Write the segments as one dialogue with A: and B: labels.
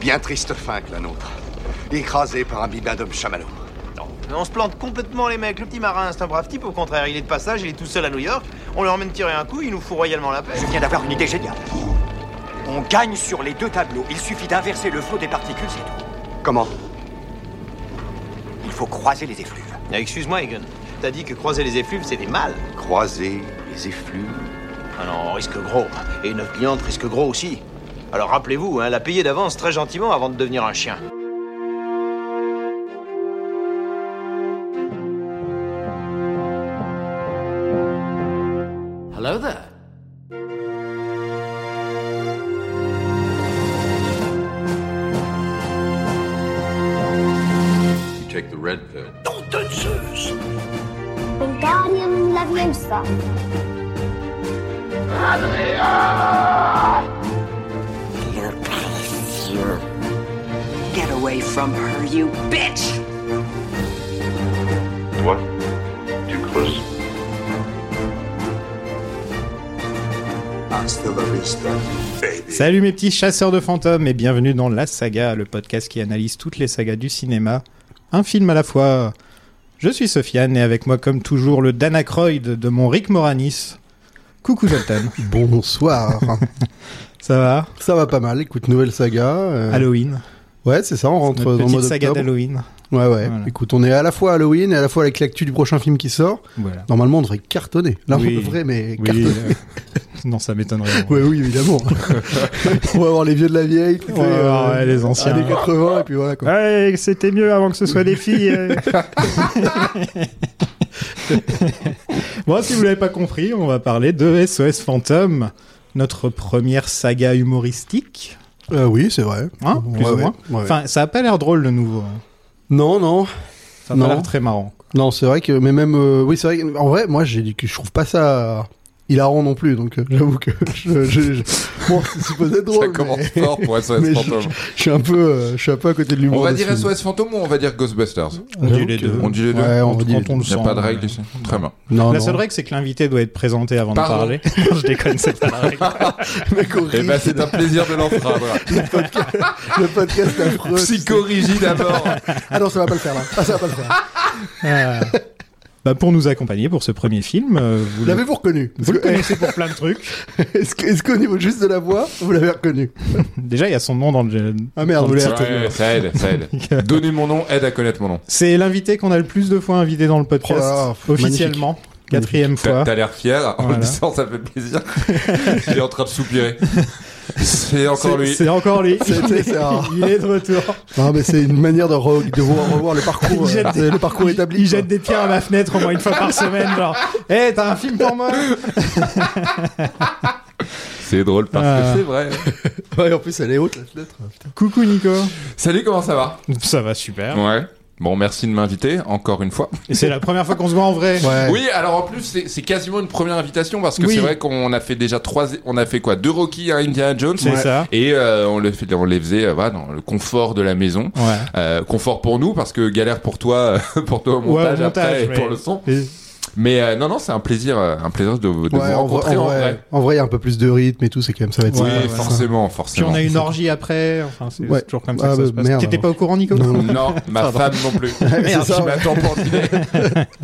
A: bien triste fin que la nôtre. Écrasé par un bibin d'hommes chamallows.
B: Mais on se plante complètement, les mecs. Le petit marin, c'est un brave type, au contraire. Il est de passage, il est tout seul à New York. On lui emmène tirer un coup, il nous fout royalement la paix.
C: Je viens d'avoir une idée géniale. On gagne sur les deux tableaux. Il suffit d'inverser le flot des particules, c'est tout.
A: Comment
C: Il faut croiser les effluves.
B: Eh, Excuse-moi, Egan. T'as dit que croiser les effluves, c'était mal.
A: Croiser les effluves.
B: Ah non, on risque gros. Et notre cliente risque gros aussi. Alors rappelez-vous, hein, la payer d'avance très gentiment avant de devenir un chien.
D: Hello there.
E: You take the red pill.
F: Wingardium Leviosa.
G: Get away from her, you bitch!
H: Toi, tu creuses.
I: Salut mes petits chasseurs de fantômes et bienvenue dans La Saga, le podcast qui analyse toutes les sagas du cinéma, un film à la fois. Je suis Sofiane et avec moi comme toujours le Danacroid de mon Rick Moranis. Coucou Joltan,
J: Bonsoir.
I: ça va
J: ça va pas mal. Écoute, nouvelle saga. euh,
I: Halloween,
J: Ouais, c'est ça. On rentre
I: notre
J: dans le
I: petite
J: mode
I: saga
J: octobre.
I: d'Halloween.
J: Ouais, ouais.
I: Voilà.
J: Écoute, on est à la fois à Halloween et à la fois avec l'actu du prochain film qui sort.
I: Voilà.
J: Normalement, on devrait cartonner. Là,
I: Oui.
J: on devrait, mais
I: Oui,
J: cartonner.
I: euh, non ça m'étonnerait.
J: Ouais, oui, évidemment. on va voir les vieux de la vieille. tu sais,
I: Ouais, ouais, les anciens.
J: Années 80, et puis voilà quoi.
I: Ouais, c'était mieux avant que ce soit des filles. euh. bon, si vous l'avez pas compris, on va parler de SOS Phantom, notre première saga humoristique.
J: Euh, oui, c'est vrai.
I: Hein, plus
J: Ouais,
I: ou
J: ouais,
I: moins.
J: ouais.
I: Enfin, ça a pas l'air drôle le nouveau. hein.
J: Non, non.
I: Ça a pas
J: Non.
I: l'air très marrant. quoi.
J: Non, c'est vrai que. Mais même. euh, oui, c'est vrai. que- En vrai, moi, j'ai dit que je trouve pas ça hilarant non plus. Donc, euh, j'avoue que. Je, je, je... Bon, c'est supposé être drôle.
E: Ça commence
J: mais-
E: fort pour SOS
J: mais je-
E: Fantôme.
J: Je suis un peu, euh, je suis un peu à côté de l'humour.
E: On va
J: de ce
E: dire
J: film.
E: SOS Fantôme ou on va dire Ghostbusters
I: On
J: J'avoue
I: dit les
J: que-
I: deux.
E: On dit les deux
J: Ouais, on
I: Quand-
J: dit-
I: euh, quand on le
E: Il n'y a
I: sent,
E: pas de
I: ouais.
E: règle ici Très bien.
J: Non,
I: La
J: non.
I: seule règle, c'est que l'invité doit être présenté avant
E: Pardon.
I: de parler. je déconne, c'est pas la règle.
J: Mec horrible.
E: Eh ben, c'est un plaisir de l'enfrabre.
J: Le podcast affreux.
E: Psychorigide d'abord.
J: Ah non, ça va pas le faire là. Ah, ça va pas le faire.
I: Ah. Bah, pour nous accompagner pour ce premier film, euh, vous, le-
J: L'avez-vous reconnu Parce
I: vous le
J: que, eh,
I: connaissez pour plein de trucs.
J: Est-ce que- est-ce qu'au niveau juste de la voix, vous l'avez reconnu
I: Déjà, il y a son nom dans le.
J: Ah merde,
I: dans le
J: vous l'avez
I: titre.
E: Ouais, ça aide, ça aide. Donnez mon nom, aide à connaître mon nom.
I: C'est l'invité qu'on a le plus de fois invité dans le podcast,
J: Oh là là, pff,
I: officiellement, quatrième
E: T'as
I: fois.
E: t'as l'air fier. En
I: Voilà.
E: le disant, ça fait plaisir. Il est en train de soupirer. C'est encore
I: C'est-
E: lui.
I: C'est encore lui.
J: C'est- c'est- c'est rare.
I: Il est de retour.
J: Non, mais c'est une manière de, re- de voir- revoir le parcours,
I: Il jette
J: euh,
I: des-
J: le parcours établi.
I: Il
J: quoi.
I: jette des pierres à ma fenêtre au moins une fois par semaine, genre, hé, t'as un film pour moi
E: C'est drôle parce
I: Ah.
E: que c'est vrai.
J: Ouais, en plus, elle est haute la fenêtre. Putain.
I: Coucou Nico.
E: Salut, comment ça va
I: Ça va super.
E: Ouais. Bon, merci de m'inviter encore une fois.
I: Et c'est la première fois qu'on se voit en vrai.
J: Ouais.
E: Oui, alors en plus c'est- c'est quasiment une première invitation parce que
I: Oui.
E: c'est vrai qu'on a fait déjà trois, on a fait quoi, deux Rocky, un Indiana Jones,
I: C'est ça.
E: et euh, on le fait, on les faisait, euh, voilà, dans le confort de la maison,
I: Ouais.
E: Euh, confort pour nous parce que galère pour toi, pour toi au
I: Ouais, au
E: montage, après et
I: montage,
E: pour
I: mais-
E: le son.
I: Et-
E: Mais euh, non, non, c'est un plaisir, euh, un plaisir de, de
J: Ouais,
E: vous
J: en, vrai,
E: rencontrer
J: en,
E: en
J: vrai, en vrai, il y a un peu plus de rythme et tout, c'est quand même ça va être
E: Oui,
I: Ouais, ouais,
E: forcément,
I: Puis
E: forcément.
I: on a une orgie après. Enfin, c'est
J: Ouais.
I: c'est toujours comme ça.
J: Ah,
I: que ça
J: bah,
I: se passe.
J: merde,
I: T'étais
J: alors.
I: pas au courant, Nico
J: Non.
E: Non, ma
I: Pardon.
E: femme non plus.
J: c'est ça,
E: qui
J: ouais.
E: m'attend pour dîner.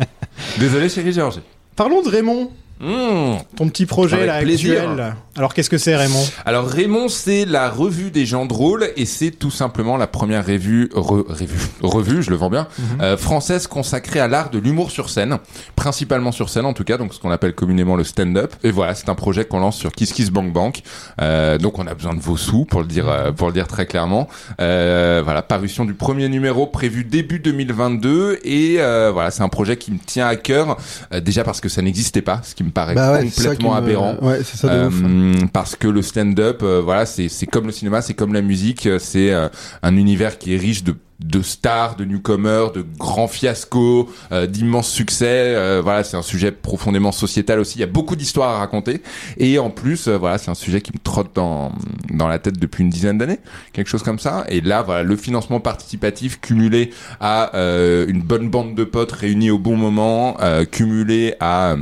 E: Désolé, chérie Georges.
I: Parlons de Raymond.
E: Mmh.
I: Ton petit projet
E: Avec
I: là
E: plaisir.
I: actuel. Alors qu'est-ce que c'est Raymond
E: Alors Raymond, c'est la revue des gens drôles et c'est tout simplement la première revue, re- revue, revue, je le vends bien,
J: Mhm.
E: euh, française consacrée à l'art de l'humour sur scène, principalement sur scène en tout cas, donc ce qu'on appelle communément le stand-up. Et voilà, c'est un projet qu'on lance sur Kiss Kiss Bank Bank. Euh, donc on a besoin de vos sous pour le dire, euh, pour le dire très clairement. Euh, voilà, parution du premier numéro prévu début 2022 et euh, voilà, c'est un projet qui me tient à cœur euh, déjà parce que ça n'existait pas, ce qui me paraît
J: Bah ouais, c'est ça qui
E: complètement
J: me-
E: aberrant.
J: Ouais, c'est ça de ouf.
E: Euh, parce que le stand-up, euh, voilà, c'est c'est comme le cinéma, c'est comme la musique, euh, c'est euh, un univers qui est riche de de stars, de newcomers, de grands fiascos, euh, d'immenses succès. Euh, voilà, c'est un sujet profondément sociétal aussi. Il y a beaucoup d'histoires à raconter. Et en plus, euh, voilà, c'est un sujet qui me trotte dans, dans la tête depuis une dizaine d'années, quelque chose comme ça. Et là, voilà, le financement participatif cumulé à euh, une bonne bande de potes réunis au bon moment, euh, cumulé à euh,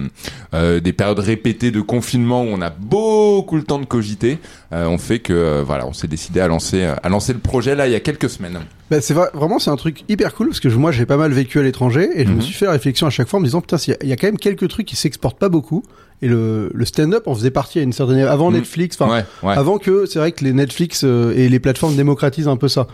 E: euh, des périodes répétées de confinement où on a beaucoup le temps de cogiter, euh, on fait que euh, voilà, on s'est décidé à lancer euh, à lancer le projet là il y a quelques semaines.
J: Bah, c'est va- vraiment c'est un truc hyper cool parce que je- moi j'ai pas mal vécu à l'étranger et je me
E: Mhm.
J: suis fait la réflexion à chaque fois en me disant putain s'il y a- il y, a quand même quelques trucs qui s'exportent pas beaucoup et le, le stand-up on faisait partie à une certaine avant
E: Mhm.
J: Netflix enfin
E: ouais, ouais.
J: avant que c'est vrai que les Netflix euh, et les plateformes démocratisent un peu ça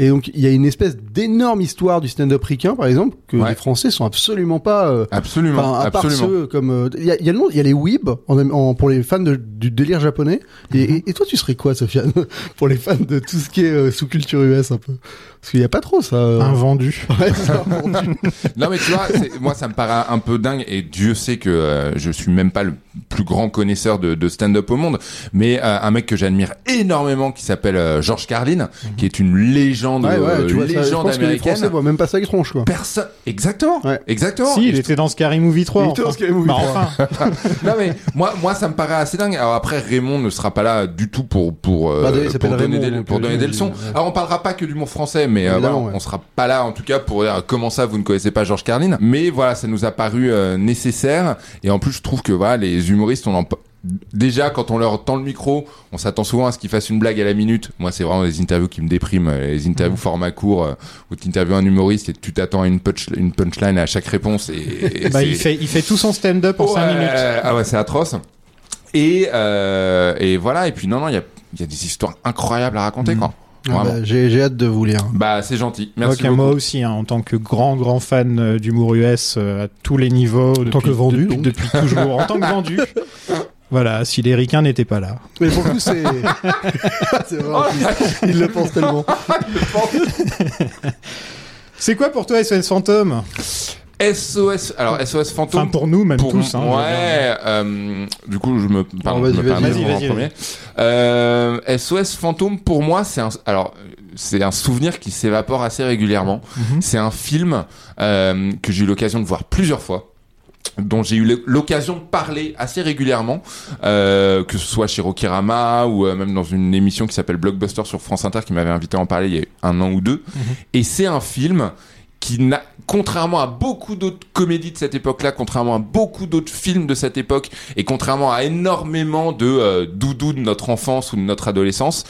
J: et donc il y a une espèce d'énorme histoire du stand-up ricain par exemple que
E: Ouais.
J: les Français sont absolument pas euh,
E: Absolument,
J: Enfin, à part
E: absolument.
J: ceux comme euh, il y, a- il y a le nom- il y a les weeb en, en- pour les fans de- du délire japonais. Et,
E: Mhm.
J: et- et toi, tu serais quoi, Sofiane, pour les fans de tout ce qui est euh, sous-culture US un peu Parce qu'il n'y a pas trop ça. euh.
E: Ah
I: Invendu.
J: Ouais, c'est invendu.
E: Non mais tu vois, c'est- moi ça me paraît un peu dingue et Dieu sait que euh, je suis même pas le plus grand connaisseur de, de stand-up au monde, mais euh, un mec que j'admire énormément qui s'appelle euh, George Carlin, qui est une légende,
J: Mhm. ouais,
E: euh,
J: ouais, tu vois, ça, je
E: légende
J: pense que les Français
E: américaine.
J: voient même pas ça avec tronche, quoi.
E: Personne, exactement,
J: Ouais.
E: exactement.
I: Si,
E: Et
I: il
E: je
I: était dans Scary Movie 3.
J: Il était dans
I: enfin.
J: Scary Movie
I: Bah,
J: 3.
I: enfin.
E: non mais moi moi ça me paraît assez dingue. Alors après Raymond ne sera pas là du tout pour pour euh,
J: Bah, d'ailleurs, il
E: pour
J: s'appelle
E: donner
J: Raymond,
E: des
J: donc,
E: pour
J: euh,
E: donner des leçons.
J: j'imagine, ouais.
E: Alors on parlera pas que d'humour français mais euh,
J: Évidemment,
E: voilà,
J: ouais.
E: on sera pas là en tout cas pour dire comment ça vous ne connaissez pas Georges Carlin. Mais voilà, ça nous a paru euh, nécessaire et en plus je trouve que voilà les humoristes on en Déjà, quand on leur tend le micro, on s'attend souvent à ce qu'ils fassent une blague à la minute. Moi, c'est vraiment les interviews qui me dépriment. euh, Les
J: Mmh.
E: interviews format court, euh, où tu interviews un humoriste et tu t'attends à une, punch- une punchline à chaque réponse. Et, et
I: Bah,
E: c'est-
I: il, fait, il fait tout son stand-up en 5
E: Ouais,
I: minutes.
E: euh, Ah ouais, c'est atroce. Et, euh, et voilà, et puis non, non, il y a, il y a des histoires incroyables à
I: Mm.
E: raconter, quoi.
J: Ah,
E: Vraiment.
J: bah, J'ai j'ai hâte de vous lire.
E: Bah, c'est gentil. Merci
I: Ok,
E: beaucoup.
I: moi aussi, hein, en tant que grand, grand fan euh, d'humour US euh, à tous les niveaux. En
J: tant que vendu,
I: Depuis,
J: donc.
I: depuis toujours. En tant que vendu. Voilà, si les ricains n'étaient pas là.
J: Mais pour le coup, c'est. c'est vrai, en plus.
E: Oh,
J: il le pense tellement.
I: C'est quoi pour toi SOS Fantôme
E: SOS, alors SOS Fantôme.
I: Enfin, pour nous, même
E: pour-
I: tous. Hein, je veux dire.
E: ouais, euh, du coup, je me, pardon,
J: vas-y,
E: je me
J: vas-y,
E: permets
I: vas-y,
E: de vous en
I: vas-y,
E: premier. Euh, SOS Fantôme, pour moi, c'est un, alors, c'est un souvenir qui s'évapore assez régulièrement.
I: Mhm.
E: C'est un film euh, que j'ai eu l'occasion de voir plusieurs fois dont j'ai eu l'occasion de parler assez régulièrement, euh, que ce soit chez Rokirama ou euh, même dans une émission qui s'appelle Blockbuster sur France Inter qui m'avait invité à en parler il y a un an ou deux. Et c'est un film qui n'a, contrairement à beaucoup d'autres comédies de cette époque-là, contrairement à beaucoup d'autres films de cette époque, et contrairement à énormément de euh, doudous de notre enfance ou de notre adolescence,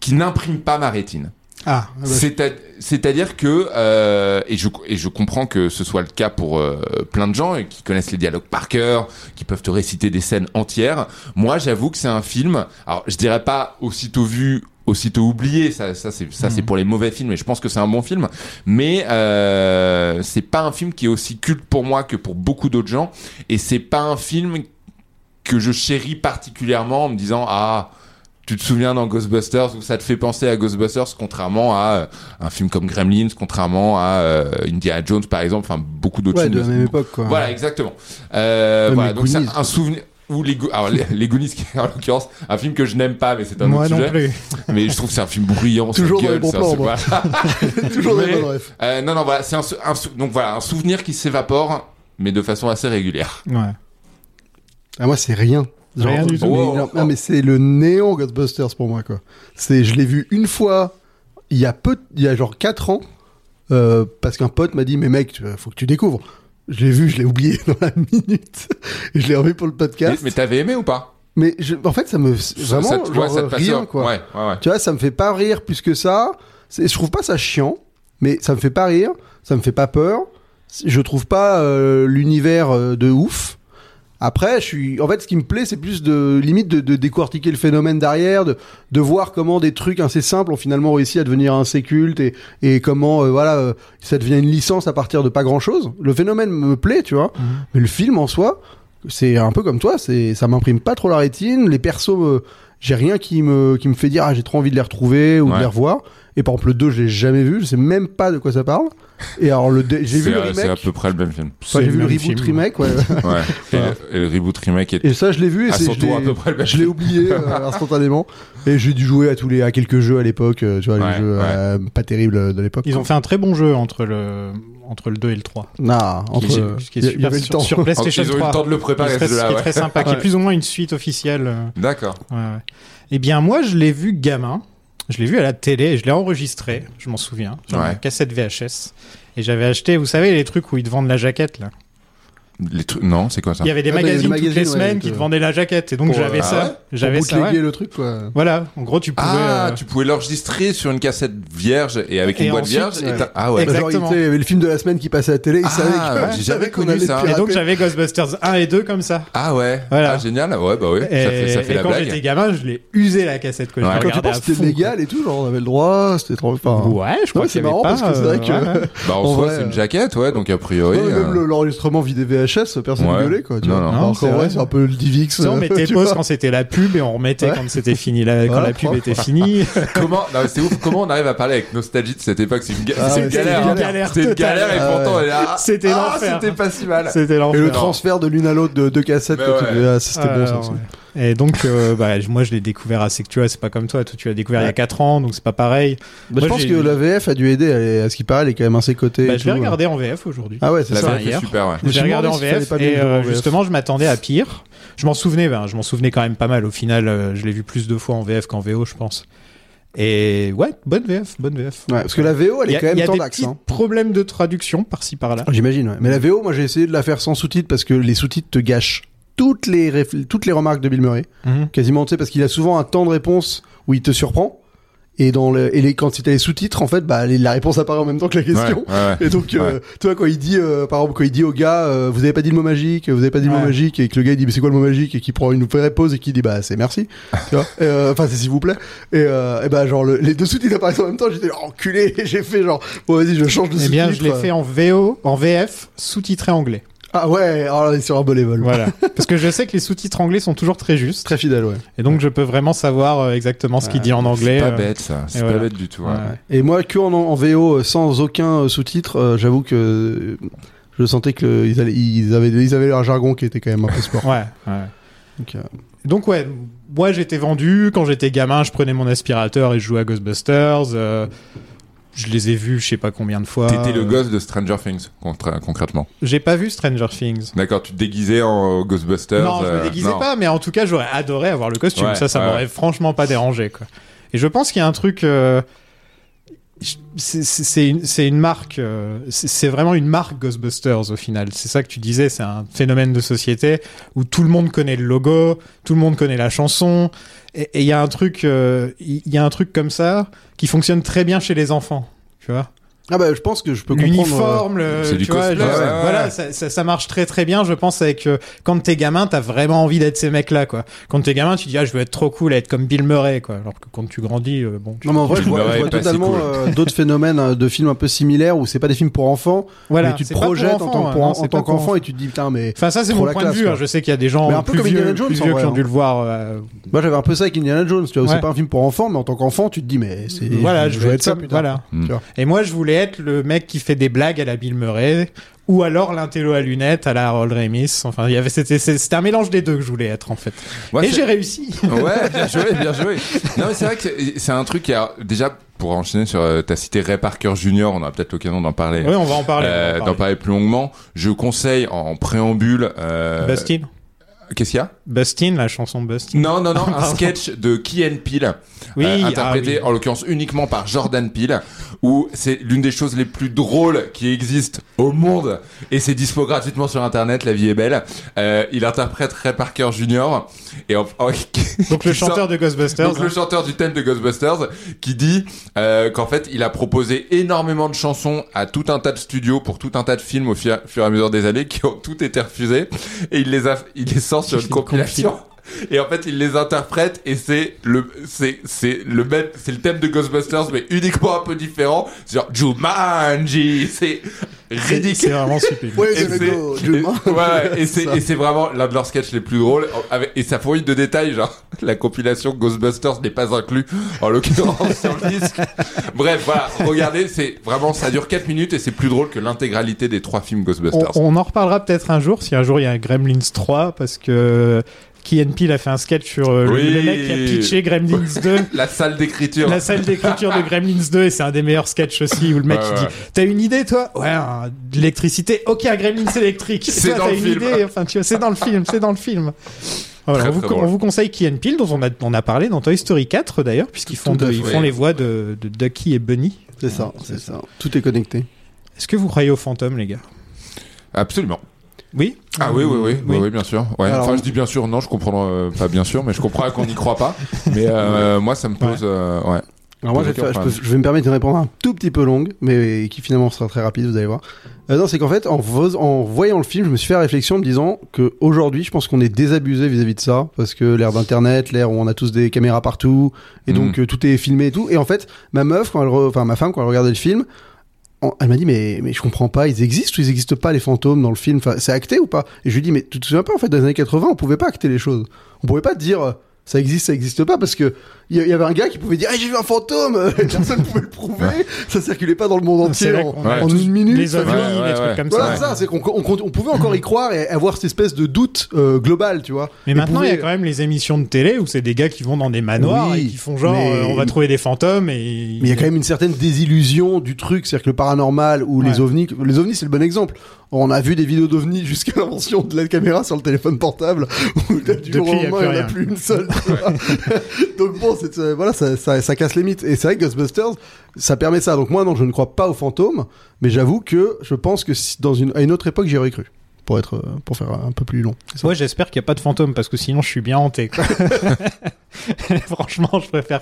E: qui n'imprime pas ma rétine.
J: Ah, ah bah,
E: C'est à- C'est-à-dire que, euh, et, je, et je comprends que ce soit le cas pour euh, plein de gens et qui connaissent les dialogues par cœur, qui peuvent te réciter des scènes entières. Moi, j'avoue que c'est un film, alors je dirais pas aussitôt vu, aussitôt oublié, ça, ça c'est ça, c'est
J: Hmm.
E: pour les mauvais films, et je pense que c'est un bon film, mais euh, c'est pas un film qui est aussi culte pour moi que pour beaucoup d'autres gens, et c'est pas un film que je chéris particulièrement en me disant, ah, tu te souviens dans Ghostbusters où ça te fait penser à Ghostbusters contrairement à euh, un film comme Gremlins contrairement à euh, Indiana Jones par exemple enfin beaucoup d'autres
J: ouais,
E: films
J: de la même époque, quoi.
E: voilà exactement euh,
J: Même
E: voilà
J: les
E: donc c'est
J: Goonies.
E: un souvenir ou les, Go- alors, les, les Goonies qui est en l'occurrence un film que je n'aime pas mais c'est un
I: Moi
E: autre
I: non
E: sujet
I: plus.
E: mais je trouve que c'est un film bruyant ça
J: Toujours dans
E: gueule,
J: les bons
E: ça,
J: plans,
E: c'est-
J: moi.
E: voilà.
J: Toujours
E: Mais-
J: les bonnes refs.
E: Euh, non non voilà c'est un, sou- un sou- donc voilà un souvenir qui s'évapore mais de façon assez régulière
I: Ouais.
J: Ah, moi, c'est rien.
I: Rien du tout.
J: Mais,
E: Wow.
J: non, non, mais c'est le néon Ghostbusters pour moi, quoi. C'est, je l'ai vu une fois, il y a peu, il y a genre 4 ans, euh, parce qu'un pote m'a dit, mais mec, tu- faut que tu découvres. Je l'ai vu, je l'ai oublié dans la minute. Et je l'ai revu pour le
E: mais,
J: podcast. Mais,
E: mais t'avais aimé ou pas
J: je- en fait, ça me, vraiment,
E: ça, te- ouais,
J: genre,
E: ça te passe-
J: rien, quoi.
E: ouais ouais, ouais.
J: Tu vois, ça me fait pas rire plus que ça. C'est- Je trouve pas ça chiant, mais ça me fait pas rire, ça me fait pas peur. Je trouve pas euh, l'univers euh, de ouf. Après, je suis. En fait, ce qui me plaît, c'est plus de limite de, de décortiquer le phénomène derrière, de, de voir comment des trucs assez simples ont finalement réussi à devenir un culte et, et comment euh, voilà euh, ça devient une licence à partir de pas grand chose. Le phénomène me plaît, tu
E: Mhm.
J: vois, mais le film en soi, c'est un peu comme toi, c'est ça m'imprime pas trop la rétine. Les persos, euh, j'ai rien qui me qui me fait dire ah j'ai trop envie de les retrouver ou
E: Ouais.
J: de les revoir. Et par exemple, le 2, je l'ai jamais vu, je sais même pas de quoi ça parle. Et alors, le dé- j'ai vu
E: C'est
J: le
E: à- c'est à
J: remake.
E: peu près le même film.
J: Enfin, j'ai vu le reboot remake, ouais.
E: Ouais. et, le, et le reboot remake est
J: Et ça, je l'ai vu et
E: à
J: c'est,
E: son
J: je l'ai,
E: tour à peu près le même.
J: je l'ai oublié euh, instantanément. Et j'ai dû jouer à tous les, à quelques jeux à l'époque, euh, tu vois,
E: Ouais,
J: les jeux
E: ouais.
J: euh, pas terribles euh, de l'époque.
I: Ils ont fait un très bon jeu entre le, entre le 2 et le 3.
J: Nah, entre,
I: Qui est-
J: euh,
I: qui est
J: il y a- il y
I: super
J: avait le
I: sur-
J: temps.
I: Sur PlayStation
E: Ils ont
I: 3.
E: eu le temps de le
I: qui
E: préparer
I: est très-
E: celui-là.
I: qui est
E: ouais.
I: très sympa, qui est plus ou moins une suite officielle. euh,
E: D'accord.
I: Ouais, ouais. Eh bien, moi, je l'ai vu gamin. Je l'ai vu à la télé et je l'ai enregistré, je m'en souviens, sur
E: Ouais.
I: ma cassette VHS. Et j'avais acheté, vous savez, les trucs où ils te vendent la jaquette, là.
E: Les trucs. Non, c'est quoi ça
I: Il y avait des
J: Ah, des
I: magazines toutes les
J: magazines, ouais,
I: semaines
J: avec,
I: qui te
J: euh,
I: vendaient la jaquette. Et donc,
E: pour,
I: j'avais
E: euh,
I: ça.
E: ah ouais
I: j'avais
J: Pour
I: ça,
J: bootleguer
I: ouais.
J: le truc, quoi.
I: Voilà, en gros, tu pouvais...
E: Ah,
I: euh,
E: tu pouvais l'enregistrer sur une cassette vierge et avec
I: Et
E: une boîte
I: ensuite,
E: vierge.
I: ouais.
E: Et t'as- ah ouais.
I: Exact.
J: Genre, il
I: Exactement.
J: était- il y avait le film de la semaine qui passait à la télé, il
E: Ah,
J: savait que-
E: ouais,
J: il
E: j'ai
J: savait
E: jamais
J: qu'on
E: connu
J: allait
E: ça.
J: le
I: Et donc,
J: pirater.
I: j'avais Ghostbusters 1 et 2 comme ça.
E: Ah ouais.
I: Voilà.
E: Ah génial. Ouais bah oui. Ça
I: Et,
E: fait, ça fait
I: et
E: la
I: quand
E: blague.
I: j'étais gamin, je l'ai usé la cassette que
E: Ouais.
I: je
E: Quand
J: Quand tu
I: regardais
J: penses
I: à
J: que c'était
I: fou,
J: légal et tout, genre, on avait le droit, c'était trop.
I: quoi.
J: Enfin,
I: Ouais, je crois
J: ouais,
I: que
J: c'est marrant parce que c'est vrai que.
E: Bah en
J: En
E: soi,
J: vrai,
E: c'est une
J: euh,
E: jaquette, ouais. Donc a priori.
J: Non, mais même
E: euh,
J: le- l'enregistrement vidéo VHS, personne
E: Ouais.
J: ne gueulait quoi. Tu
E: Non,
J: vois.
E: non.
J: Alors
I: Non,
J: qu'en
I: c'est vrai.
J: vrai, c'est un peu le Divix.
I: on
J: euh,
I: mettait
J: tu
I: pause
J: vois.
I: quand c'était la pub et on remettait
J: Ouais.
I: quand c'était fini la, quand
J: Voilà,
I: la pub
J: propre.
I: était finie.
E: Comment non, mais c'est ouf. Comment on arrive à parler avec nostalgie de cette époque C'est une, ga-
J: Ah
E: c'est une
J: ouais, c'est
E: galère.
J: une
E: hein.
I: galère
E: C'était une
I: totale.
E: galère et
J: Ah
E: pourtant
J: ouais.
E: elle est là.
I: C'était
E: ah,
I: l'enfer.
E: C'était pas si mal.
I: C'était
J: Et
I: l'enfer.
J: le transfert de l'une à l'autre de deux cassettes,
E: Mais
J: quand tu
E: ouais.
J: devais- ah, ça, c'était bon ça.
I: Alors,
J: aussi.
I: ouais. Et donc, euh, bah, je- moi, je l'ai découvert assez que tu vois, c'est pas comme toi. Toi, tu l'as découvert il y a 4 ans, donc c'est pas pareil. Moi,
J: Bah, je pense
I: j'ai-
J: que la VF a dû aider à les- à ce qui paraît, elle est quand même assez cotée.
I: bah,
J: et
I: je l'ai
J: tout. euh.
I: regardé en VF aujourd'hui.
J: Ah ouais, c'est
E: La
J: ça.
E: VF est
I: hier.
E: super. Ouais.
J: Je me
I: J'ai
J: suis
I: regardé en
J: demandé s'il
I: VF
J: fallait pas
I: et
J: bien le voir en
I: euh,
J: VF.
I: justement je m'attendais à pire. Je m'en souvenais, ben, je m'en souvenais quand même pas mal. Au final, euh, je l'ai vu plus de fois en VF qu'en VO, je pense. Et ouais, bonne VF, bonne Vef.
J: Ouais, parce que la VO, elle
I: Il y
J: est
I: a,
J: quand
I: il y
J: même
I: a des
J: tendax.
I: petits
J: hein.
I: problèmes de traduction par-ci par-là.
J: J'imagine, ouais. Mais la VO, moi j'ai essayé de la faire sans sous-titres parce que les sous-titres te gâchent toutes les, réf- toutes les remarques de Bill Murray.
I: Mhm.
J: Quasiment, tu sais, parce qu'il a souvent un temps de réponse où il te surprend. Et, dans le, et les, quand c'était les sous-titres, en fait, bah, les- la réponse apparaît en même temps que la question.
E: Ouais, ouais, ouais.
J: Et donc, euh, tu vois, quand il dit, euh, par exemple, quand il dit au gars, euh, vous avez pas dit le mot magique, vous avez pas dit le
I: Ouais.
J: mot magique, et que le gars il dit, mais c'est quoi le mot magique, et qui prend une vraie pause et qui dit, bah, c'est merci. tu vois, Euh, enfin, c'est s'il vous plaît. Et, euh, et bah, genre, le- les deux sous-titres apparaissent en même temps, j'étais, oh, enculé, et j'ai fait genre, bon, vas-y, je change de
I: Eh
J: sous-titre.
I: bien, je l'ai fait en VO, en VF, sous-titré anglais.
J: Ah ouais, alors là, il est sur un bon level.
I: Voilà. Parce que je sais que les sous-titres anglais sont toujours très justes.
J: Très fidèle, ouais.
I: Et donc, je peux vraiment savoir euh, exactement ce qu'il dit en anglais.
E: C'est pas
I: euh,
E: bête ça. C'est
I: et
E: pas
I: voilà.
E: bête du tout. ouais.
I: Ouais.
J: Et moi, que en, en VO, euh, sans aucun euh, sous-titre, euh, j'avoue que euh, je sentais qu'ils allaient, ils avaient, ils avaient leur jargon qui était quand même un peu sport.
I: Ouais, ouais.
J: Donc, euh,
I: Donc ouais, moi j'étais vendu. Quand j'étais gamin, je prenais mon aspirateur et je jouais à Ghostbusters. euh, je les ai vus, je sais pas combien de fois.
E: T'étais le
I: Euh,
E: gosse de Stranger Things contra- concrètement.
I: J'ai pas vu Stranger Things.
E: D'accord, tu te déguisais en euh, Ghostbusters.
I: non, je
E: euh,
I: me déguisais
E: non.
I: pas, mais en tout cas, j'aurais adoré avoir le costume.
E: Ouais,
I: ça, ça
E: ouais,
I: m'aurait franchement pas dérangé. Quoi. Et je pense qu'il y a un truc. euh, je- c'est- C'est c'est une, c'est une marque, euh, c'est c'est vraiment une marque Ghostbusters au final. C'est ça que tu disais, c'est un phénomène de société où tout le monde connaît le logo, tout le monde connaît la chanson. Et et il y a un truc, euh, il il y a un truc comme ça qui fonctionne très bien chez les enfants. Tu vois
J: Ah bah, je pense que je peux comprendre. euh,
I: l'uniforme, le-
E: C'est du
I: tu vois,
E: cosplay,
I: je-
E: ouais, ouais, ouais.
I: voilà, ça, ça- ça marche très très bien, je pense, avec euh, quand t'es gamin, t'as vraiment envie d'être ces mecs-là, quoi. Quand t'es gamin, tu dis ah je veux être trop cool, à être comme Bill Murray, quoi. Alors que quand tu grandis, euh, bon, tu-
J: Non mais en vrai,
E: Tu
J: je vois,
E: le verrais
J: je vois
E: Bah pas si
J: totalement
E: cool.
J: euh, d'autres phénomènes euh, de films un peu similaires où c'est pas des films pour enfants,
I: voilà,
J: mais tu te
I: c'est pas pour
J: projettes
I: enfants,
J: en tant,
I: hein,
J: que- pour-
I: non,
J: en
I: c'est
J: tant
I: pas pour
J: qu'enfant
I: enfants.
J: et tu te dis putain mais
I: Enfin ça c'est
J: Trop
I: mon
J: la
I: point de
J: classe,
I: vue, hein.
J: quoi.
I: je sais qu'il y a des gens
J: Mais un peu
I: plus
J: comme
I: vieux,
J: Indiana Jones,
I: plus
J: en
I: vieux
J: vrai,
I: qui ont dû
J: hein.
I: le voir. euh,
J: moi j'avais un peu ça avec Indiana Jones, tu vois, où
I: Ouais.
J: c'est pas un film pour enfants mais en tant qu'enfant tu te dis mais c'est
I: voilà, je,
J: veux
I: voulais être ça,
J: putain.
I: voilà.
E: Mm.
J: Tu vois.
I: Et moi je voulais être le mec qui fait des blagues à la Bill Murray ou alors l'intello à lunettes à la Harold Ramis. Enfin, il y avait c'était c'était un mélange des deux que je voulais être en fait.
E: Moi,
I: Et
E: c'est-
I: j'ai réussi.
E: Ouais, bien joué, bien joué. Non, mais c'est vrai que c'est- c'est un truc qui a déjà pour enchaîner sur euh, t'as cité Ray Parker Jr. On aura peut-être l'occasion d'en parler.
I: Oui, on va en parler. on va en
E: euh, D'en
I: parler.
E: parler plus longuement. Je conseille en préambule. Euh,
I: Bustin.
E: Qu'est-ce qu'il y a
I: Bustin, la chanson Bustin.
E: Non, non, non, un
I: Pardon.
E: sketch de Key and Peele,
I: Oui,
E: euh,
I: ah
E: interprété
I: oui.
E: en l'occurrence uniquement par Jordan Peele, où c'est l'une des choses les plus drôles qui existent au monde, et c'est dispo gratuitement sur Internet, la vie est belle. Euh, il interprète Ray Parker Jr. et en- en-
I: Donc le
E: qui sort-
I: chanteur de Ghostbusters.
E: donc le chanteur du thème de Ghostbusters qui dit euh, qu'en fait il a proposé énormément de chansons à tout un tas de studios pour tout un tas de films au fur, fur et à mesure des années qui ont toutes été refusées et il les a il les sort sur
I: Il
E: une
I: fait une
E: compilation Et en fait, il les interprète et c'est le, c'est, c'est le même, c'est le thème de Ghostbusters, mais uniquement un peu différent. C'est genre Jumanji, c'est
I: C'est c'est
E: ridicule.
I: vraiment stupide.
E: Et
D: Where's
E: c'est-
D: gonna go,
E: et-
D: Jumanji
E: ouais, ouais, et c'est et c'est vraiment l'un de leurs sketchs les plus drôles avec- et ça fournit de détails genre la compilation Ghostbusters n'est pas inclus en l'occurrence sur le disque bref voilà regardez c'est vraiment ça dure 4 minutes et c'est plus drôle que l'intégralité des trois films
I: On,
E: Ghostbusters
I: on en reparlera peut-être un jour, si un jour il y a un Gremlins 3, parce que euh, Key and Peele a fait un sketch sur euh, le-
E: Oui.
I: le mec qui a pitché Gremlins 2.
E: la salle d'écriture
I: La salle d'écriture de Gremlins 2 et c'est un des meilleurs sketchs aussi où le mec
E: Ouais,
I: il dit
E: ouais.
I: t'as une idée toi ouais un- de l'électricité ok un Gremlins électrique
E: C'est
I: Toi,
E: dans
I: t'as
E: le
I: une
E: film.
I: idée enfin tu vois c'est dans le film c'est dans le film voilà,
E: Très,
I: on, vous,
E: très drôle.
I: on vous conseille Key and Peele dont on a, on a parlé dans Toy Story 4 d'ailleurs puisqu'ils font,
J: Tout à
I: de- ils
E: fait.
I: font les voix de, de Ducky et Bunny
J: C'est ça, c'est ça. Tout est connecté.
I: est-ce que vous croyez aux fantômes les gars
E: absolument
I: oui
E: Ah oui, oui, oui, oui,
I: Oui.
E: oui, bien sûr. Ouais.
J: Alors-
E: enfin, je dis bien sûr, non, je comprends euh, pas bien sûr, mais je comprends qu'on n'y croit pas. Mais euh, moi, ça me pose. euh, ouais.
J: Alors moi, je vais,
E: D'accord,
J: faire- je
E: pardon.
J: peux- je vais me permettre de répondre un tout petit peu longue, mais qui finalement sera très rapide, vous allez voir. Euh, non, c'est qu'en fait, en, vo- en voyant le film, je me suis fait la réflexion en me disant que aujourd'hui, je pense qu'on est désabusé vis-à-vis de ça, parce que l'ère d'Internet, l'ère où on a tous des caméras partout, et donc euh, tout est filmé et tout. Et en fait, ma meuf, quand elle, re- enfin ma femme, quand elle regardait le film, en- elle m'a dit mais mais je comprends pas, ils existent ou ils existent pas les fantômes dans le film Enfin, c'est acté ou pas Et je lui dis mais tu te souviens pas en fait dans les années 80, on pouvait pas acter les choses. On pouvait pas dire euh, ça existe, ça existe pas parce que il y, a- il y avait un gars qui pouvait dire Ah, j'ai vu un fantôme, et personne pouvait le prouver, ça circulait pas dans le monde
I: C'est
J: entier
I: vrai
J: en,
I: qu'on a
J: en
I: tous
J: une minute.
I: les
J: ça-
I: ovnis
E: Ouais, ouais,
I: les trucs
E: ouais.
I: comme
J: voilà, c'est
I: ça
J: ça, c'est qu'on on, on pouvait encore y croire et avoir cette espèce de doute euh, global, tu vois.
I: mais
J: Et
I: maintenant, il y a
J: pouvait-
I: quand même les émissions de télé où c'est des gars qui vont dans des manoirs
J: Oui,
I: et qui font genre
J: mais-
I: euh, on va trouver des fantômes et.
J: Mais il y a quand même une certaine désillusion du truc, c'est-à-dire que le paranormal ou
I: Ouais.
J: les ovnis, les ovnis c'est le bon exemple. On a vu des vidéos d'ovnis jusqu'à l'invention de la caméra sur le téléphone portable, où du jour
I: Depuis,
J: au
I: il y a plus
J: lendemain, il n'y en a
I: rien.
J: plus une seule. tu vois. Donc bon, c'est, euh, voilà, ça, ça, ça casse les mythes. Et c'est vrai que Ghostbusters, ça permet ça. Donc moi non, je ne crois pas aux fantômes, mais j'avoue que je pense que si- dans une, à une autre époque, j'y aurais cru. Pour, être, euh, pour faire un peu plus long.
I: Moi, j'espère qu'il n'y a pas de fantôme parce que sinon, je suis bien hanté. quoi. Franchement, je préfère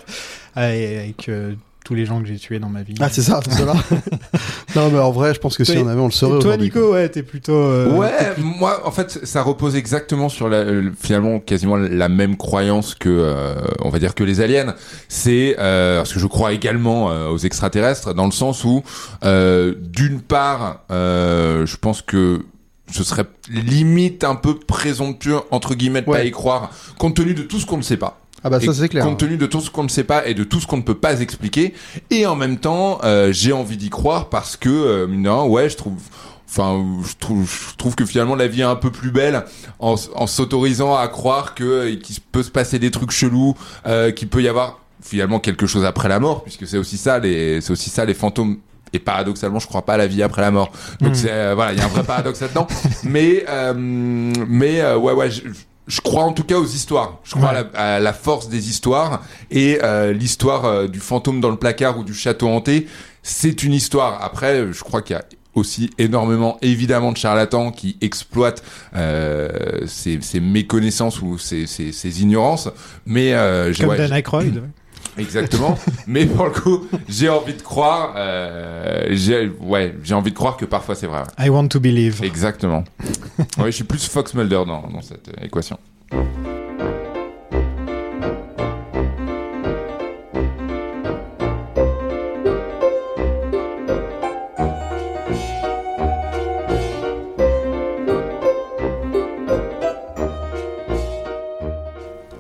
I: avec, avec, euh, tous les gens que j'ai tués dans ma vie.
J: Ah, c'est ça, c'est cela. non, mais en vrai, je pense que si
I: Toi-
J: on avait, on le
I: Et
J: saurait
I: toi,
J: aujourd'hui.
I: Nico, ouais, t'es plutôt. euh,
E: ouais, moi, en fait, ça repose exactement sur la, euh, finalement quasiment la même croyance que, euh, on va dire que les aliens. C'est euh, parce que je crois également euh, aux extraterrestres dans le sens où, euh, d'une part, euh, je pense que ce serait limite un peu présomptueux entre guillemets de pas
J: Ouais.
E: y croire, compte tenu de tout ce qu'on ne sait pas.
J: Ah bah ça
E: Et
J: c'est clair.
E: Compte tenu de tout ce qu'on ne sait pas et de tout ce qu'on ne peut pas expliquer. Et en même temps, euh, j'ai envie d'y croire parce que, euh, mine de rien, ouais, je trouve. Enfin, je trouve, je trouve que finalement la vie est un peu plus belle en, s- en s'autorisant à croire que euh, qu'il peut se passer des trucs chelous, euh, qu'il peut y avoir finalement quelque chose après la mort, puisque c'est aussi ça les c'est aussi ça les fantômes. Et paradoxalement, je crois pas à la vie après la mort. Donc
I: Mm.
E: c'est euh, voilà, il y a un vrai paradoxe là-dedans. Mais euh, mais euh, ouais ouais, je, je crois en tout cas aux histoires. Je crois à, la, à la force des histoires et euh, l'histoire euh, du fantôme dans le placard ou du château hanté, c'est une histoire. Après, je crois qu'il y a aussi énormément évidemment de charlatans qui exploitent euh, ces, ces méconnaissances ou ces, ces, ces ignorances. Mais euh, j'ai-
I: Comme
E: ouais,
I: Dan Aykroyd.
J: Mm.
E: Exactement. Mais pour le coup, j'ai envie de croire. Euh, j'ai ouais, j'ai envie de croire que parfois c'est vrai. ouais.
I: I want to believe.
E: Exactement. Ouais, je suis plus Fox Mulder dans, dans cette euh, équation.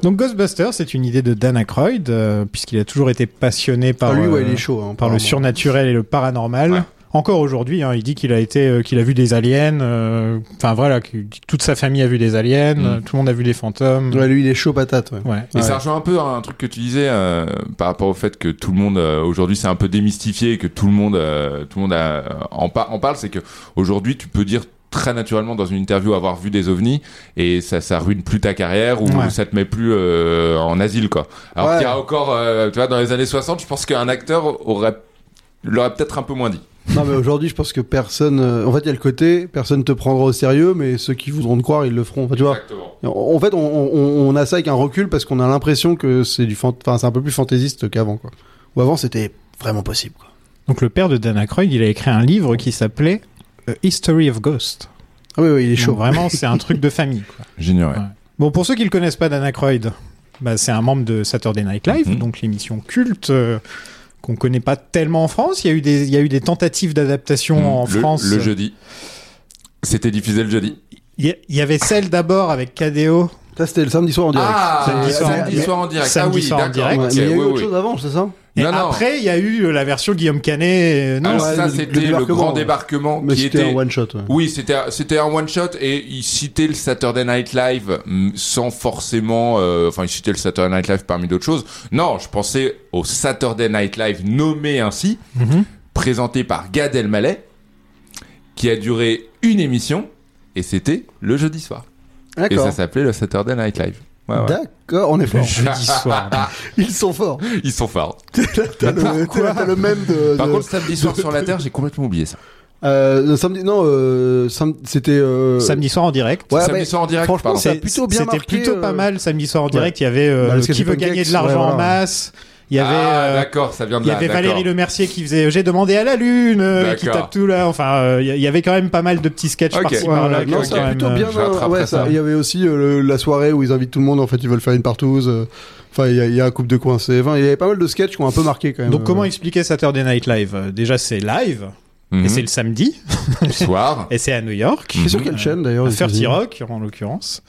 I: Donc, Ghostbusters, c'est une idée de Dan Aykroyd, euh, puisqu'il a toujours été passionné par.
J: Ah, lui, ouais,
I: euh,
J: il est chaud. hein,
I: par le
J: apparemment.
I: surnaturel et le paranormal.
E: Ouais.
I: Encore aujourd'hui, hein, il dit qu'il a été, euh, qu'il a vu des aliens. euh, Enfin voilà, que toute sa famille a vu des aliens,
E: Mm.
I: euh, tout le monde a vu des fantômes.
J: Ouais, lui, il est chaud patate. Ouais.
I: Ouais.
E: Et
J: Ouais.
E: ça rejoint un peu à un truc que tu disais euh, par rapport au fait que tout le monde euh, aujourd'hui c'est un peu démystifié et que tout le monde euh, tout le monde a- en, par- en parle, c'est que aujourd'hui tu peux dire très naturellement dans une interview avoir vu des ovnis et ça ça ruine plus ta carrière ou
I: Ouais.
E: ça te met plus euh, en asile quoi. Alors
J: Ouais.
E: qu'il y a encore euh, tu vois dans les années 60, je pense qu'un acteur aurait l'aurait peut-être un peu moins dit.
J: Non, mais aujourd'hui, je pense que personne. euh, En fait, il y a le côté, personne te prendra au sérieux, mais ceux qui voudront te croire, ils le feront. Enfin, tu vois.
E: Exactement.
J: En en fait, on, on- on a ça avec un recul parce qu'on a l'impression que c'est du, fant- enfin, c'est un peu plus fantaisiste qu'avant, quoi. Ou avant, c'était vraiment possible. Quoi.
I: Donc le père de Dan Aykroyd, il a écrit un livre qui s'appelait euh, A History of Ghosts.
J: Ah oui, oui, il est chaud.
I: Donc, vraiment, c'est un truc de famille. quoi.
E: J'ignorais.
I: Ouais. Bon, pour ceux qui ne le connaissent pas, Dan Aykroyd, bah, c'est un membre de Saturday Night Live,
E: Mhm.
I: donc l'émission culte euh, qu'on connaît pas tellement en France. Il y a eu des, il y a eu des tentatives d'adaptation en
E: Mm. le,
I: France. euh,
E: Le jeudi. C'était diffusé le jeudi.
I: Il y, a- il y avait celle d'abord avec KDO.
J: Mm. Ça, c'était le samedi soir en direct.
E: Ah,
I: Samedi soir en direct.
E: en direct.
I: Samedi
E: ah oui,
I: soir en
E: d'accord.
I: direct.
J: Ouais,
E: ok,
J: mais il y a eu
E: oui,
J: autre
E: oui.
J: chose avant, c'est ça
I: Et
E: Non, non.
I: après, il y a eu euh, la version Guillaume Canet. euh, non,
E: Alors
J: ouais,
E: ça,
J: le- le
E: c'était le
J: débarquement.
E: grand débarquement
J: Mais
E: qui
J: c'était
E: était.
J: un one shot. ouais.
E: Oui, c'était c'était un one shot et il citait le Saturday Night Live mm, sans forcément, euh, enfin il citait le Saturday Night Live parmi d'autres choses. Non, je pensais au Saturday Night Live nommé ainsi,
I: Mhm.
E: présenté par Gad Elmaleh, qui a duré une émission et c'était le jeudi soir. Et
J: D'accord.
E: ça s'appelait le Saturday Night Live. Ouais, ouais.
J: D'accord, on est fort.
I: jeudi soir.
J: Ils sont forts. Euh,
E: Ils sont forts.
J: T'as le, t'as- t'as le même
I: Euh,
J: de.
E: Bah, Par
J: de-
E: contre, samedi soir sur la Terre, j'ai complètement oublié ça.
J: euh, le samedi, non, euh, sam- c'était. euh,
I: Samedi soir en direct.
J: Ouais,
E: samedi
J: bah,
E: soir en direct.
J: franchement,
E: pardon.
J: ça a
I: C'est-
J: plutôt bien
I: C'était
J: marqué,
I: plutôt
J: euh,
I: pas mal samedi soir en direct. Il y avait euh,
J: Bah, parce que
I: Qui
J: c'est
I: veut
J: Pancakes,
I: gagner de
J: ouais,
I: l'argent en
J: voilà.
I: masse. Il y avait.
E: Ah,
I: euh,
E: d'accord, ça vient de
I: il y
E: là.
I: avait
E: d'accord.
I: Valérie Le Mercier qui faisait J'ai demandé à la lune, euh, qui
E: D'accord.
I: tape tout là. Enfin, euh, il y- il y avait quand même pas mal de petits sketchs
E: Ok.
I: par-ci
J: Ouais,
I: par-là.
J: ouais,
I: qui
J: non,
I: ont
E: ok,
J: ça a
I: quand
J: plutôt
I: même,
J: bien. euh,
E: je rattraperai
J: ouais, ça-
E: ça.
J: Il y avait aussi euh, le- la soirée où ils invitent tout le monde. En fait, ils veulent faire une partouze. euh, Enfin, il y, a- il y a un couple de coins C20. Il y avait pas mal de sketchs qui ont un peu marqué quand
I: euh,
J: même.
I: Donc, comment
J: euh,
I: expliquer Saturday Night Live Euh, Déjà, c'est live,
E: Mhm.
I: et c'est le samedi,
E: soir.
I: et c'est à New York.
J: C'est sur quelle chaîne d'ailleurs aux
I: Ferti
J: États-Unis
I: Rock, en l'occurrence.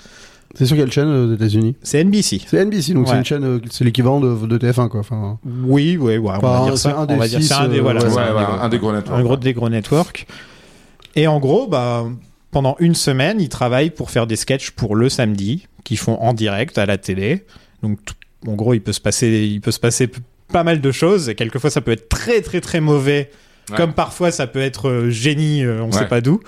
J: C'est sur quelle chaîne euh, aux États-Unis
I: C'est NBC.
J: C'est NBC, donc c'est
I: Ouais.
J: une chaîne, euh, c'est l'équivalent de, de TF1 quoi. Enfin,
I: Oui, oui, ouais, on
J: Enfin,
I: va dire
J: c'est
I: ça.
J: un
I: on
J: des
I: va dire,
J: six,
I: c'est un des,
J: euh,
I: voilà,
J: ouais,
I: c'est
E: ouais,
I: un
E: ouais,
I: des gros-
E: un des gros networks.
I: un gros des gros networks. Et en gros, bah, pendant une semaine, ils travaillent pour faire des sketchs pour le samedi, qu'ils font en direct à la télé. Donc, tout- en gros, il peut se passer, il peut se passer p- pas mal de choses. Et quelquefois, ça peut être très, très, très mauvais.
E: Ouais.
I: Comme parfois, ça peut être euh, génie, euh, on
E: Ouais.
I: sait pas d'où.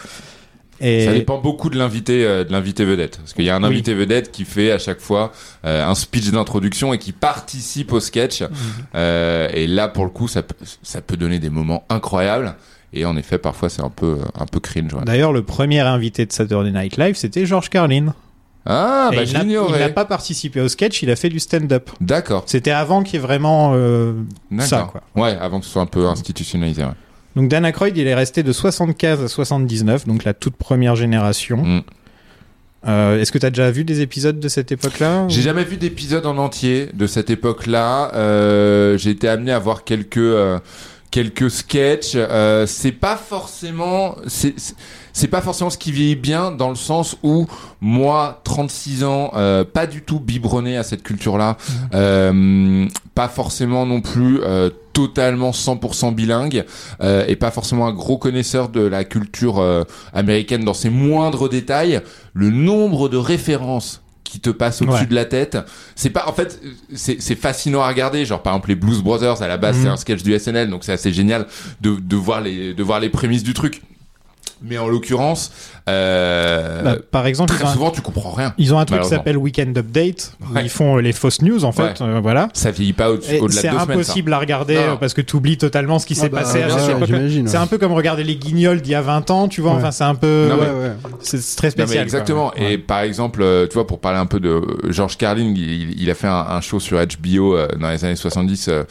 I: Et
E: Ça dépend beaucoup de l'invité, euh, de l'invité vedette, parce qu'il y a un
I: Oui.
E: invité vedette qui fait à chaque fois euh, un speech d'introduction et qui participe au sketch.
I: Mhm.
E: Euh, et là, pour le coup, ça peut, ça peut donner des moments incroyables. Et en effet, parfois, c'est un peu, euh, un peu cringe. ouais.
I: D'ailleurs, le premier invité de Saturday Night Live, c'était George Carlin.
E: Ah,
I: Et
E: bah
I: il
E: je
I: n'a- il n'a
E: l'ignorais.
I: pas participé au sketch, il a fait du stand-up.
E: D'accord,
I: C'était avant qu'il y ait vraiment euh, ça,
E: d'accord.
I: quoi.
E: Ouais, avant que ce soit un peu institutionnalisé. ouais.
I: Donc Dan Aykroyd, il est resté de 75 à 79, donc la toute première génération.
E: Mm.
I: Euh, Est-ce que tu as déjà vu des épisodes de cette époque-là
E: J'ai jamais vu d'épisode en entier de cette époque-là. Euh, j'ai été amené à voir quelques euh, quelques sketchs. Euh, c'est pas forcément c'est c'est- c'est pas forcément ce qui vieillit bien dans le sens où moi 36 ans euh, pas du tout biberonné à cette culture-là, euh, pas forcément non plus euh, totalement 100% bilingue euh, et pas forcément un gros connaisseur de la culture euh, américaine dans ses moindres détails, le nombre de références qui te passent au-dessus
I: Ouais.
E: de la tête, c'est pas en fait c'est c'est fascinant à regarder, genre par exemple les Blues Brothers à la base
I: Mhm.
E: c'est un sketch du SNL donc c'est assez génial de de voir les de voir les prémices du truc. Mais en l'occurrence euh,
I: Bah, Par exemple, ils
E: très
I: ont, un,
E: souvent tu comprends rien.
I: ils ont un truc qui
E: Malheureusement.
I: s'appelle Weekend Update. où
E: Ouais.
I: Ils font euh, les fausses news, en fait. euh, voilà.
E: Ça vieillit pas au-
I: Et
E: au-delà de deux
I: C'est
E: semaines.
I: impossible à regarder
E: Non, non.
I: euh, parce que tu oublies totalement ce qui s'est
J: bah,
I: passé à
J: ouais,
I: cette
J: ouais,
I: époque.
J: j'imagine, ouais.
I: C'est un peu comme regarder les guignols d'il y a 20 ans, tu vois.
J: Ouais.
I: Enfin, c'est un peu. euh,
E: Non, mais-
J: ouais, ouais.
I: C'est c'est très
E: Non,
I: spécial.
E: mais
I: quoi.
E: exactement.
I: Ouais.
E: Et par exemple, euh, tu vois, pour parler un peu de euh, George Carlin, il, il a fait un, un show sur HBO euh, dans les années 70. euh,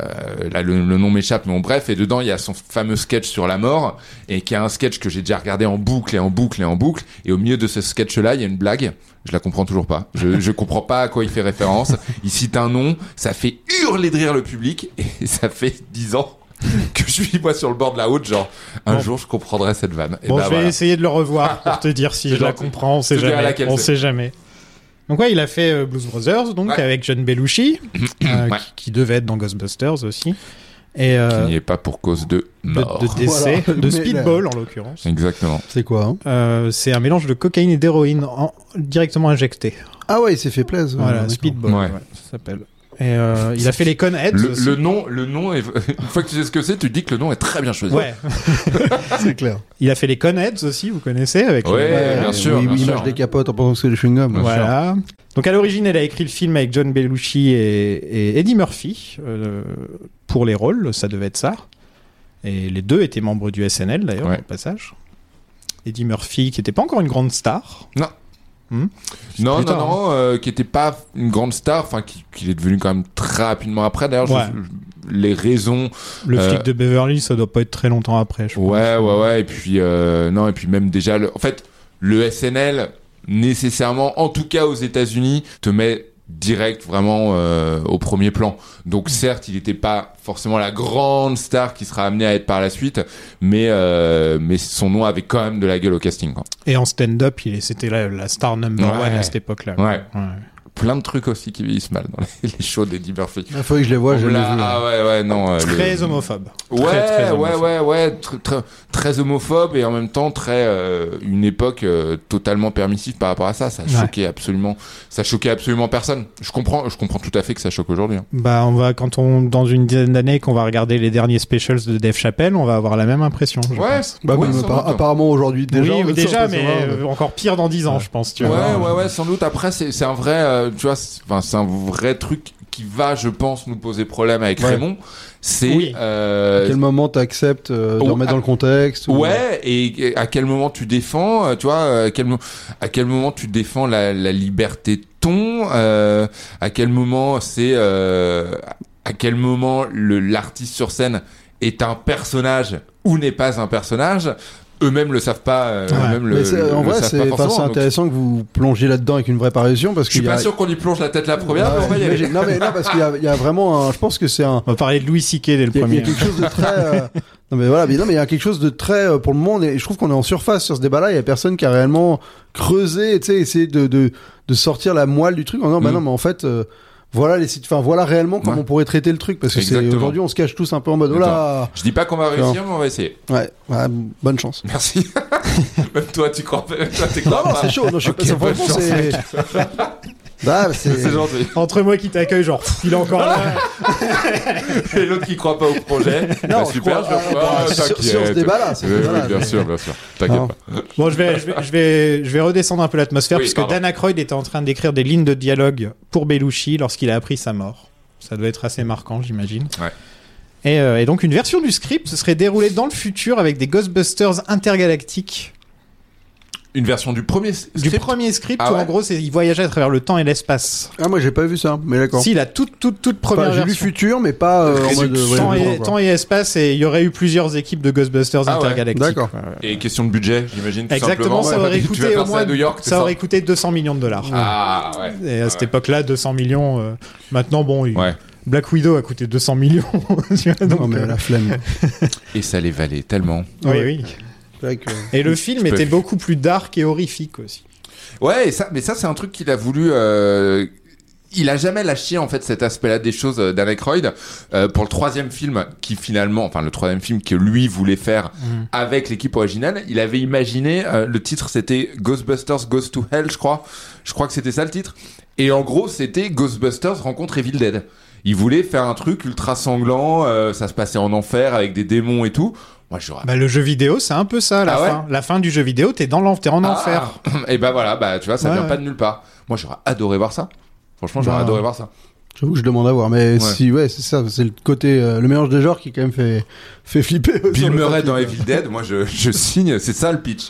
E: euh, là, le, le nom m'échappe, mais bon, bref. Et dedans, il y a son fameux sketch sur la mort, et qui a un sketch que j'ai déjà regardé en boucle et en boucle et en boucle. Et au milieu de ce sketch-là, il y a une blague. Je la comprends toujours pas. Je, je comprends pas à quoi il fait référence. Il cite un nom, ça fait hurler de rire le public, et ça fait 10 ans que je suis moi sur le bord de la haute, genre un
I: Bon.
E: jour je comprendrai cette vanne. Et
I: Bon,
E: ben,
I: je vais
E: voilà.
I: essayer de le revoir pour te dire si
E: C'est
I: je la
E: gentil.
I: comprends. On sait
E: Je te dirai
I: jamais.
E: laquelle
I: On
E: c'est.
I: sait jamais. Donc ouais, il a fait euh, Blues Brothers, donc
E: Ouais.
I: avec John Belushi, euh,
E: Ouais.
I: qui, qui devait être dans Ghostbusters aussi, et euh,
E: qui n'y est pas pour cause de
I: de,
E: mort.
I: de décès,
J: Voilà.
I: de
J: Mais là-
I: Speedball en l'occurrence.
E: Exactement.
J: C'est quoi hein
I: Euh, c'est un mélange de cocaïne et d'héroïne en- directement injectée.
J: Ah ouais, il s'est fait plaisir.
I: voilà,
J: Ouais,
I: Speedball,
E: Ouais.
I: ouais, ça s'appelle. Et euh, il a fait les Conheads.
E: Le,
I: aussi.
E: le nom, le nom est... une fois que tu sais ce que c'est, tu dis que le nom est très bien choisi.
I: Ouais,
J: d'accord. c'est clair.
I: il a fait les Conheads aussi, vous connaissez avec.
E: Ouais,
I: le-
E: bien sûr,
J: Oui,
E: bien
J: oui, il
E: sûr.
J: mange des capotes en pensant que c'est le chewing-gum.
E: Bien sûr.
I: Voilà. Donc à l'origine, elle a écrit le film avec John Belushi et, et Eddie Murphy euh, pour les rôles, ça devait être ça. Et les deux étaient membres du SNL d'ailleurs,
E: Ouais.
I: au passage. Eddie Murphy, qui n'était pas encore une grande star.
E: Non,
I: plus
E: non,
I: tard, hein.
E: non, euh, qui était pas une grande star, enfin, qui, qui est devenu quand même très rapidement après. D'ailleurs, je-
I: Ouais.
E: je- les raisons.
I: Le
E: Euh,
I: flic de Beverly, ça doit pas être très longtemps après. Je pense.
E: Ouais, ouais, ouais. Et puis, euh, non, et puis même déjà, le... en fait, le SNL, nécessairement, en tout cas aux États-Unis, te met direct vraiment euh, au premier plan.
I: Mm.
E: Donc certes, il n'était pas forcément la grande star qui sera amenée à être par la suite, mais euh, mais son nom avait quand même de la gueule au casting. Quoi.
I: Et en stand-up, il est- c'était la, la star number
E: Ouais.
I: one à cette époque-là.
E: Ouais.
I: Ouais.
E: Plein de trucs aussi qui vieillissent mal dans les, les shows d'Eddie Murphy.
J: Il faut que je les vois,
E: On
J: je les
E: l'a- ah ouais ouais non. euh, le-
I: Très homophobe.
E: Ouais,
I: Très, très
E: ouais,
I: homophobe.
E: ouais, ouais, tr- tr- très homophobe et en même temps très euh, une époque euh, totalement permissive par rapport à ça. Ça
I: Ouais.
E: choquait absolument, ça choquait absolument personne. Je comprends, je comprends tout à fait que ça choque aujourd'hui. hein.
I: Bah, on va, quand on, dans une dizaine d'années, qu'on va regarder les derniers specials de Dave Chappelle, on va avoir la même impression. je
E: Ouais,
I: pense.
J: Bah,
E: ouais,
J: même
E: sans
J: appa-
E: doute.
J: apparemment aujourd'hui déjà.
I: oui,
J: on est
I: déjà,
J: sûr que ça
I: mais
J: va,
I: euh, encore pire dans 10 ans, je pense. Tu
E: Ouais,
I: vois.
E: ouais, ouais, sans doute. Après, c'est c'est un vrai, euh, tu vois, c'est- enfin, c'est un vrai truc qui va, je pense, nous poser problème avec Raymond. C'est
I: Oui.
E: euh,
J: À quel moment t'acceptes euh, de
E: Oh,
J: remettre
E: à-
J: dans le contexte ou-
E: Ouais, et à quel moment tu défends, euh, tu vois, euh, à quel, mo- à quel moment tu défends la, la liberté de ton, euh, à quel moment c'est, euh, à quel moment le l'artiste sur scène est un personnage ou n'est pas un personnage. Eux-mêmes le savent pas. euh,
I: Ouais.
E: eux-mêmes le,
J: Mais c'est-
E: le-
J: en
E: le
J: vrai,
E: savent
J: c'est
E: pas
J: enfin,
E: forcément,
J: c'est
E: donc
J: intéressant que vous plongiez là-dedans avec une vraie parution parce
E: Je suis
J: qu'il y a.
E: pas sûr qu'on y plonge la tête la
J: Ouais,
E: première, mais on va y aller.
J: j'imagine. non mais non parce qu'il y a- il y, a vraiment un- je pense que c'est un
I: On va parler de Louis C.K. dès le
J: il y, a- il y
I: premier.
J: a quelque chose de très euh, non mais voilà mais non mais il y a quelque chose de très euh, pour le moment on est- je trouve qu'on est en surface sur ce débat-là il y a personne qui a réellement creusé tu sais essayé de, de de sortir la moelle du truc en disant bah
E: Mm.
J: non mais en fait euh, voilà les sites enfin voilà réellement comment
E: Ouais.
J: on pourrait traiter le truc parce que c'est
E: Exactement.
J: aujourd'hui on se cache tous un peu en mode oh là
E: Je dis pas qu'on va réussir, mais on va essayer.
J: ouais, ouais, bonne chance
E: Merci. même toi, tu crois, même toi, t'es
J: non,
E: crois
J: non,
E: pas.
J: c'est chaud. Non, je suis
E: Ok,
J: pas-
E: bonne
J: franchement,
E: chance.
J: c'est. Ah, mais c'est-
E: C'est gentil.
I: Entre moi qui t'accueille, genre, pff, il est encore là.
E: Et l'autre qui croit pas au projet. bah,
J: je
E: super,
J: crois- ah,
E: je crois. euh,
J: sur- sur ce débat-là, c'est-
E: Oui, oui,
J: voilà,
E: bien
J: mais-
E: sûr, bien sûr. T'inquiète
J: Non.
E: pas.
I: Bon, je vais, je vais, je vais, je vais redescendre un peu l'atmosphère,
E: Oui,
I: parce
E: pardon.
I: que Dan Aykroyd était en train d'écrire des lignes de dialogue pour Belushi lorsqu'il a appris sa mort. Ça doit être assez marquant, j'imagine.
E: Ouais.
I: Et, euh, et donc, une version du script se serait déroulée dans le futur avec des Ghostbusters intergalactiques.
E: Une version du premier s-
I: Du
E: script.
I: premier script
E: Ah
I: où,
E: ouais
I: en gros, c'est- il voyageait à travers le temps et l'espace.
J: Ah, moi, j'ai pas vu ça, mais d'accord.
I: Si, la toute, toute, toute
J: Enfin,
I: première
J: j'ai lu
I: version.
J: futur, mais pas euh, en
E: Réduction
J: mode. ouais,
I: temps,
J: je
I: et,
J: comprends,
I: temps et espace, et il y aurait eu plusieurs équipes de Ghostbusters
E: Ah ouais,
I: intergalactiques.
J: d'accord.
I: Ouais, ouais.
E: Et question de budget, j'imagine. tout
I: Exactement,
E: simplement.
I: ça aurait
E: Tu vas
I: coûté
E: faire
I: au
E: ça
I: moins.
E: à New York, c'est
I: ça aurait coûté 200 millions de dollars.
E: Ah ouais.
I: Et euh, à cette
E: Ouais.
I: époque-là, 200 millions. euh, maintenant, bon, il-
E: Ouais.
I: Black Widow a coûté 200 millions. tu vois, donc,
J: Non, mais
I: euh,
J: la flemme.
E: Et ça les valait tellement.
I: oui,
J: ouais.
I: oui.
J: C'est vrai que-
I: Et le film
E: peux-
I: était beaucoup plus dark et horrifique aussi.
E: Ouais, et ça, mais ça, c'est un truc qu'il a voulu. euh, Il a jamais lâché en fait cet aspect-là des choses euh, d'Alec Royd pour le troisième film qui finalement, enfin le troisième film que lui voulait faire avec l'équipe originale, il avait imaginé euh, le titre c'était Ghostbusters Goes to Hell, je crois, je crois que c'était ça le titre, et en gros c'était Ghostbusters rencontre Evil Dead. Il voulait faire un truc ultra sanglant, euh, ça se passait en enfer avec des démons et tout. Moi j'aurais
I: Bah, le jeu vidéo, c'est un peu ça, la
E: Ah ouais
I: fin. La fin du jeu vidéo, t'es dans l'enfer, en enfer.
E: Et Ah. ben voilà, bah tu vois, ça
I: Ouais,
E: vient
I: ouais.
E: pas de nulle part. Moi, j'aurais adoré voir ça. Franchement, j'aurais
I: Bah,
E: adoré voir ça.
J: J'avoue, que je demande à voir, mais
E: Ouais.
J: si, ouais, c'est ça, c'est le côté, euh, le mélange des genres qui quand même fait, fait flipper.
E: Bill
J: Euh, sur le
E: Murray
J: papier.
E: dans Evil Dead, moi je, je signe, c'est ça le pitch.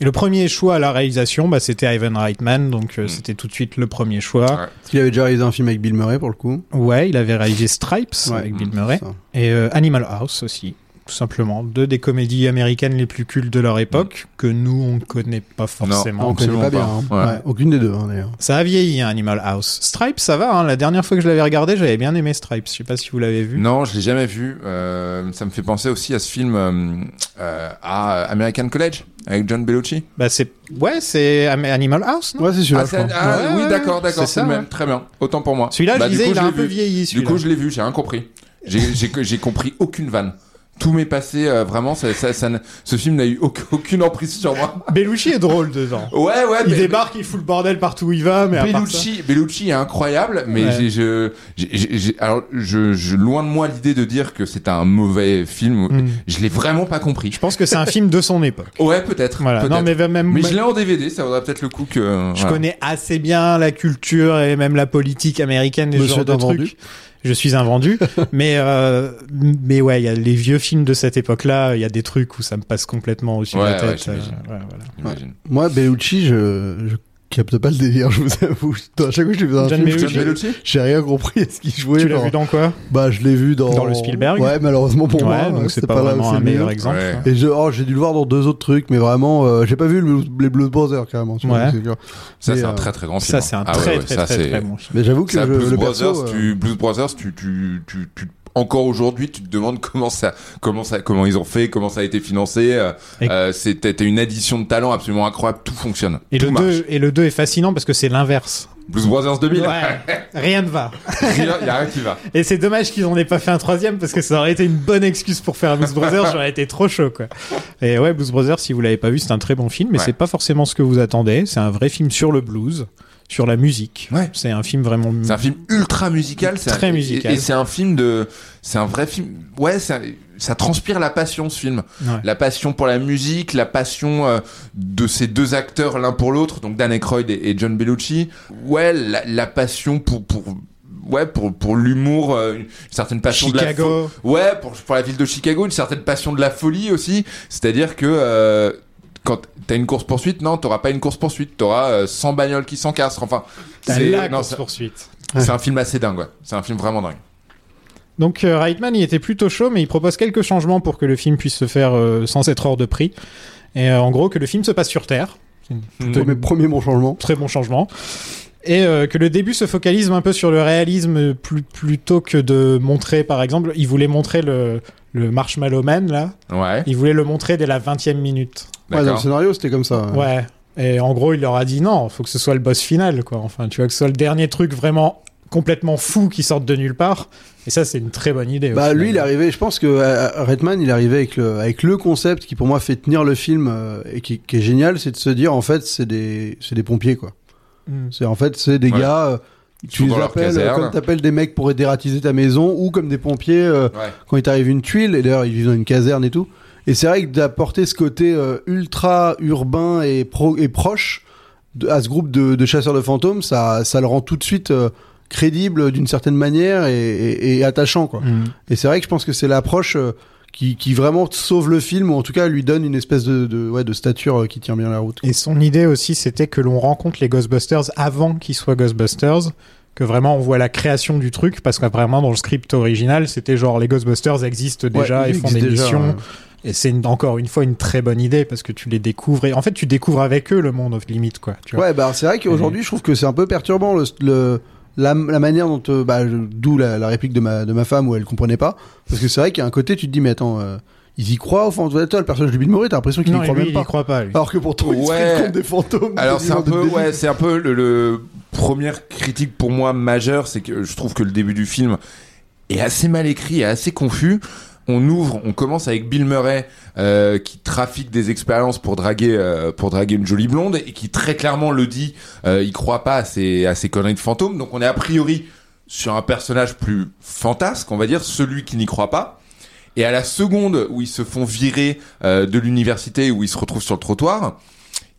I: Et le premier choix à la réalisation, bah, c'était Ivan Reitman, donc
E: Mm.
I: euh, c'était tout de suite le premier choix.
J: Parce qu'il avait déjà réalisé un film avec Bill Murray pour le coup.
I: Ouais, il avait réalisé Stripes
J: Ouais.
I: avec Bill Murray
J: Ça.
I: et euh, Animal House aussi, tout simplement. Deux des comédies américaines les plus cultes de leur époque
E: Mm.
I: que nous on ne connaît pas forcément.
J: Ah, on connaît
E: absolument
J: pas bien.
E: pas.
J: hein.
E: Ouais.
J: Ouais, aucune des deux, hein, d'ailleurs.
I: Ça a vieilli, hein, Animal House. Stripes, ça va. hein. La dernière fois que je l'avais regardé, j'avais bien aimé Stripes. Je sais pas si vous l'avez vu.
E: Non, je l'ai jamais vu. Euh, ça me fait penser aussi à ce film euh, euh, à American College avec John Bellucci.
I: Bah c'est ouais, c'est Am- Animal House. Non
J: Ouais, c'est celui-là.
E: Ah,
J: je
E: c'est-
J: crois.
E: ah,
I: Ouais,
E: oui,
I: ouais,
E: d'accord,
I: c'est ça,
E: d'accord, c'est le
I: ouais.
E: même. Très bien. Autant pour moi.
I: Celui-là,
E: Bah,
I: je
E: du
I: disais,
E: coup,
I: il a
E: l'ai
I: un peu
E: vu.
I: vieilli.
E: Du
I: Celui-là.
E: coup, je l'ai vu, j'ai rien compris. J'ai- J'ai j'ai compris aucune vanne. Tout m'est passé euh, vraiment. Ça, ça- ça ne- ce film n'a eu aucun- aucune emprise sur moi.
I: Bellucci est drôle dedans.
E: Ouais, ouais.
I: Il
E: mais-
I: débarque, il fout le bordel partout où il va, mais à part ça-
E: Bellucci, Bellucci est incroyable, mais
I: Ouais.
E: j'ai, je, j'ai- j'ai- j'ai- alors je, je- loin de moi l'idée de dire que c'est un mauvais film.
I: Mm.
E: Je l'ai vraiment pas compris.
I: Je pense que c'est un film de son époque.
E: Ouais, peut-être.
I: Voilà.
E: peut-être.
I: Non, mais même.
E: Mais je l'ai en DVD, ça vaudra peut-être le coup que. euh,
I: Je
E: voilà.
I: connais assez bien la culture et même la politique américaine et ce
J: Monsieur
I: genre de
J: est invendu.
I: trucs. Je suis invendu, mais euh, mais ouais, il y a les vieux films de cette époque-là. Il y a des trucs où ça me passe complètement au-dessus de
E: Ouais,
I: la
E: ouais,
I: tête.
E: j'imagine.
I: euh, ouais, voilà.
E: J'imagine.
J: Moi, Bellucci, je, je, capte pas le délire, je vous avoue. Putain, À chaque fois que je l'ai vu dans un
I: John
J: film,
I: Belushi.
J: j'ai-
E: John Belushi
J: j'ai rien compris à ce qu'il jouait.
I: tu l'as
J: genre.
I: vu dans quoi
J: Bah, je l'ai vu dans...
I: Dans le Spielberg
J: Ouais, malheureusement pour
I: Ouais,
J: moi. hein,
I: donc c'est pas,
J: là où
I: vraiment
J: c'est
I: un
J: le
I: meilleur
J: meilleur.
I: exemple.
E: Ouais.
I: hein.
J: Et je, oh, j'ai dû le voir dans deux autres trucs, mais vraiment, euh, j'ai pas vu le- les Blue Brothers carrément. tu vois,
I: Ouais.
J: c'est sûr.
E: Ça,
J: Et,
E: c'est
J: euh,
E: un très très grand film.
I: Ça, c'est un
E: Ah ouais,
I: très,
E: ouais,
I: très,
E: ça,
I: très,
E: c'est-
I: très bon film.
J: Mais j'avoue que
E: Ça,
J: le,
E: Blues,
J: le perso,
E: Brothers,
J: euh,
E: tu, Blues Brothers, tu, tu, tu, tu, encore aujourd'hui, tu te demandes comment ça, comment ça, comment ils ont fait, comment ça a été financé. euh,
I: Et-
E: euh, C'était une addition de talent absolument incroyable. Tout fonctionne.
I: Et
E: tout
I: le,
E: marche.
I: 2, et le 2 est fascinant parce que c'est l'inverse.
E: Blues Brothers 2000.
I: Ouais, rien ne va.
E: Rien, y a rien qui va.
I: Et c'est dommage qu'ils n'en aient pas fait un troisième parce que ça aurait été une bonne excuse pour faire Blues Brothers. J'aurais été trop chaud, quoi. Et ouais, Blues Brothers, si vous l'avez pas vu, c'est un très bon film, mais
E: Ouais.
I: c'est pas forcément ce que vous attendez. C'est un vrai film sur le blues, sur la musique.
E: Ouais.
I: C'est un film vraiment.
E: C'est un film ultra musical. c'est un-
I: Très musical.
E: Et, et c'est un film de, c'est un vrai film. Ouais, ça, ça transpire la passion, ce film.
I: Ouais.
E: La passion pour la musique, la passion euh, de ces deux acteurs l'un pour l'autre, donc Dan Aykroyd et, et John Bellucci. Ouais, la, la passion pour, pour, ouais, pour, pour l'humour, euh, une certaine passion de la, fo-
I: Chicago.
E: Ouais, pour, pour la ville de Chicago, une certaine passion de la folie aussi. C'est-à-dire que euh, quand t'as une course poursuite, non, t'auras pas une course poursuite, t'auras euh, 100 bagnoles qui s'encastrent. Enfin,
I: T'as
E: c'est-
I: la
E: non,
I: course
E: c'est-
I: poursuite.
E: c'est un film assez dingue. Ouais. C'est un film vraiment dingue.
I: Donc euh, Reitman, il était plutôt chaud, mais il propose quelques changements pour que le film puisse se faire euh, sans être hors de prix. Et euh, en gros, que le film se passe sur Terre. C'est une- plutôt
J: premier, premier bon changement.
I: très bon changement. Et euh, que le début se focalise un peu sur le réalisme euh, plus, plutôt que de montrer, par exemple, il voulait montrer le, le Marshmallow Man, là.
E: Ouais.
I: Il voulait le montrer dès la 20e minute.
J: Ouais, dans le
E: D'accord.
J: scénario, c'était comme ça.
I: Ouais. Et en gros, il leur a dit non, faut que ce soit le boss final, quoi. Enfin, tu vois, que ce soit le dernier truc vraiment complètement fou qui sorte de nulle part. Et ça, c'est une très bonne idée. au
J: Bah
I: final.
J: lui il est arrivé, je pense que euh, Redman il est arrivé avec le avec le concept qui pour moi fait tenir le film euh, et qui, qui est génial, c'est de se dire en fait c'est des c'est des pompiers quoi.
I: Mm.
J: C'est en fait c'est des
E: Ouais.
J: gars euh,
E: sont
J: tu les
E: dans leur
J: appelles euh,
E: caserne.
J: comme t'appelles des mecs pour dératiser ta maison ou comme des pompiers euh,
E: Ouais.
J: quand il t'arrive une tuile et d'ailleurs ils vivent dans une caserne et tout. Et c'est vrai que d'apporter ce côté euh, ultra urbain et pro et proche de- à ce groupe de, de chasseurs de fantômes, ça ça le rend tout de suite euh, crédible d'une certaine manière et, et- et attachant quoi.
I: Mm.
J: Et c'est vrai que je pense que c'est l'approche euh, qui, qui vraiment sauve le film, ou en tout cas lui donne une espèce de, de, ouais, de stature euh, qui tient bien la route. quoi.
I: Et son idée aussi, c'était que l'on rencontre les Ghostbusters avant qu'ils soient Ghostbusters, que vraiment on voit la création du truc, parce que vraiment dans le script original, c'était genre les Ghostbusters existent déjà
J: Ouais,
I: et
J: il
I: font
J: existe
I: des
J: déjà,
I: missions.
J: ouais.
I: Et c'est une- encore une fois une très bonne idée parce que tu les découvres et en fait tu découvres avec eux le monde of limite quoi. Tu vois.
J: Ouais, bah c'est vrai qu'aujourd'hui, je trouve que c'est un peu perturbant le, le- la, la manière dont, euh, bah, je- d'où la, la réplique de ma, de ma femme où elle comprenait pas, parce que c'est vrai qu'il y a un côté, tu te dis mais attends, euh, ils y croient au fond de toi, le personnage de Bill Murray, t'as l'impression qu'il y
I: non,
J: croit
I: lui,
J: même
I: il
J: pas.
I: y croit pas. lui.
J: Alors que pourtant, ils se
E: Ouais.
J: rendent compte des fantômes.
E: Alors
J: des
E: c'est un
J: gens de
E: peu,
J: délire.
E: ouais, c'est un peu le, le- première critique pour moi majeure, c'est que je trouve que le début du film est assez mal écrit et assez confus. On ouvre, on commence avec Bill Murray euh, qui trafique des expériences pour draguer euh, pour draguer une jolie blonde et qui très clairement le dit, euh, il croit pas à ces à ces conneries de fantômes. Donc on est a priori sur un personnage plus fantasque, on va dire celui qui n'y croit pas. Et à la seconde où ils se font virer euh, de l'université, où ils se retrouvent sur le trottoir,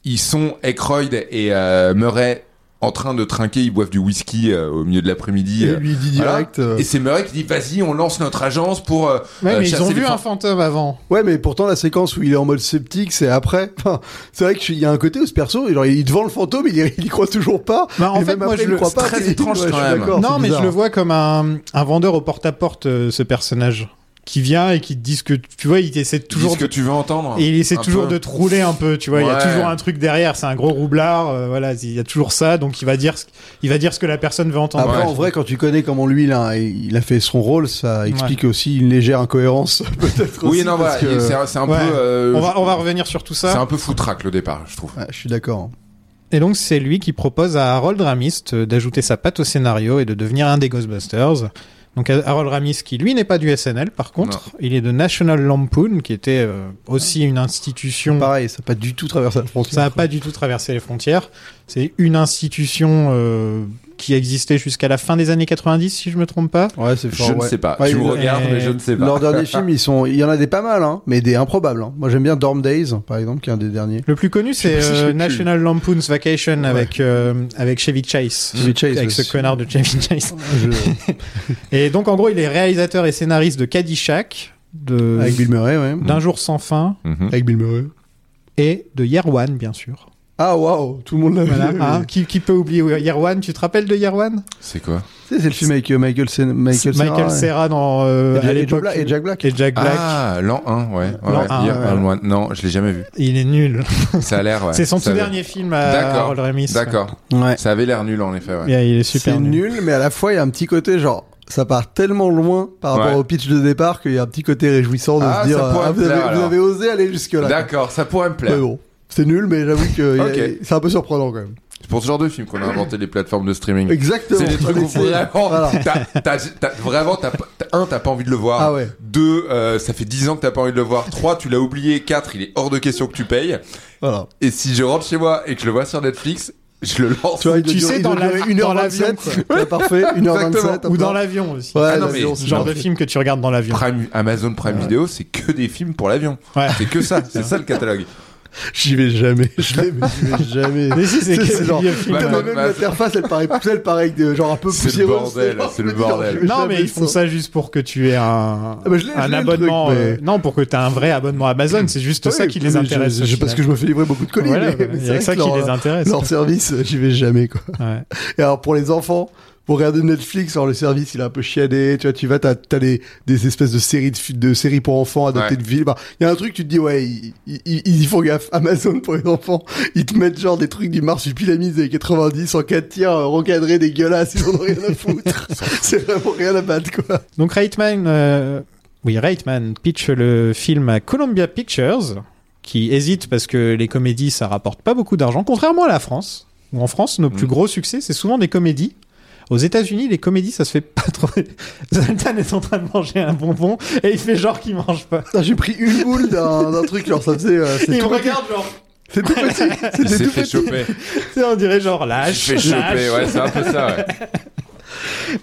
E: ils sont Aykroyd et euh, Murray en train de trinquer, ils boivent du whisky euh, au milieu de l'après-midi.
J: Et
E: euh,
J: lui il dit
E: voilà.
J: direct. euh,
E: Et c'est Murray qui dit vas-y, on lance notre agence pour. euh,
I: Ouais,
E: euh,
I: mais ils
E: chasser
I: ont
E: les
I: vu
E: fan-
I: un fantôme avant.
J: Ouais, mais pourtant la séquence où il est en mode sceptique, c'est après. Enfin, c'est vrai qu'il y a un côté où ce perso, genre, il devant le fantôme, il y, il y croit toujours pas.
I: Bah, en
J: Et
I: fait,
J: même
I: moi,
J: après,
I: je
J: il
I: le-
J: croit
E: c'est
J: pas.
E: très
J: puis il dit,
E: étrange,
J: ouais,
E: quand
J: je suis
E: même.
J: d'accord,
I: Non,
J: c'est
I: mais je
J: bizarre.
I: le vois comme un, un vendeur au porte-à-porte, euh, ce personnage, qui vient et qui te dit ce que tu vois, il essaie
E: Dis
I: toujours
E: ce que tu veux entendre.
I: Et il essaie
E: Un
I: toujours
E: peu.
I: de trouler un peu, tu vois. Il y a
E: Ouais.
I: toujours un truc derrière. C'est un gros roublard. euh, voilà, il y a toujours ça. Donc il va dire, ce, il va dire ce que la personne veut entendre.
J: Après,
E: Ouais.
J: en vrai, quand tu connais comment lui, là, il a fait son rôle, ça explique aussi une légère incohérence, peut-être.
E: Oui,
J: aussi,
E: non,
J: parce
E: voilà,
J: que-
E: c'est un, c'est un
I: Ouais.
E: peu. euh,
I: on va, on va revenir sur tout
E: C'est
I: ça.
E: un peu foutraque le départ, je trouve.
J: Ouais, je suis d'accord.
I: Et donc c'est lui qui propose à Harold Ramis euh, d'ajouter sa patte au scénario et de devenir un des Ghostbusters. Donc Ha- Harold Ramis, qui lui n'est pas du SNL, par contre, il est de National Lampoon, qui était euh, aussi une institution.
J: Pareil, ça n'a pas du tout traversé la frontière.
I: Ça n'a pas du tout traversé les frontières. C'est une institution euh, qui existait jusqu'à la fin des années 90, si je me trompe pas.
J: Ouais, c'est fort.
E: je ne
J: ouais.
E: sais pas.
J: Ouais,
E: tu me
J: le-
E: regardes,
I: et-
E: mais je ne sais pas.
J: Leurs derniers films, ils sont, il y en a des pas mal, hein, mais des improbables. hein. Moi, j'aime bien Dorm Days, par exemple, qui est un des derniers.
I: Le plus connu, c'est
J: Je sais pas si je
I: euh,
J: l'ai
I: National Lampoon's Vacation avec, euh, avec Chevy Chase.
J: Chevy Chase,
I: Avec ce
J: aussi.
I: connard de Chevy Chase.
J: Je-
I: Et donc, en gros, il est réalisateur et scénariste de Caddyshack, de,
J: Avec Bill Murray, ouais.
I: D'un jour sans fin
E: Mhm.
J: Avec Bill Murray.
I: et de Yerwan, bien sûr.
J: Ah waouh, tout le monde l'a
I: Voilà,
J: vu.
I: hein. qui, qui peut oublier Yerwan Tu te rappelles de Yerwan
E: C'est quoi
J: Tu sais, c'est le film avec euh, Michael, Sen- Michael,
I: Michael
J: Cera,
I: Serra dans, euh,
J: ouais.
I: à
J: et, Jack
I: l'époque.
J: Black, et Jack Black.
I: Et Jack Black.
E: Ah, l'an 1, ouais. ouais,
I: L'an
E: ouais.
I: un,
E: Year
I: ouais.
E: One One. Non, je l'ai jamais vu.
I: Il est nul.
E: Ça a l'air, ouais.
I: C'est son
E: Ça
I: tout
E: avait-
I: dernier film à
E: D'accord.
I: Harold Remis.
E: D'accord.
J: Ouais.
E: Ça avait l'air nul, en effet, ouais.
I: Yeah, il est
J: C'est
I: super nul.
J: nul, mais à la fois, il y a un petit côté genre. Ça part tellement loin par rapport
E: Ouais.
J: au pitch de départ qu'il y a un petit côté réjouissant de
E: Ah,
J: se dire
E: ça pourrait
J: ah,
E: me
J: vous, avez,
E: plaire,
J: vous
E: alors.
J: avez osé aller jusque-là.
E: D'accord, ça pourrait me
J: Mais
E: plaire.
J: bon, c'est nul, mais j'avoue que
E: Ok.
J: y a- c'est un peu surprenant quand même.
E: C'est pour ce genre de film qu'on a inventé les plateformes de streaming.
J: Exactement.
E: C'est des trucs où
J: Voilà.
E: vraiment, t'as- t'as- t'as- vraiment, t'as pas- t'as- un, t'as pas envie de le voir.
J: Ah ouais.
E: Deux, euh, ça fait 10 ans que t'as pas envie de le voir. Trois, tu l'as oublié. Quatre, il est hors de question que tu payes.
J: voilà.
E: Et si je rentre chez moi et que je le vois sur Netflix, je le lance.
J: Tu, vois, il doit
I: Tu sais,
J: durer- il
I: dans
J: doit durer
I: l'avi-
J: 1h27,
I: dans l'avion, quoi.
J: Ouais, parfait, 1h27.
I: Ou dans l'avion aussi.
J: Ouais,
E: Ah non,
J: l'avion,
E: mais
J: c'est
I: Ce genre de
J: parfait.
I: film que tu regardes dans l'avion.
E: Prime, Amazon Prime Video, c'est que des films pour l'avion.
I: Ouais.
E: C'est que ça, c'est ça le catalogue.
J: J'y vais jamais. Je l'ai, mais j'y vais jamais.
I: Mais si, c'est
J: Tu sais,
I: que-
J: genre,
I: il y a le film,
J: putain,
E: bah,
J: mais même
E: bah,
J: l'interface, elle paraît, elle paraît avec des- genre un peu
E: C'est le
J: poussiéreuse,
E: bordel,
J: genre,
E: c'est le
J: je vais dire,
E: bordel.
J: je vais
I: Non,
J: jamais
I: mais ils font ça juste pour que tu aies un,
J: Ah bah, je l'ai- je
I: un
J: l'ai, le
I: abonnement.
J: truc, mais- Ah
I: euh, Non, pour que tu aies un vrai abonnement Amazon. C'est juste ça
J: Ouais,
I: qui les
J: mais je-
I: intéresse.
J: je-
I: au
J: Parce
I: final.
J: que je me fais livrer beaucoup de colis.
I: Voilà,
J: mais- mais
I: voilà. Il
J: c'est
I: y a
J: vrai
I: que ça
J: que
I: qui
J: leur-
I: les intéresse.
J: Leur service, euh, j'y vais jamais, quoi.
I: Ouais.
J: Et alors, pour les enfants, pour regarder Netflix, alors le service, il est un peu chiadé. Tu vois, tu vas, t'as, t'as des, des espèces de séries, de, fi- de séries pour enfants adaptées
E: Ouais.
J: de films. Bah, Il y a un truc, tu te dis, ouais, ils, ils, ils- ils font gaffe. Amazon pour les enfants, ils te mettent genre des trucs du marsupilami des années 90 en 4 tiers, euh, recadrés, dégueulasses. Ils en ont rien à foutre. C'est vraiment rien à battre, quoi.
I: Donc Reitman, euh, oui Reitman pitch le film à Columbia Pictures, qui hésite parce que les comédies ça rapporte pas beaucoup d'argent, contrairement à la France. Où en France, nos plus
E: Mm.
I: gros succès c'est souvent des comédies. Aux États-Unis, les comédies, ça se fait pas trop. Zoltan est en train de manger un bonbon et il fait genre qu'il mange pas.
J: Putain, j'ai pris une boule d'un, d'un truc, genre, ça faisait, euh, c'est
I: Il me
J: tout petit.
I: regarde genre.
J: C'est tout petit.
E: Il
J: C'était
E: s'est
J: tout Ah,
E: fait
J: petit.
E: choper.
I: Tu sais, on dirait genre
E: Il
I: lâche.
E: s'est fait choper,
I: lâche.
E: ouais, c'est un peu ça, ouais.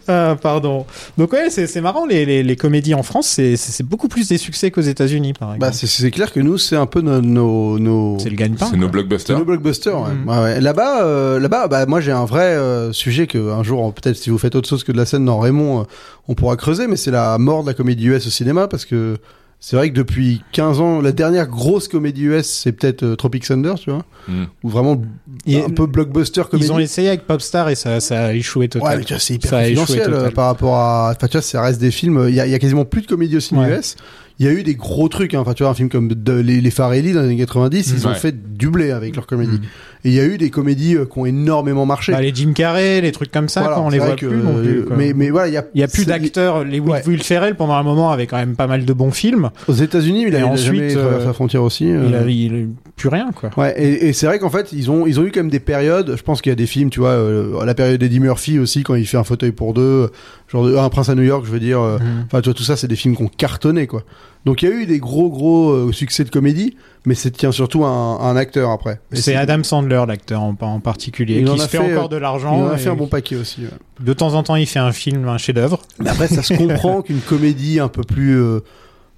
I: Ah, pardon. Donc ouais, c'est c'est marrant les, les, les comédies en France, c'est- c'est c'est beaucoup plus des succès qu'aux États-Unis par exemple.
J: Bah, c'est, c'est clair que nous, c'est un peu nos, nos, nos...
I: c'est le gagne-pain.
E: C'est nos
I: quoi.
J: C'est
E: blockbusters.
J: le blockbuster, ouais.
I: Mm.
J: Ouais, ouais. Là-bas, euh, là-bas, bah, moi j'ai un vrai euh, sujet que un jour, euh, peut-être si vous faites autre chose que de la scène dans Raymond, euh, on pourra creuser, mais c'est la mort de la comédie US au cinéma parce que c'est vrai que depuis 15 ans, la dernière grosse comédie US, c'est peut-être euh, Tropic Thunder, tu vois,
I: Mhm.
E: Mm.
J: ou vraiment
I: Et-
J: un peu blockbuster comédie.
I: Ils ont essayé avec Popstar et ça, ça a échoué
J: Ouais,
I: totalement.
J: mais tu vois, c'est hyper
I: Ça a échoué
J: confidentiel
I: total.
J: euh, par rapport à. Enfin, tu vois, ça reste des films. euh, Il y, a- il y a quasiment plus de comédie au cinéma
I: Ouais.
J: US. Il y a eu des gros trucs. hein. Enfin, tu vois, un film comme de- Les, les Farelli dans les années 90, ils
I: Mm.
E: Ouais.
J: ont fait du blé avec leur comédie. Et il y a eu des comédies euh, qui ont énormément marché.
I: Bah, les Jim Carrey, les trucs comme ça,
J: Voilà,
I: quoi, on
J: c'est
I: les
J: vrai
I: voit
J: que,
I: plus. non plus,
J: euh,
I: quoi.
J: mais, mais voilà, il y a,
I: il n'y a plus
J: c'est-
I: d'acteurs. Les Will,
J: Ouais.
I: Will Ferrell, pendant un moment, avait quand même pas mal de bons films.
J: Aux États-Unis, il
I: Et
J: a
I: ensuite,
J: ensuite
I: euh,
J: traversé la frontière aussi. euh.
I: Il, a, il- plus rien, quoi.
J: Ouais, et, et c'est vrai qu'en fait, ils ont, ils ont eu quand même des périodes. Je pense qu'il y a des films, tu vois, euh, la période d'Eddie Murphy aussi, quand il fait un fauteuil pour deux, euh, genre de- Un Prince à New York, je veux dire. euh,
I: Mhm.
J: Enfin, tu vois, tout ça, c'est des films qu'on cartonnait, quoi. Donc, il y a eu des gros, gros euh, succès de comédie, mais c'est tient surtout à un, à un acteur après. Et
I: C'est Adam Sandler, l'acteur en, en particulier,
J: Il en
I: qui
J: a
I: se fait,
J: fait,
I: encore
J: euh,
I: de
J: Il en
I: l'argent.
J: a fait
I: et
J: un bon paquet aussi. ouais.
I: De temps en temps, il fait un film, un chef-d'œuvre.
J: Mais après, ça se comprend qu'une comédie un peu plus. euh,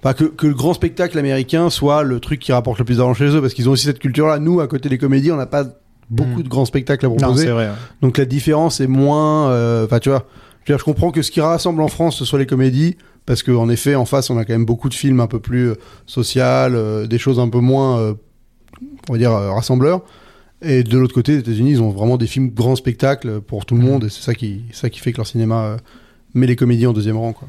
J: Enfin, que, que le grand spectacle américain soit le truc qui rapporte le plus d'argent chez eux, parce qu'ils ont aussi cette culture-là. Nous, à côté des comédies, on n'a pas beaucoup
I: Mhm.
J: de grands spectacles à
I: Non,
J: proposer.
I: c'est vrai. ouais.
J: Donc la différence est moins. euh, Enfin, tu vois, je, veux dire, je comprends que ce qui rassemble en France, ce soit les comédies, parce qu'en effet, en face, on a quand même beaucoup de films un peu plus euh, social, euh, des choses un peu moins, euh, on va dire, euh, rassembleurs. Et de l'autre côté, les États-Unis, ils ont vraiment des films grands spectacles pour tout le monde, et c'est ça qui, ça qui fait que leur cinéma euh, met les comédies en deuxième rang, quoi.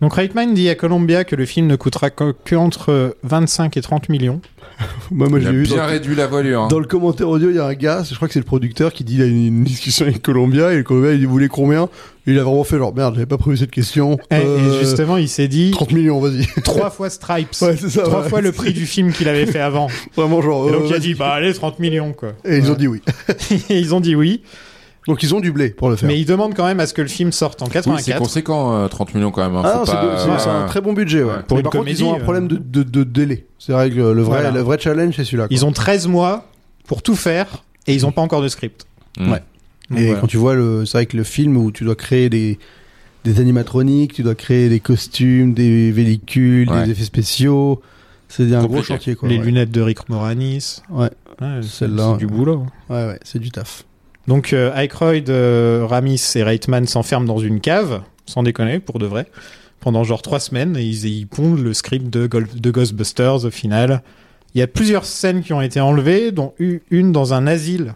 I: Donc Reitman dit à Columbia que le film ne coûtera que que entre 25 et 30 millions.
J: Moi, moi
E: Il
J: je
E: a
J: l'ai vu.
E: bien
J: Dans,
E: réduit la voilure. hein.
J: dans le commentaire audio, il y a un gars, je crois que c'est le producteur, qui dit il a une, une discussion avec Columbia, et le Columbia, il dit, vous voulez combien Et il a vraiment fait genre, merde, j'avais pas prévu cette question.
I: Et, et
J: Euh,
I: justement, il s'est dit
J: 30 millions, vas-y.
I: trois fois Stripes.
J: Ouais, c'est ça,
I: trois
J: ouais.
I: fois le prix du film qu'il avait fait avant.
J: Vraiment genre.
I: Et donc
J: euh,
I: il a dit bah allez 30 millions quoi.
J: et ils ont dit oui.
I: Et ils ont dit oui,
J: Donc ils ont du blé pour le faire.
I: mais ils demandent quand même à ce que le film sorte en
E: Oui, c'est
I: 84.
E: conséquent, euh, 30 millions quand même. hein.
J: Ah
E: Faut
J: non, c'est
E: pas,
J: beau- c'est
E: euh,
J: c'est un très bon budget. Ouais.
E: Ouais.
I: Pour
J: Mais
I: une
J: par contre, ils ont un
I: comédie,
J: problème de, de- de délai. C'est vrai que le, le vrai,
I: Voilà.
J: le vrai challenge, c'est celui-là. quoi.
I: ils ont 13 mois pour tout faire et ils n'ont pas encore de script.
E: Mm.
J: Ouais. Ah,
I: Donc,
J: Et
I: voilà.
J: quand tu vois, le, c'est vrai que le film où tu dois créer des, des animatroniques, tu dois créer des costumes, des véhicules,
E: Ouais.
J: des effets spéciaux, c'est un gros
E: Compliqué.
J: chantier. Quoi,
I: Les
J: ouais.
I: lunettes de Rick Moranis.
J: Ouais.
I: Ouais, c'est
J: Celle-là,
I: c'est du
J: ouais.
I: boulot.
J: Ouais, ouais, c'est du taf.
I: Donc euh, Aykroyd, euh, Ramis et Reitman s'enferment dans une cave, sans déconner, pour de vrai, pendant genre trois semaines et ils, ils pondent le script de, Gol- de Ghostbusters au final. Il y a plusieurs scènes qui ont été enlevées, dont u- une dans un asile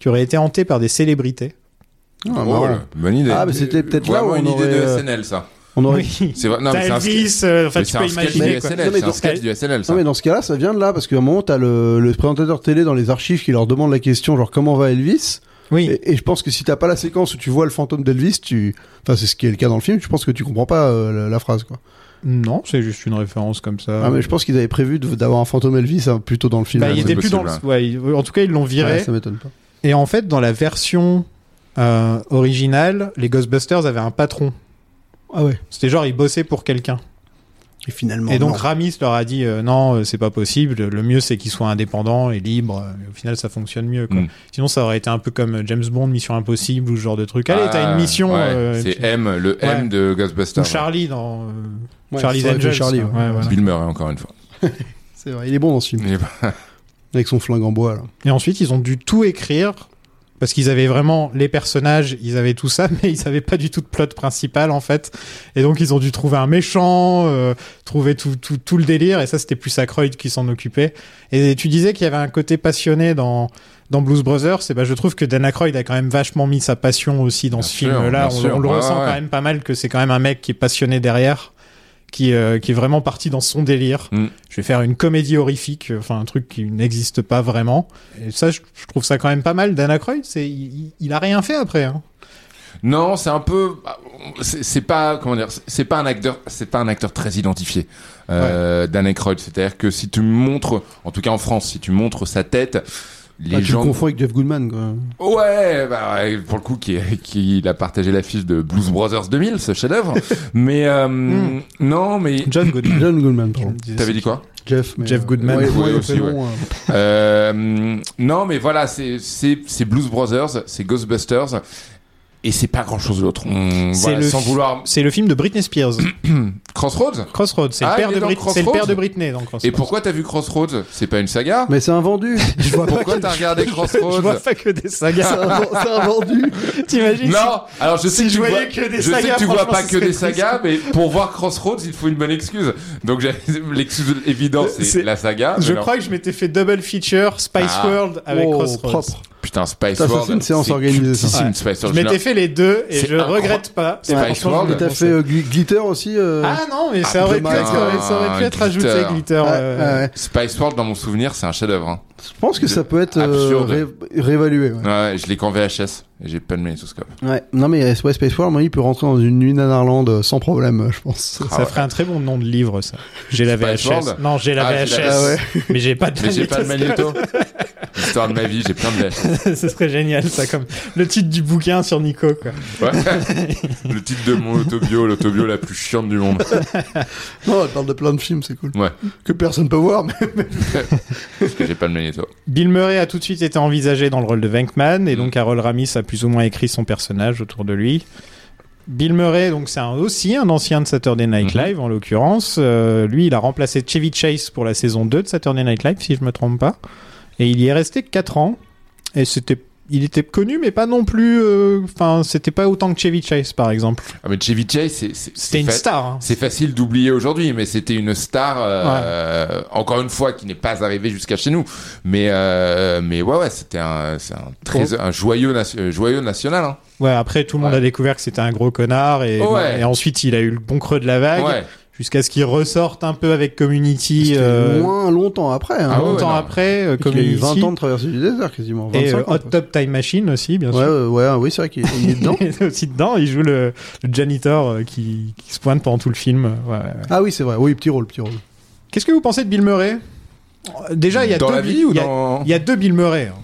I: qui aurait été hantée par des célébrités.
J: Ah,
E: Drôle.
J: marrant.
E: Bonne idée.
J: Ah, mais c'était peut-être là
E: Vraiment
J: où on
E: une idée
J: aurait,
E: de
J: euh,
E: SNL, ça.
J: On aurait...
I: Oui.
E: C'est vrai. Non, mais c'est un sketch.
I: Elvis, euh, enfin,
E: mais
I: tu
E: c'est
I: peux
E: un sketch du
I: imaginer. quoi.
J: Non, mais
E: SNL. C'est un
J: dans-
E: sketch du SNL, ça.
J: Non mais dans ce cas-là, ça vient de là parce qu'à un moment t'as le, le présentateur télé dans les archives qui leur demande la question genre comment va Elvis
I: Oui.
J: et, et je pense que si t'as pas la séquence où tu vois le fantôme d'Elvis, tu, enfin c'est ce qui est le cas dans le film, je pense que tu comprends pas euh, la, la phrase quoi.
I: Non, c'est juste une référence comme ça.
J: Ah, mais je pense qu'ils avaient prévu de- d'avoir un fantôme Elvis hein, plutôt dans le film.
I: Bah,
J: Ouais,
I: il
E: c'est
I: était plus dans
E: possible,
I: le... ouais, il- En tout cas, ils l'ont viré.
J: ça m'étonne pas.
I: Et en fait, dans la version euh, originale, les Ghostbusters avaient un patron.
J: Ah ouais.
I: C'était genre, ils bossaient pour quelqu'un.
J: Et finalement.
I: Et donc
J: non.
I: Ramis leur a dit euh, non, euh, c'est pas possible. Le mieux c'est qu'ils soient indépendants et libres. Et au final, ça fonctionne mieux. Quoi.
E: Mm.
I: Sinon, ça aurait été un peu comme euh, James Bond, Mission Impossible ou ce genre de truc. Allez, t'as
E: Ah,
I: une mission.
E: ouais,
I: euh,
E: c'est
I: tu-
E: M, le M
I: Ouais.
E: de
I: ou
E: Ghostbusters.
I: Charlie dans euh,
J: Ouais,
I: Charlie's
J: ça aurait été
I: Angels.
J: Charlie,
I: quoi.
J: ouais.
I: Ouais, voilà.
E: Bill Murray, hein, encore une fois.
J: hein. C'est vrai, il est bon dans ce film
E: Il est pas-
J: avec son flingue en bois là.
I: Et ensuite, ils ont dû tout écrire parce qu'ils avaient vraiment les personnages, ils avaient tout ça, mais ils avaient pas du tout de plot principal en fait. Et donc, ils ont dû trouver un méchant, euh, trouver tout, tout, tout le délire. Et ça, c'était plus Ackroyd qui s'en occupait. Et tu disais qu'il y avait un côté passionné dans dans Blues Brothers. Et ben, je trouve que Dan Aykroyd a quand même vachement mis sa passion aussi dans
E: Bien
I: ce
E: sûr,
I: film-là.
E: bien
I: On,
E: sûr.
I: on le
E: Ouais,
I: ressent
E: ouais, ouais.
I: quand même pas mal que c'est quand même un mec qui est passionné derrière. Qui, euh, qui est vraiment parti dans son délire.
E: Mm.
I: Je vais faire une comédie horrifique, euh, enfin un truc qui n'existe pas vraiment. Et ça, je, je trouve ça quand même pas mal. Dan Aykroyd, c'est, il, il- il a rien fait après. hein.
E: Non, c'est un peu, c'est c'est pas comment dire, c'est- c'est pas un acteur, c'est pas un acteur très identifié. Euh, Dan Aykroyd, c'est-à-dire que si tu montres, en tout cas en France, si tu montres sa tête, les
J: Ah, tu
E: gens,
J: le confonds avec Jeff Goodman quoi.
E: ouais, bah, ouais, pour le coup, qui, qui il a partagé l'affiche de Blues Brothers 2000, ce chef-d'œuvre. mais euh,
J: Hmm.
I: Mm.
E: non, mais
I: John Goodman.
J: John Goodman pardon.
E: t'avais dit quoi
J: Jeff. mais- euh,
I: Jeff Goodman.
J: Ouais, moi,
E: Ouais,
J: le
E: aussi,
J: prénom, euh,
E: Euh, non, mais voilà, c'est c'est c'est Blues Brothers, c'est Ghostbusters, et c'est pas grand-chose d'autre. On-
I: C'est
E: Voilà,
I: le
E: sans
I: fi-
E: vouloir
I: C'est le film de Britney Spears,
E: Crossroads.
I: Crossroads. C'est,
E: Ah,
I: le, père
E: il est
I: de
E: dans
I: Brit- c'est le
E: Crossroads
I: père de Britney dans Crossroads.
E: Et pourquoi t'as vu Crossroads C'est pas une saga
J: Mais c'est un vendu. Je vois pas.
E: Pourquoi t'as regardé
I: Je vois
E: Crossroads
I: pas que des sagas.
J: C'est un ven- c'est un vendu.
I: T'imagines
E: Non, alors je sais
I: si
E: que
I: je
E: tu
I: voyais
E: vois,
I: que des
E: je sais
I: sagas,
E: que tu vois
I: franchement,
E: pas
I: ce
E: que
I: serait
E: des sagas, mais pour voir Crossroads, il faut une bonne excuse. Donc j'ai- l'excuse évidente, c'est
I: C'est-
E: la saga. mais
I: Je
E: alors-
I: crois que je m'étais fait double feature Spice
E: Ah.
I: World avec
J: Oh,
I: Crossroads.
J: propre.
E: Putain, Spice
J: Ça, ça,
E: World.
J: c'est une séance
E: c'est
J: organisée, ça.
E: cultissime,
I: Ouais.
E: Spice
I: Je
E: World.
I: m'étais fait les deux et
E: C'est
I: je
E: incroyable.
I: regrette pas.
E: Spice
I: Ouais, franchement,
E: World.
I: je
J: Mais
I: m'étais
J: t'as fait euh, Gl- Glitter aussi. euh,
I: Ah non, mais ça
J: Ah,
I: aurait pu
J: dommage.
I: être, ça aurait pu être
E: Ah,
I: ajouté
E: Glitter.
I: Glitter.
J: ouais,
I: euh,
J: ah, ouais.
E: Spice World, dans mon souvenir, c'est un chef-d'œuvre. hein.
J: Je pense que ça peut être euh,
E: Absurde.
J: ré- réévalué. Ouais.
E: Ouais, je l'ai qu'en VHS. et J'ai pas de magnétoscope.
J: Ouais. Non mais euh, ouais, Space War, moi, il peut rentrer dans une nuit nanarland euh, sans problème, euh, je pense.
E: Ah
I: ça
E: ouais.
I: ferait un très bon nom de livre, ça. J'ai la VHS.
E: Spice World
I: Non, j'ai la
E: Ah,
I: VHS.
E: j'ai la-
J: Ah ouais.
I: Mais j'ai pas de
E: Mais j'ai pas de
I: magnétoscope.
E: magnéto. Histoire de ma vie, j'ai plein de VHS.
I: Ce serait génial, ça, comme le titre du bouquin sur Nico, quoi.
E: Ouais. Le titre de mon autobio, l'autobio la plus chiante du monde.
J: Non, elle parle de plein de films, c'est cool.
E: Ouais.
J: Que personne peut voir, mais
E: Parce que j'ai pas de magnéto.
I: Bill Murray a tout de suite été envisagé dans le rôle de Venkman,
E: Mm.
I: et donc Harold Ramis a plus ou moins écrit son personnage autour de lui. Bill Murray, donc c'est un- aussi un ancien de Saturday Night
E: Mhm.
I: Live, en l'occurrence. Euh, lui, il a remplacé Chevy Chase pour la saison 2 de Saturday Night Live, si je me trompe pas. Et il y est resté 4 ans. Et c'était... Il était connu, mais pas non plus. euh, Enfin, c'était pas autant que Chevy Chase, par exemple.
E: Ah, mais Chevy Chase, c'est- c'est. c'est
I: C'était une
E: fa-
I: star. hein.
E: C'est facile d'oublier aujourd'hui, mais c'était une star, euh, encore une fois, qui n'est pas arrivée jusqu'à chez nous. Mais, euh, mais ouais, ouais, c'était un, c'est un, trésor- un joyeux, nation- euh, joyeux national. Hein.
I: Ouais, après, tout le monde
E: Ouais.
I: a découvert que c'était un gros connard. Et,
E: Ouais.
I: et ensuite, il Ah, a eu le bon creux de la vague.
E: Ouais.
I: Jusqu'à ce qu'il ressorte un peu avec Community.
J: c'était
I: euh,
J: moins longtemps après. Hein.
E: Ah ouais,
I: longtemps
E: non.
I: après, euh,
J: il a eu
I: Community.
J: 20 ans de traversée du désert quasiment. 25
I: et euh,
J: ans,
I: Hot
J: quoi.
I: Top Time Machine aussi, bien
J: Ouais,
I: sûr.
J: ouais, ouais, oui, c'est vrai qu'il il est dedans.
I: Il est aussi dedans, il joue le, le janitor euh, qui, qui se pointe pendant tout le film. Ouais, ouais, ouais.
J: Ah oui, c'est vrai. Oui, petit rôle, petit rôle.
I: Qu'est-ce que vous pensez de Bill Murray Déjà, il y a
E: dans
I: deux
E: la
I: Bill-
E: vie ou
I: il y a-
E: dans.
I: Il y a deux Bill Murray. hein.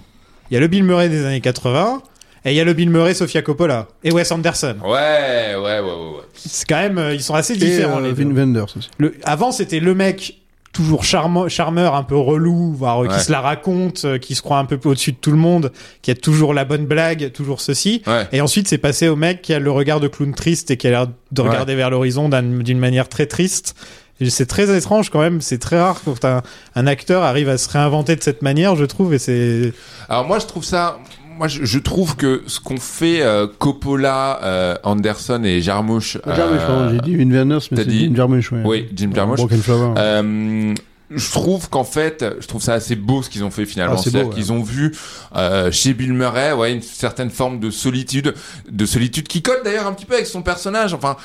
I: Il y a le Bill Murray des années 80 et il y a le Bill Murray Sofia Coppola et Wes Anderson.
E: Ouais, ouais, ouais, ouais. ouais.
I: C'est quand même, euh, ils sont assez
J: Et
I: différents. les
J: euh,
I: deux.
J: Vin Wenders aussi.
I: Le- avant, c'était le mec toujours charmant, charmeur, un peu relou, voire euh,
E: Ouais.
I: qui se la raconte, euh, qui se croit un peu au-dessus de tout le monde, qui a toujours la bonne blague, toujours ceci.
E: Ouais.
I: Et ensuite, c'est passé au mec qui a le regard de clown triste et qui a l'air de
E: Ouais.
I: regarder vers l'horizon d'un- d'une manière très triste. Et C'est très étrange quand même, c'est très rare quand un, un acteur arrive à se réinventer de cette manière, je trouve, et c'est...
E: Alors moi je trouve ça, moi je, je trouve que ce qu'on fait euh, Coppola, euh, Anderson et Jarmusch. euh,
J: Jarmusch, pardon, j'ai dit Vin Wenders, mais
E: t'as
J: c'est
E: dit-
J: Jim Jarmusch. Ouais.
E: Oui, Jim Jarmusch.
J: Broken Flower.
E: Euh, je trouve qu'en fait, je trouve ça assez beau ce qu'ils ont fait finalement.
J: Ah, c'est
E: C'est-à-dire
J: beau, ouais.
E: qu'ils ont vu euh, chez Bill Murray, ouais, une certaine forme de solitude, de solitude qui colle d'ailleurs un petit peu avec son personnage. Enfin,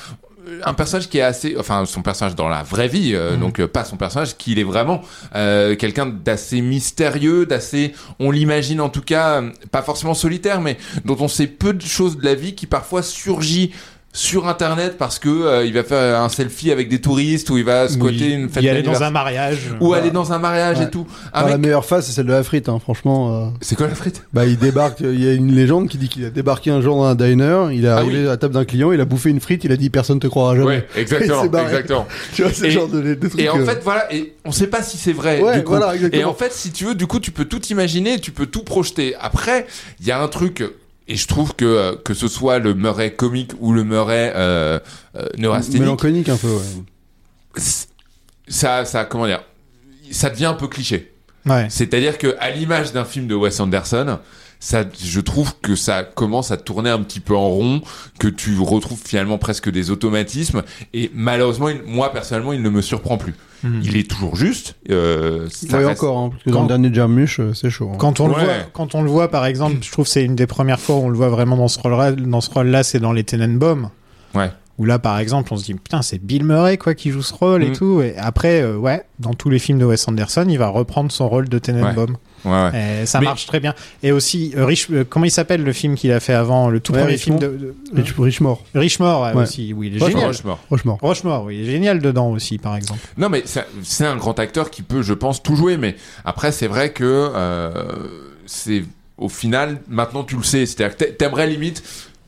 E: euh, un personnage qui est assez, enfin, son personnage dans la vraie vie, euh, donc euh, pas son personnage, qu'il est vraiment euh, quelqu'un d'assez mystérieux, d'assez, on l'imagine en tout cas, euh, pas forcément solitaire, mais dont on sait peu de choses de la vie, qui parfois surgit sur internet parce que euh, il va faire un selfie avec des touristes ou il va squatter une fête
I: y aller dans
E: d'anniversaire
I: un mariage.
E: ou aller dans un mariage
J: Ouais.
E: et tout. Un
J: Ah,
E: mec-
J: La meilleure phase, c'est celle de la frite, hein, franchement. euh,
E: C'est quoi la frite
J: Bah, il débarque, il y a une légende qui dit qu'il a débarqué un jour dans un diner, il est
E: Ah
J: arrivé
E: oui.
J: à la table d'un client, il a bouffé une frite, il a dit personne te croira jamais.
E: Ouais, exactement,
J: Il s'est barré.
E: exactement.
J: Tu vois, c'est
E: Et-
J: le genre de, de trucs,
E: Et en
J: euh,
E: fait, voilà, et on sait pas si c'est vrai.
J: Ouais,
E: du coup.
J: voilà, exactement.
E: Et en fait, si tu veux, du coup, tu peux tout imaginer, tu peux tout projeter. Après, il y a un truc. Et je trouve que euh, que ce soit le Murray comique ou le Murray euh, euh, neurasthénique,
J: mélancolique un peu, ouais.
E: c- ça ça comment dire, ça devient un peu cliché.
I: Ouais.
E: C'est-à-dire que à l'image d'un film de Wes Anderson, ça, je trouve que ça commence à tourner un petit peu en rond, que tu retrouves finalement presque des automatismes. Et malheureusement, il- moi personnellement, il ne me surprend plus. Il est toujours juste. Euh, ça
J: Ouais,
E: reste-
J: encore, hein, parce que dans
I: Quand-
J: le dernier Jarmusch, euh, c'est chaud. hein.
I: Quand on,
E: Ouais.
I: le voit, quand on le voit, par exemple, je trouve que c'est une des premières fois où on le voit vraiment dans ce rôle-là, dans ce rôle-là, c'est dans les Tenenbaum.
E: Ouais.
I: Où là, par exemple, on se dit, putain, c'est Bill Murray, quoi, qui joue ce rôle et
E: Mhm.
I: tout. Et après, euh, ouais, dans tous les films de Wes Anderson, il va reprendre son rôle de Tenenbaum.
E: Ouais, ouais.
I: Et ça
E: Mais-
I: marche très bien. Et aussi, euh, Rich, euh, comment il s'appelle le film qu'il a fait avant, le tout
J: Ouais,
I: premier
J: Richemont.
I: film de, de-
J: Rich- Richmore,
I: Richemont, ouais,
J: Ouais.
I: aussi, où il est
J: Rochemont.
I: génial.
E: Franchement.
J: Rochemort.
I: Rochemort, oui, il est génial dedans aussi, par exemple.
E: Non, mais c'est c'est un grand acteur qui peut, je pense, tout jouer. Mais après, c'est vrai que euh, c'est au final, maintenant, tu le sais. C'est-à-dire que t'a- t'aimerais limite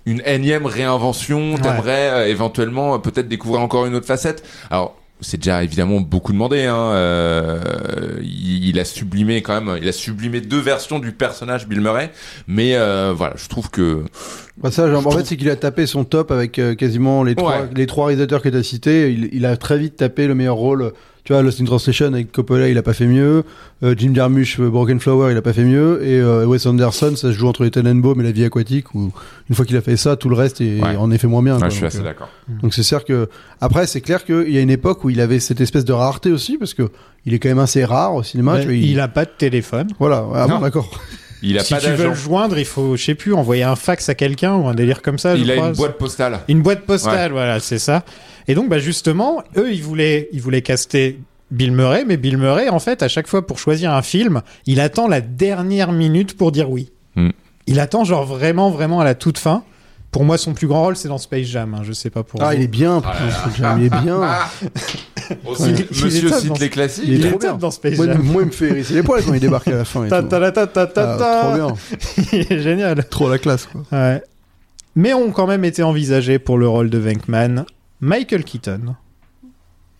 E: une énième réinvention.
I: Ouais.
E: T'aimerais euh, éventuellement euh, peut-être découvrir encore une autre facette. Alors. C'est déjà évidemment beaucoup demandé. Hein. euh, il, il a sublimé quand même. Il a sublimé deux versions du personnage Bill Murray. Mais euh, voilà, je trouve que
J: Bah ça, genre, en
E: trouve-
J: fait, c'est qu'il a tapé son top avec euh, quasiment les trois,
E: Ouais.
J: les trois réalisateurs que t'as cités. Il, il a très vite tapé le meilleur rôle. Tu vois, Lost in Translation avec Coppola, il a pas fait mieux. Euh, Jim Jarmusch, euh, Broken Flower, il a pas fait mieux. Et euh, Wes Anderson, ça se joue entre les Tenenbaums et la vie aquatique. Où une fois qu'il a fait ça, tout le reste est
E: Ouais.
J: en effet moins bien.
I: Ah, bah,
E: ouais,
J: quoi.
E: je suis
J: Donc,
E: assez
J: euh,
E: d'accord.
J: donc c'est sûr que après c'est clair qu'il y a une époque où il avait cette espèce de rareté aussi parce que il est quand même assez rare au cinéma.
I: Mais
J: tu vois,
I: Euh, il a pas de téléphone.
J: voilà ah
E: Non.
J: bon, d'accord.
E: Il a
I: si
E: pas
I: tu veux
E: d'agent.
I: le joindre, il faut, je sais plus, envoyer un fax à quelqu'un ou un délire comme ça.
E: Il
I: je
E: a
I: crois.
E: une boîte postale.
I: Une boîte postale, voilà, c'est ça. Et donc, bah, justement, eux, ils voulaient, ils voulaient caster Bill Murray, mais Bill Murray, en fait, à chaque fois pour choisir un film, il attend la dernière minute pour dire oui.
E: Hmm.
I: Il attend, genre, vraiment, vraiment à la toute fin. Pour moi, son plus grand rôle, c'est dans Space Jam. hein, je sais pas pour
J: Ah
I: vous.
J: il est bien. putain, ce Jam, il est bien.
E: Ah Aussi,
I: Il est- il est
E: Monsieur
I: top dans
E: cite
I: ce-
E: les classiques.
J: Il est
I: Il est
J: trop
I: top
J: bien.
I: dans Space
J: Moi,
I: Jam.
J: moi, il me fait hérisser les poils quand il débarque à la fin. Et
I: Ta
J: tout.
I: ta la ta ta ta
J: Ah,
I: ta.
J: trop bien.
I: Il est génial.
J: Trop la classe. Quoi.
I: Ouais. Mais ont quand même été envisagés pour le rôle de Venkman Michael Keaton,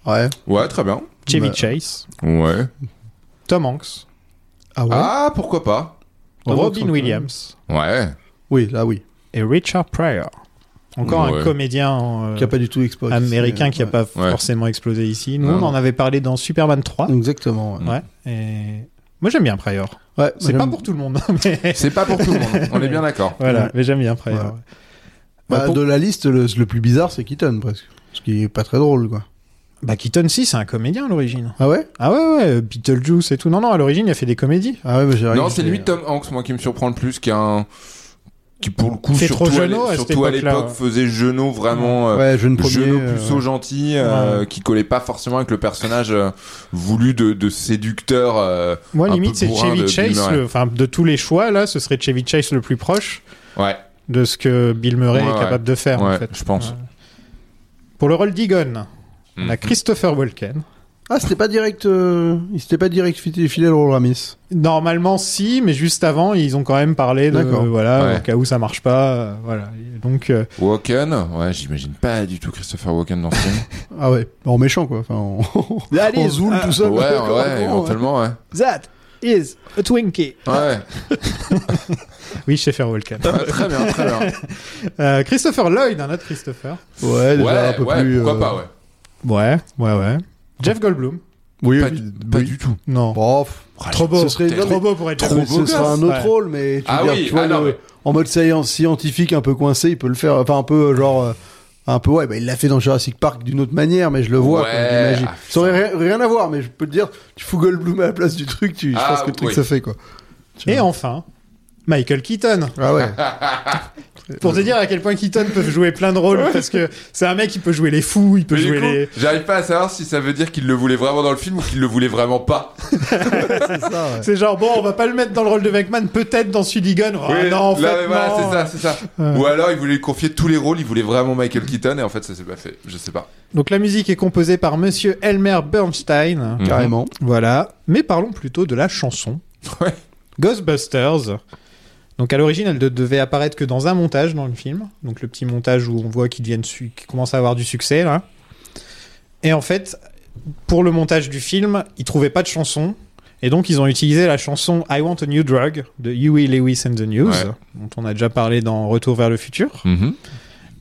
J: Ouais.
E: Ouais, très bien.
I: Chevy
J: Bah.
I: Chase,
E: Ouais.
I: Tom Hanks,
J: Ah ouais.
E: Ah, pourquoi pas
J: Tom Hanks,
I: Robin
J: ouais.
I: Williams
E: Ouais.
J: Oui, là oui.
I: et Richard Pryor. Encore
E: Ouais.
I: un comédien euh,
J: Qui a pas du tout explosé.
I: américain qui a pas
E: Ouais.
I: forcément explosé ici. Nous,
E: Non,
I: on
E: non.
I: en avait parlé dans Superman 3.
J: Exactement. Ouais.
I: Ouais. Et... Moi, j'aime bien Pryor.
J: Ouais,
I: C'est
J: j'aime-
I: pas pour tout le monde, hein, mais
E: C'est pas pour tout le monde. On est bien d'accord.
I: voilà.
J: Ouais.
I: Mais j'aime bien Pryor.
J: Ouais.
I: ouais.
J: Bah,
I: Bah, pour-
J: De la liste, le, le plus bizarre, c'est Keaton presque. Ce qui est pas très drôle, quoi.
I: Bah, Keaton, si, c'est un comédien à l'origine.
J: Ah ouais
I: Ah ouais, ouais, euh, Beetlejuice et tout. Non, non, à l'origine, il a fait des comédies.
J: Ah ouais, mais j'ai
E: Non,
J: rien
E: c'est
J: dit.
E: lui Tom Hanks, moi, qui me surprend le plus, qui a un qui pour le coup
I: Fait
E: surtout
I: trop
E: à l'é-
I: Jeannot à cette
E: surtout à
I: époque-là,
E: l'époque
I: ouais.
E: faisait Jeannot vraiment euh,
J: Ouais, jeune premier.
E: Jeannot
J: euh,
E: plutôt gentil euh, qui collait pas forcément avec le personnage euh, voulu de, de séducteur euh,
I: Moi,
E: un
I: limite,
E: peu
I: c'est
E: bourrin de
I: Chevy
E: Bill
I: Chase.
E: Murray.
I: le- Enfin, de tous les choix, là, ce serait Chevy Chase le plus proche
E: ouais
I: de ce que Bill Murray
E: Ouais,
I: est
E: ouais.
I: capable de faire, en
E: ouais
I: fait.
E: je pense
I: Pour le rôle d'Egon, on
E: Mhm.
I: a Christopher Walken.
J: Ah, c'était pas direct. euh, Il s'était pas direct filé, filé le rôle Ramis.
I: Normalement, si, mais juste avant, ils ont quand même parlé de
J: D'accord.
I: voilà
E: Ouais.
I: au cas où ça marche pas, euh, voilà. Et Donc euh,
E: Walken ouais j'imagine pas du tout Christopher Walken dans ce film
J: Ah ouais, en méchant, quoi. Enfin, en, en zoom, tout
E: ah, ouais
J: ça. quoi,
E: ouais,
J: comme un con,
E: éventuellement ouais
I: that is a Twinkie.
E: ouais
I: Oui, Schaeffer Walken.
E: Ah, très bien très bien
I: Euh, Christopher Lloyd, un autre Christopher.
J: Ouais, déjà
E: ouais,
J: un peu
E: ouais,
J: plus.
E: pourquoi
J: euh,
E: pas, ouais.
I: Ouais, ouais, ouais. Jeff Goldblum.
J: Oui,
E: Pas
J: oui,
E: du- pas
J: oui.
E: du Ah, tout.
I: Non.
J: Bof.
I: trop beau.
J: ce serait- non,
I: trop
J: mais-
I: beau pour être
E: Trop
J: Mais
I: Jeff
E: beau
J: ce
I: Goldblum.
J: sera
E: gosse,
J: un autre
I: ouais.
J: rôle, mais tu,
E: Ah
J: veux dire,
E: oui,
J: tu vois,
E: ah non,
J: le-
E: mais-
J: en mode séance scientifique un peu coincé, il peut le faire. Enfin, un peu euh, genre euh, Un peu, ouais, bah, il l'a fait dans Jurassic Park d'une autre manière, mais je le vois.
E: Ouais,
J: quoi, j'imagine.
E: ah,
J: ça aurait rien, rien à voir, mais je peux te dire, tu fous Goldblum à la place du truc, tu, je
E: Ah,
J: pense que le truc
E: oui.
J: ça fait quoi. Tu
I: Et
J: vois.
I: enfin, Michael Keaton.
J: Ah ouais.
I: Pour te dire à quel point Keaton peut jouer plein de rôles, parce que c'est un mec qui peut jouer les fous, il peut
E: Mais du
I: jouer
E: coup,
I: les.
E: J'arrive pas à savoir si ça veut dire qu'il le voulait vraiment dans le film ou qu'il le voulait vraiment pas.
J: c'est ça, ouais.
I: C'est genre, bon, on va pas le mettre dans le rôle de Beckman, peut-être dans Sulligan. Oh,
E: Oui,
I: non, en
E: là,
I: fait,
E: mais voilà,
I: non.
E: c'est ça, c'est ça. Ou alors il voulait lui confier tous les rôles, il voulait vraiment Michael Keaton et en fait ça s'est pas fait. Je sais pas.
I: Donc la musique est composée par Monsieur Elmer
E: Mhm.
I: Bernstein.
J: Carrément.
I: Voilà. Mais parlons plutôt de la chanson.
E: Ouais.
I: Ghostbusters. Donc à l'origine, elle ne devait apparaître que dans un montage dans le film. Donc le petit montage où on voit qu'ils deviennent su- qu'ils commencent à avoir du succès là. Et en fait, pour le montage du film, ils trouvaient pas de chanson. Et donc ils ont utilisé la chanson I Want a New Drug de Huey Lewis and the News,
E: Ouais.
I: dont on a déjà parlé dans Retour vers le futur.
E: Mhm.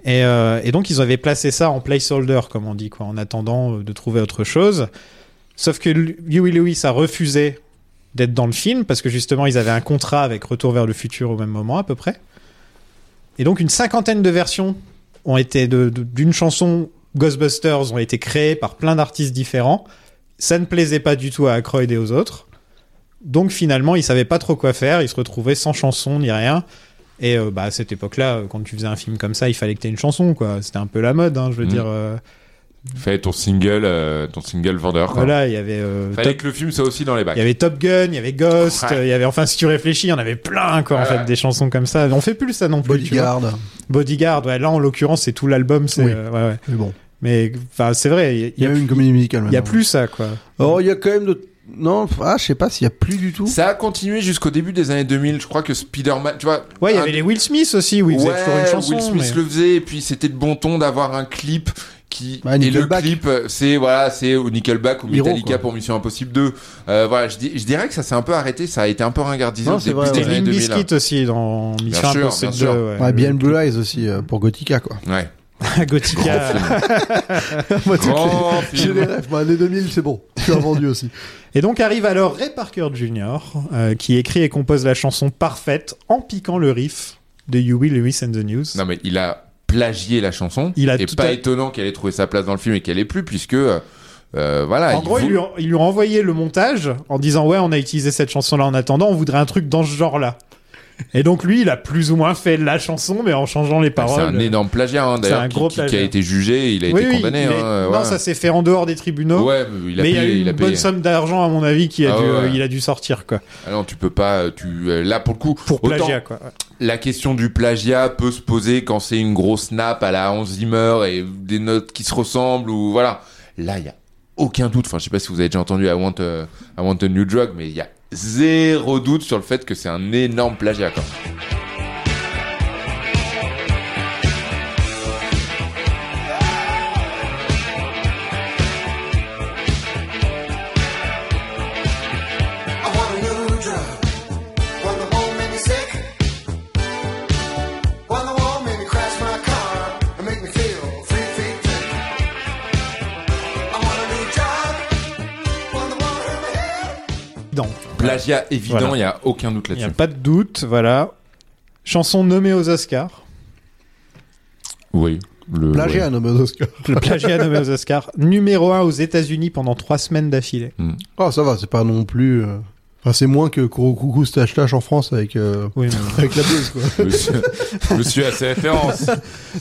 I: Et, euh, et donc, ils avaient placé ça en placeholder, comme on dit, quoi, en attendant euh, de trouver autre chose. Sauf que Lu- Huey Lewis a refusé d'être dans le film parce que justement, ils avaient un contrat avec Retour vers le futur au même moment, à peu près. Et donc, une cinquantaine de versions ont été de- de- d'une chanson Ghostbusters ont été créées par plein d'artistes différents. Ça ne plaisait pas du tout à Aykroyd et aux autres. Donc finalement, ils savaient pas trop quoi faire. Ils se retrouvaient sans chanson ni rien. Et euh, bah, à cette époque-là, euh, quand tu faisais un film comme ça, il fallait que tu aies une chanson, quoi. C'était un peu la mode, hein, je veux
E: Mhm.
I: dire. euh,
E: Fais ton single, euh, ton single vendeur. Quoi.
I: voilà, il y avait. euh,
E: Fallait
I: Top...
E: que le film soit aussi dans les bacs.
I: Il y avait Top Gun, il y avait Ghost,
E: Ouais.
I: euh, il y avait enfin si tu réfléchis, il y en avait plein quoi en
E: Ouais,
I: fait
E: ouais.
I: des chansons comme ça. On fait plus ça non plus. tu vois.
J: Bodyguard.
I: Bodyguard, ouais, là en l'occurrence c'est tout l'album, c'est
J: Oui.
I: euh, ouais, ouais.
J: Mais bon.
I: Mais enfin c'est vrai, il y,
J: Il y a
I: a,
J: même une comédie musicale
I: il y a
J: maintenant.
I: plus ça quoi.
J: Oh, il y a quand même de. Non, pff, ah, je sais pas s'il y a plus du tout.
E: Ça a continué jusqu'au début des années 2000. Je crois que Spider-Man, tu vois.
I: Ouais, il y
E: un-
I: avait les Will Smith aussi où ils faisaient
E: Ouais,
I: toujours une chanson.
E: Will Smith
I: mais-
E: le faisait et puis c'était de bon ton d'avoir un clip qui
J: Bah,
E: et le
J: Nickelback.
E: clip euh, c'est voilà c'est au Nickelback ou
J: Hero,
E: Metallica
J: quoi.
E: pour Mission Impossible 2 Euh, voilà je, dis- je dirais que ça s'est un peu arrêté ça a été un peu ringardisé
J: Non,
E: au
J: c'est
E: début
J: vrai,
E: des
I: C'était
J: ouais.
I: Limp
E: années 2000
I: Bizkit aussi dans Mission
E: Bien sûr,
I: Impossible
E: bien sûr.
I: 2. Ouais,
J: Ouais, bien
I: Le-
J: Blue Eyes aussi euh, pour Gothica quoi.
E: ouais
I: Gothica.
J: Moi, toutes
E: Grand
J: les- J'ai
E: film.
J: les rêves. Moi, année 2000, c'est bon. Je suis vendu aussi.
I: Et donc arrive alors Ray Parker Jr., euh, qui écrit et compose la chanson parfaite en piquant le riff de Huey Lewis and the News.
E: non mais il a plagié la chanson
I: Il a
E: et
I: tout
E: pas
I: à-
E: étonnant qu'elle ait trouvé sa place dans le film et qu'elle ait plus puisque euh, euh, voilà
I: en
E: il
I: gros,
E: vou-
I: il lui, a- il lui a envoyé le montage en disant Ouais, on a utilisé cette chanson-là en attendant, on voudrait un truc dans ce genre-là. Et donc, lui, il a plus ou moins fait la chanson, mais en changeant les
E: Ah, c'est
I: paroles.
E: un énorme plagiat hein,
I: un
E: d'ailleurs
I: gros
E: qui, qui- qui a
I: plagiat.
E: été jugé il a
I: Oui,
E: été
I: oui,
E: condamné
I: il est-
E: hein,
I: Non,
E: ouais.
I: ça s'est fait en dehors des tribunaux.
E: ouais mais il a
I: mais il y a
E: payé
I: eu
E: il a
I: une bonne
E: payé
I: somme d'argent, à mon avis, qui a,
E: Ah
I: dû,
E: ouais, ouais.
I: il a dû sortir, quoi.
E: Ah non, tu peux pas. Tu euh, là pour le coup.
I: Pour
E: autant
I: plagiat, quoi.
E: La question du plagiat peut se poser quand c'est une grosse nappe à la Hans Zimmer et des notes qui se ressemblent ou voilà. Là, il y a aucun doute. Enfin, je sais pas si vous avez déjà entendu I Want, euh, I Want a New Drug, mais il y a zéro doute sur le fait que c'est un énorme plagiat. Quoi.
G: I want a new drug. One that won't make me sick. One that won't make me crash my car and make me feel three feet thick. I want a new job. One that won't hurt my head.
I: Non.
E: Plagiat évident, il
I: Voilà.
E: y a aucun doute
I: Il n'y
E: là-dessus.
I: a pas de doute, voilà. Chanson nommée aux Oscars.
E: Oui. Le,
J: Plagiat, un homme aux Oscars.
I: Le plagiat nommé aux Oscars. Numéro 1 aux États-Unis pendant trois semaines d'affilée.
J: Oh, ça va, c'est pas non plus. euh, Enfin, c'est moins que Coucou Stache Tache en France avec, euh,
I: Oui,
J: avec la blouse, quoi.
E: ouais. Monsieur, monsieur a ses références.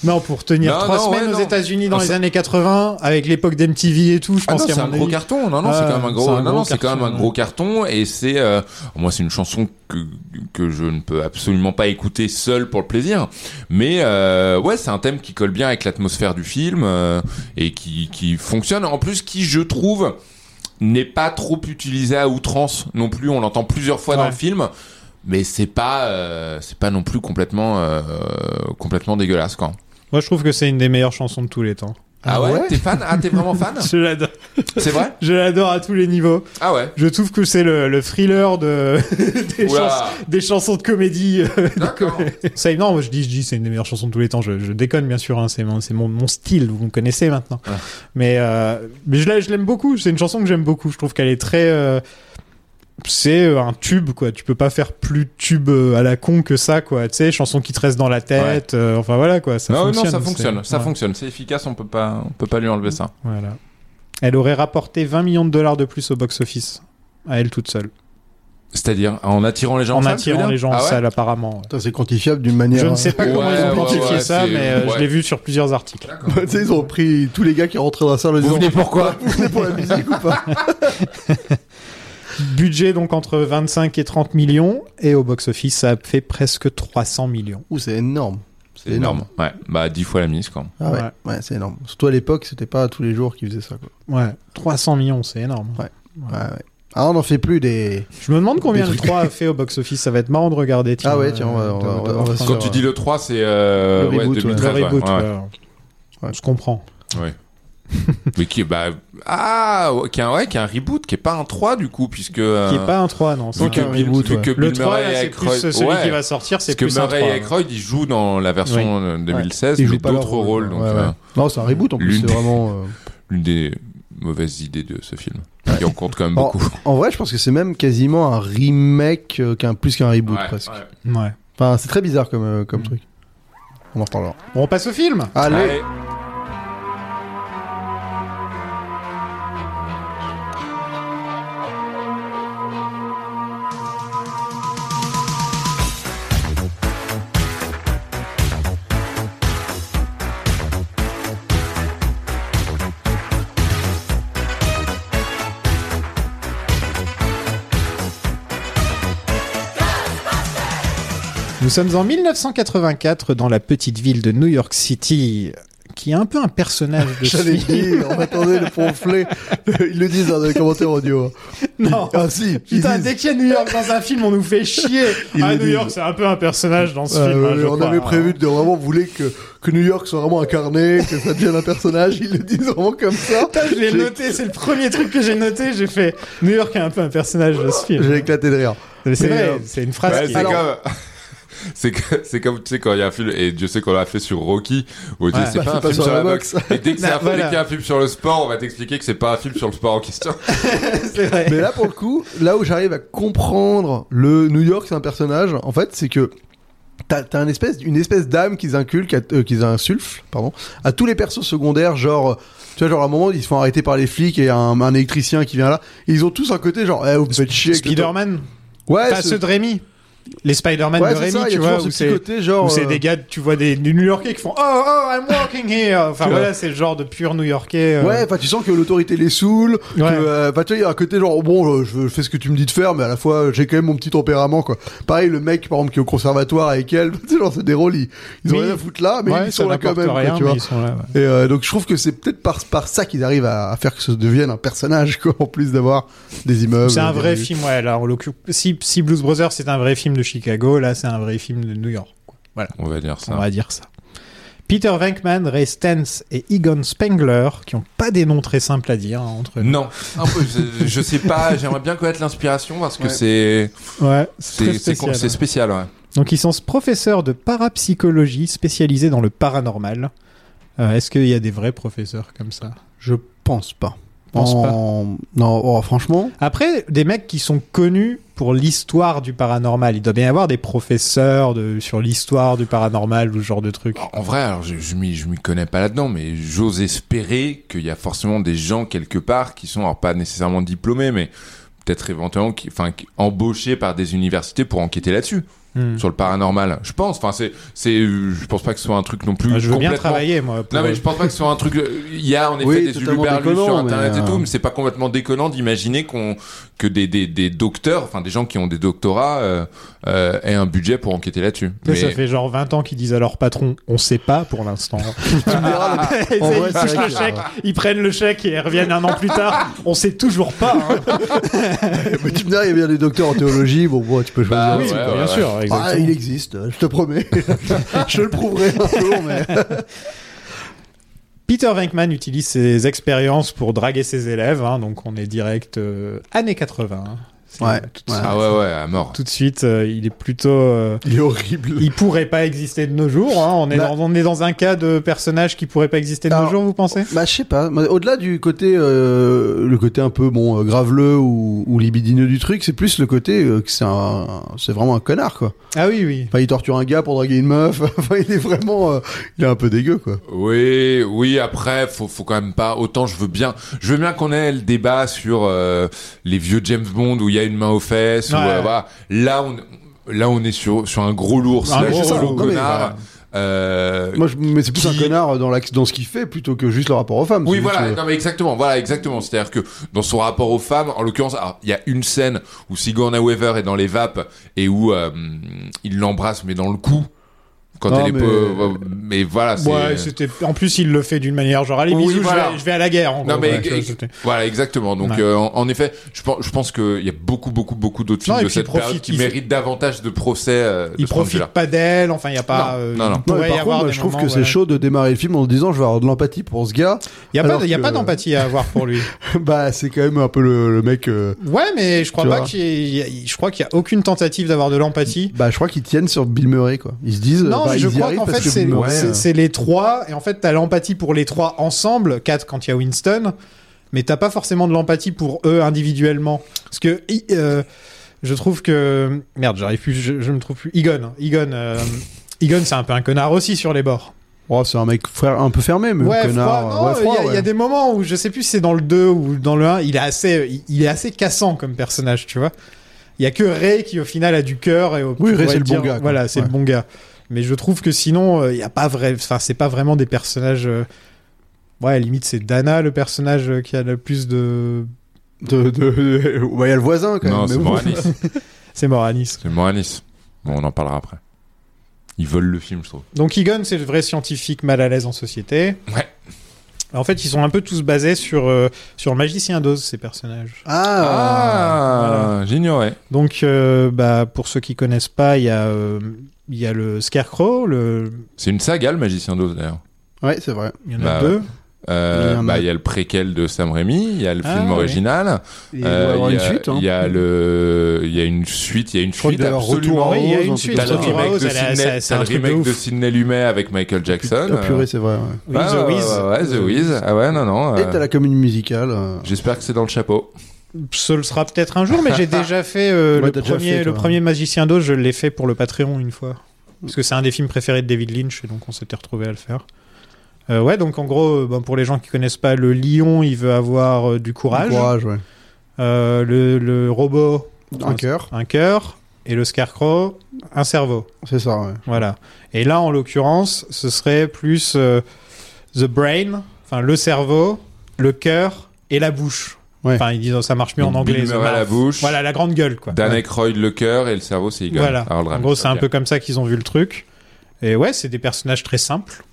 I: Non, pour tenir
E: Non,
I: trois
E: non,
I: semaines
E: ouais,
I: aux
E: non.
I: États-Unis dans
E: Non,
I: les
E: ça-
I: années 80, avec l'époque d'MTV et tout, je
E: Ah
I: pense
E: non,
I: qu'il y
E: c'est
I: a
E: un gros carton. Non, non, c'est
I: Ah,
E: quand même un gros.
I: c'est un
E: non,
I: gros
E: non, c'est quand même
I: carton,
E: un
I: ouais.
E: gros carton. Et c'est, euh, moi, c'est une chanson que que je ne peux absolument pas écouter seul pour le plaisir. Mais euh, ouais, c'est un thème qui colle bien avec l'atmosphère du film euh, et qui qui fonctionne. En plus, qui je trouve n'est pas trop utilisé à outrance non plus. On l'entend plusieurs fois dans
I: Ouais.
E: le film. Mais c'est pas, euh, c'est pas non plus complètement, euh, complètement dégueulasse quoi.
I: Moi, je trouve que c'est une des meilleures chansons de tous les temps.
E: Ah, ouais, t'es fan Ah t'es vraiment fan
I: Je l'adore.
E: C'est vrai
I: Je l'adore à tous les niveaux.
E: Ah ouais.
I: Je trouve que c'est le, le thriller de des,
E: Oula.
I: chans- des chansons de comédie. euh,
E: D'accord.
I: ça, non, moi, je dis, je dis, c'est une des meilleures chansons de tous les temps. Je, je déconne bien sûr, hein, c'est mon, c'est mon, mon style. Vous me connaissez maintenant. Mais, euh, mais je, la- je l'aime beaucoup. C'est une chanson que j'aime beaucoup. Je trouve qu'elle est très euh, c'est euh, un tube quoi tu peux pas faire plus tube euh, à la con que ça quoi tu sais chanson qui te reste dans la tête euh, enfin voilà quoi ça
E: non, non,
I: fonctionne
E: ça
I: c'est-
E: fonctionne, ça
I: ouais,
E: fonctionne, c'est efficace, on peut pas, on peut pas lui enlever ça.
I: voilà. elle aurait rapporté 20 millions de dollars de plus au box office à elle toute seule
E: C'est-à-dire en attirant les gens en,
I: en
E: salle, tu veux
I: attirant
E: dire
I: les gens
E: Ah
I: en
E: ouais
I: salle apparemment ouais.
J: Putain, c'est quantifiable d'une manière. euh,
I: je ne sais pas
E: Ouais,
I: comment ils ont
E: ouais,
I: quantifié
E: ouais,
I: ça
E: c'est-
I: mais euh,
E: ouais.
I: je l'ai vu sur plusieurs articles
J: tu sais, ils ont pris tous les gars qui rentraient dans la salle en disant
E: pourquoi
J: Vous venez pour la musique ou pas
I: budget donc entre 25 et 30 millions et au box office ça a fait presque 300 millions
J: Ouh, c'est énorme.
E: C'est énorme. Ouais, bah 10 fois la mise quand. même.
J: Ah ouais,
I: Ouais.
J: ouais. c'est énorme. Surtout à l'époque, c'était pas tous les jours qu'ils faisaient ça. Quoi.
I: ouais 300 millions c'est énorme
J: Ouais, ouais. Ah, on n'en fait plus des.
I: je me demande combien
J: Des
I: le 3 a fait au box office ça va être marrant de regarder
J: Ah ouais, tiens, on va-
I: euh,
J: on
I: de-
J: va-
I: de-
J: on va-
I: de
J: on va
I: voir
J: se
I: ça.
E: Quand tu dis le 3, c'est euh,
J: Le
E: ouais,
J: reboot, ouais.
E: 2013.
I: Le
E: ouais,
I: reboot,
E: ouais.
I: ouais.
J: Ouais.
I: On se comprend.
E: Mais qui est- bah ah ouais, qui est un, ouais, qui est un reboot qui est pas un 3 du coup puisque euh,
I: Qui est pas un 3, non. c'est
E: donc,
I: un-
J: un
E: Bill-
J: reboot,
E: vu
J: ouais.
E: que
I: le
E: Bill
I: 3,
E: Murray
I: là,
E: et
I: c'est
E: Aykroyd-
I: plus euh, celui
E: ouais.
I: qui va sortir, c'est
E: Parce que
I: plus un 3.
E: Murray et Aykroyd, ils jouent dans la version euh, 2016,
J: Ils
E: mais
J: jouent pas
E: d'autres
J: leur rôle.
E: rôles. Donc,
J: Ouais, ouais.
E: euh,
J: Non, c'est un reboot en plus.
E: L'une
J: C'est
E: des-
J: vraiment. euh,
E: l'une des mauvaises idées de ce film. Qui en compte quand même
J: En,
E: beaucoup.
J: en vrai, je pense que c'est même quasiment un remake euh, qu'un, plus qu'un reboot
E: Ouais,
J: presque.
E: ouais.
I: Ouais.
J: Enfin, c'est très bizarre comme, euh, comme
I: Mm.
J: truc. On en reparlera.
I: Bon, on passe au film.
J: Allez,
E: Allez.
I: Nous sommes en 1984 dans la petite ville de New York City, qui a un peu un personnage de ce
J: j'allais
I: film.
J: dire, on attendait le pamphlet. Ils le disent hein, dans les commentaires audio.
I: Non.
J: Ah si, ils
I: Putain,
J: disent-
I: dès qu'il y a New York dans un film, on nous fait chier.
J: Ils
I: ah,
J: le
I: New
J: disent.
I: York, c'est un peu un personnage dans ce
J: Ouais,
I: film.
J: ouais,
I: hein, je
J: on
I: crois.
J: avait prévu de vraiment voulait que, que New York soit vraiment incarné, que ça devienne un personnage. Ils le disent vraiment comme ça.
I: Putain, je l'ai
J: J'ai-
I: noté, c'est le premier truc que j'ai noté. J'ai fait New York est un peu un personnage de ce
J: J'ai
I: film.
J: éclaté de rire.
I: Mais C'est
J: Mais,
I: vrai,
J: euh,
I: c'est une phrase
E: Ouais,
I: qui
E: c'est comme. C'est que- c'est comme, tu sais, quand il y a un film, et Dieu sait qu'on l'a fait sur Rocky, où on dit
I: Ouais.
E: c'est
J: Bah,
E: pas un film sur la boxe. Et dès que c'est
I: Bah,
E: un- dès
I: voilà.
E: qu'il y a un film sur le sport, on va t'expliquer que c'est pas un film sur le sport en question.
I: C'est vrai.
J: Mais là, pour le coup, là où j'arrive à comprendre le New York, c'est un personnage, en fait, c'est que t'as as une espèce, une espèce d'âme qu'ils inculquent, à- euh, qu'ils insulfent, pardon, à tous les persos secondaires, genre, tu vois, genre, à un moment, ils se font arrêter par les flics et un, un électricien qui vient là. Et ils ont tous un côté, genre, eh, vous me faites chier. avec le
I: Spider-Man.
J: temps. Ouais,
I: Enfin,
J: ce-
I: ceux de Rémi. Les Spider-Man
J: ouais,
I: de
J: c'est
I: Rémi,
J: ça, il y
I: tu
J: a
I: vois,
J: toujours ce
I: où
J: petit
I: c'est.
J: côté, genre.
I: où c'est
J: euh,
I: des gars, tu vois des, des New-Yorkais qui font Oh, oh, I'm walking here. Enfin
J: Tu vois.
I: voilà, c'est le genre de pur New-Yorkais. euh,
J: Ouais, enfin tu sens que l'autorité les saoule, que,
I: Ouais.
J: euh, enfin, tu vois, il y a un côté genre bon, euh, je, je fais ce que tu me dis de faire, mais à la fois j'ai quand même mon petit tempérament quoi. Pareil le mec par exemple qui est au conservatoire avec elle, tu sais genre c'est des rôles, ils, ils ont
I: Oui.
J: rien à foutre là, mais
I: ouais,
J: ils
I: ça
J: sont là quand
I: n'apporte
J: même, quoi,
I: rien,
J: tu
I: mais
J: vois.
I: ils sont là, ouais.
J: Et euh, donc je trouve que c'est peut-être par par ça qu'ils arrivent à, à faire que ça devienne un personnage quoi, en plus d'avoir des
E: Ah,
J: immeubles.
I: C'est un
J: des
I: vrai
J: rues.
I: film, ouais. Là, en l'occurrence, si, si Blues Brothers c'est un vrai film de Chicago, là c'est un vrai film de New York. quoi. Voilà,
E: On va dire
I: on
E: ça.
I: va dire ça. Peter Venkman, Ray Stantz et Egon Spengler, qui ont pas des noms très simples à dire hein, entre eux.
E: Non, un peu, je, je sais pas, j'aimerais bien connaître l'inspiration parce que
J: Ouais.
E: c'est,
I: Ouais,
E: c'est,
I: c'est très
E: c'est, con- c'est
I: spécial. hein.
E: spécial, ouais.
I: Donc ils sont professeurs de parapsychologie spécialisés dans le paranormal. Euh, Est-ce qu'il y a des vrais professeurs comme ça
J: Je pense pas.
I: Pense
J: En-
I: pas.
J: Non, oh, franchement.
I: Après, des mecs qui sont connus pour l'histoire du paranormal, il doit bien y avoir des professeurs de, sur l'histoire du paranormal ou ce genre de truc.
E: En vrai, alors je, je m'y je m'y connais pas là-dedans, mais j'ose espérer qu'il y a forcément des gens quelque part qui sont alors pas nécessairement diplômés, mais peut-être éventuellement qui, enfin, qui- embauchés par des universités pour enquêter là-dessus,
I: Hmm.
E: sur le paranormal. Je pense. Enfin, c'est, c'est, euh, je pense pas que ce soit un truc non plus.
I: Moi, Ah, je veux bien
E: Mmh. complètement-
I: travailler, moi. pour-
E: Non mais je pense pas que ce soit un truc. euh, Il y a en effet
J: Oui,
E: des
J: totalement
E: uluberlus sur
J: déconnant,
E: internet
J: mais,
E: et tout,
J: euh,
E: mais c'est pas complètement déconnant d'imaginer qu'on que des, des des docteurs, enfin des gens qui ont des doctorats, euh, euh, aient un budget pour enquêter là-dessus.
I: Ça, ça
E: Mais-
I: fait genre 20 ans qu'ils disent à leur patron, on sait pas pour l'instant.
J: Tu me diras, le-
I: ils,
J: En vrai, c'est
I: touchent
J: vrai
I: le
J: que-
I: chèque,
E: euh,
I: ils prennent le chèque et ils reviennent un an plus tard. On sait toujours pas. hein.
J: mais tu me diras, il y a bien des docteurs en théologie, bon, bon tu peux choisir.
E: Bah,
I: oui,
E: ouais,
I: bien
E: ouais,
I: sûr. exactement.
J: Ah, il existe, je te promets. je le prouverai un jour, mais.
I: Peter Venkman utilise ses expériences pour draguer ses élèves, hein, donc on est direct euh, années 80. hein. C'est-
J: Ouais,
I: tout,
J: ouais.
E: Ah ouais, ouais, à mort.
I: tout de suite, euh, il est plutôt. euh,
J: Il est horrible.
I: il pourrait pas exister de nos jours. hein. On, est
J: Bah-
I: dans, on est dans un cas de personnage qui pourrait pas exister de nos
J: Alors-
I: jours, vous pensez
J: Bah, je sais pas. Moi, Au-delà du côté, euh, le côté un peu bon euh, graveleux ou, ou libidineux du truc, c'est plus le côté euh, que c'est un, c'est vraiment un connard quoi.
I: Ah oui, oui.
J: Enfin, il torture un gars pour draguer une meuf. Enfin, il est vraiment, euh, il est un peu dégueu quoi.
E: Oui, oui. Après, faut, faut quand même pas. Autant je veux bien, je veux bien qu'on ait le débat sur euh, les vieux James Bond où il y a une main aux fesses. ou,
I: Ouais.
E: euh, voilà. Là, on, là, on est sur sur un gros lourd,
I: Un
E: slash
I: gros
E: gros
I: lourd,
J: non, mais,
E: connard. Euh,
J: Moi, je, mais c'est plus
E: Qui-
J: un connard dans, la, dans ce qu'il fait plutôt que juste le rapport aux femmes.
E: Oui,
J: C'est juste
E: voilà,
J: le-
E: non, mais exactement, voilà, exactement. C'est-à-dire que dans son rapport aux femmes, en l'occurrence, alors, il y a une scène où Sigourney Weaver est dans les vapes et où euh, il l'embrasse, mais dans le cou. Quand
J: Non,
E: elle
J: mais-
E: est peu. Mais voilà, c'est.
I: Ouais, c'était. En plus, il le fait d'une manière genre allez
E: Oui,
I: bisous, je
E: voilà.
I: vais- je vais à la guerre. En
E: non
I: gros,
E: mais
I: ouais,
E: ex-
I: c'était-
E: voilà exactement donc
I: Ouais.
E: euh, en, en effet je pense je pense que il y a beaucoup beaucoup beaucoup d'autres films
I: Non, et
E: de
I: puis il
E: cette période
I: profite,
E: qui
I: il-
E: méritent davantage de procès euh, de
I: il
E: ce point de
I: profite
E: vue-là.
I: pas d'elle. Enfin, il y a pas.
E: Non,
I: euh,
E: non, non.
I: il
E: Non,
J: Non, mais
I: pourrait y
J: par
I: avoir
J: contre, moi,
I: des
J: je trouve
I: moments,
J: que c'est
I: voilà.
J: chaud de démarrer le film en se disant je vais avoir de l'empathie pour ce gars.
I: Il y a pas,
J: alors
I: il y a
J: que-
I: pas d'empathie à avoir pour lui.
J: bah, c'est quand même un peu le, le mec. euh,
I: Ouais, mais je crois
J: Tu
I: pas
J: vois.
I: qu'il y ait- je crois qu'il y a aucune tentative d'avoir de l'empathie.
J: Bah, je crois qu'ils tiennent sur Bill Murray, quoi. Ils se disent. euh,
I: Non,
J: bah,
I: mais je
J: ils y
I: crois
J: arrivent
I: qu'en
J: parce
I: fait,
J: que
I: c'est
J: Bill Murray,
I: c'est-
J: euh,
I: c'est les trois, et en fait, t'as l'empathie pour les trois ensemble, quatre quand il y a Winston, mais t'as pas forcément de l'empathie pour eux individuellement. Parce que i- euh, je trouve que. Merde, j'arrive plus, je, je me trouve plus. Egon, Egon, euh, Egon c'est un peu un connard aussi sur les bords.
J: oh, c'est un mec frère, un peu fermé, mais
I: Ouais, froid, non,
J: connard. ouais,
I: il y a-
J: froid,
I: il y,
J: ouais.
I: a des moments où je sais plus si c'est dans le 2 ou dans le 1, il est assez, il, il est assez cassant comme personnage, tu vois. Il y a que Ray qui au final a du cœur et au-
J: Oui, Ray,
I: pourrait
J: c'est le
I: dire,
J: bon gars, quoi.
I: Voilà, c'est
J: Ouais.
I: le bon gars. Mais je trouve que sinon, euh, il y a pas vrai, enfin c'est pas vraiment des personnages. euh, Ouais, à la limite c'est Dana le personnage euh, qui a le plus de.
J: De- de- de- ouais, il y a le voisin, quand
E: non
J: même.
E: c'est
J: mais bon.
E: Moranis
I: C'est Moranis.
E: c'est Moranis bon on en parlera après ils volent le film je trouve
I: Donc Egon, c'est le vrai scientifique mal à l'aise en société.
E: Ouais.
I: En fait, ils sont un peu tous basés sur euh, sur le magicien d'Oz ces personnages.
J: Ah,
E: ah j'ignorais
I: Donc, euh, bah, pour ceux qui connaissent pas, il y, a, euh, il y a le Scarecrow, le...
E: c'est une saga le magicien d'Oz d'ailleurs
J: Ouais, c'est vrai.
I: il y en a
E: Bah,
I: deux.
E: Euh,
J: Il y en a-
E: bah, il y a le préquel de Sam Raimi, il y a le
I: Ah,
E: film
I: oui.
E: original,
J: Il doit y
E: euh,
J: avoir
E: il y
J: une
E: a-
J: suite. hein.
E: il y a le, il y a une suite, il y a une
J: crois que
E: suite
J: d'ailleurs,
E: absolument.
J: Retour en
I: Oui, il y a
J: Rose,
I: une
J: un
I: suite,
J: truc
E: T'as le
J: comme ça.
I: Retour en
E: remake
I: Rose,
E: de
I: elle a-
E: Sidney-
I: ça- c'est
E: t'as
I: un
E: le
I: truc de
E: remake
I: ouf.
E: de Sidney Lumet avec Michael Jackson.
J: Ah, purée, c'est vrai. ouais.
I: With the
E: Ah,
I: Wiz.
E: ouais, ouais, The Wiz. Ah ouais, non, non.
J: Et
E: euh, euh,
J: t'as la comédie musicale. euh.
E: J'espère que c'est dans le chapeau.
I: Ce le sera peut-être un jour, mais j'ai déjà fait euh,
J: Ouais,
I: le,
J: t'as déjà
I: premier,
J: fait, toi.
I: le premier Magicien d'Oz, je l'ai fait pour le Patreon une fois. Parce que c'est un des films préférés de David Lynch, et donc on s'était retrouvé à le faire. Euh, ouais, donc en gros, euh, ben, pour les gens qui connaissent pas, le lion, il veut avoir euh, du courage.
J: ouais.
I: Euh, le, le robot,
J: Un cœur,
I: un cœur. Et le Scarecrow, un cerveau.
J: c'est ça, ouais.
I: Voilà. Et là, en l'occurrence, ce serait plus euh, the brain, enfin le cerveau, le cœur et la bouche.
J: Ouais.
I: Enfin, ils disent oh, ça marche mieux en
E: Donc,
I: anglais.
E: Bill
I: the
E: Murray à
I: mouth.
E: la bouche.
I: Voilà, la grande gueule, quoi.
E: Dan Aykroyd le cœur et le cerveau c'est Egon.
I: Voilà.
E: Harold
I: En
E: Ramis.
I: gros, c'est un
E: Ok.
I: peu comme ça qu'ils ont vu le truc. Et ouais, c'est des personnages très simples.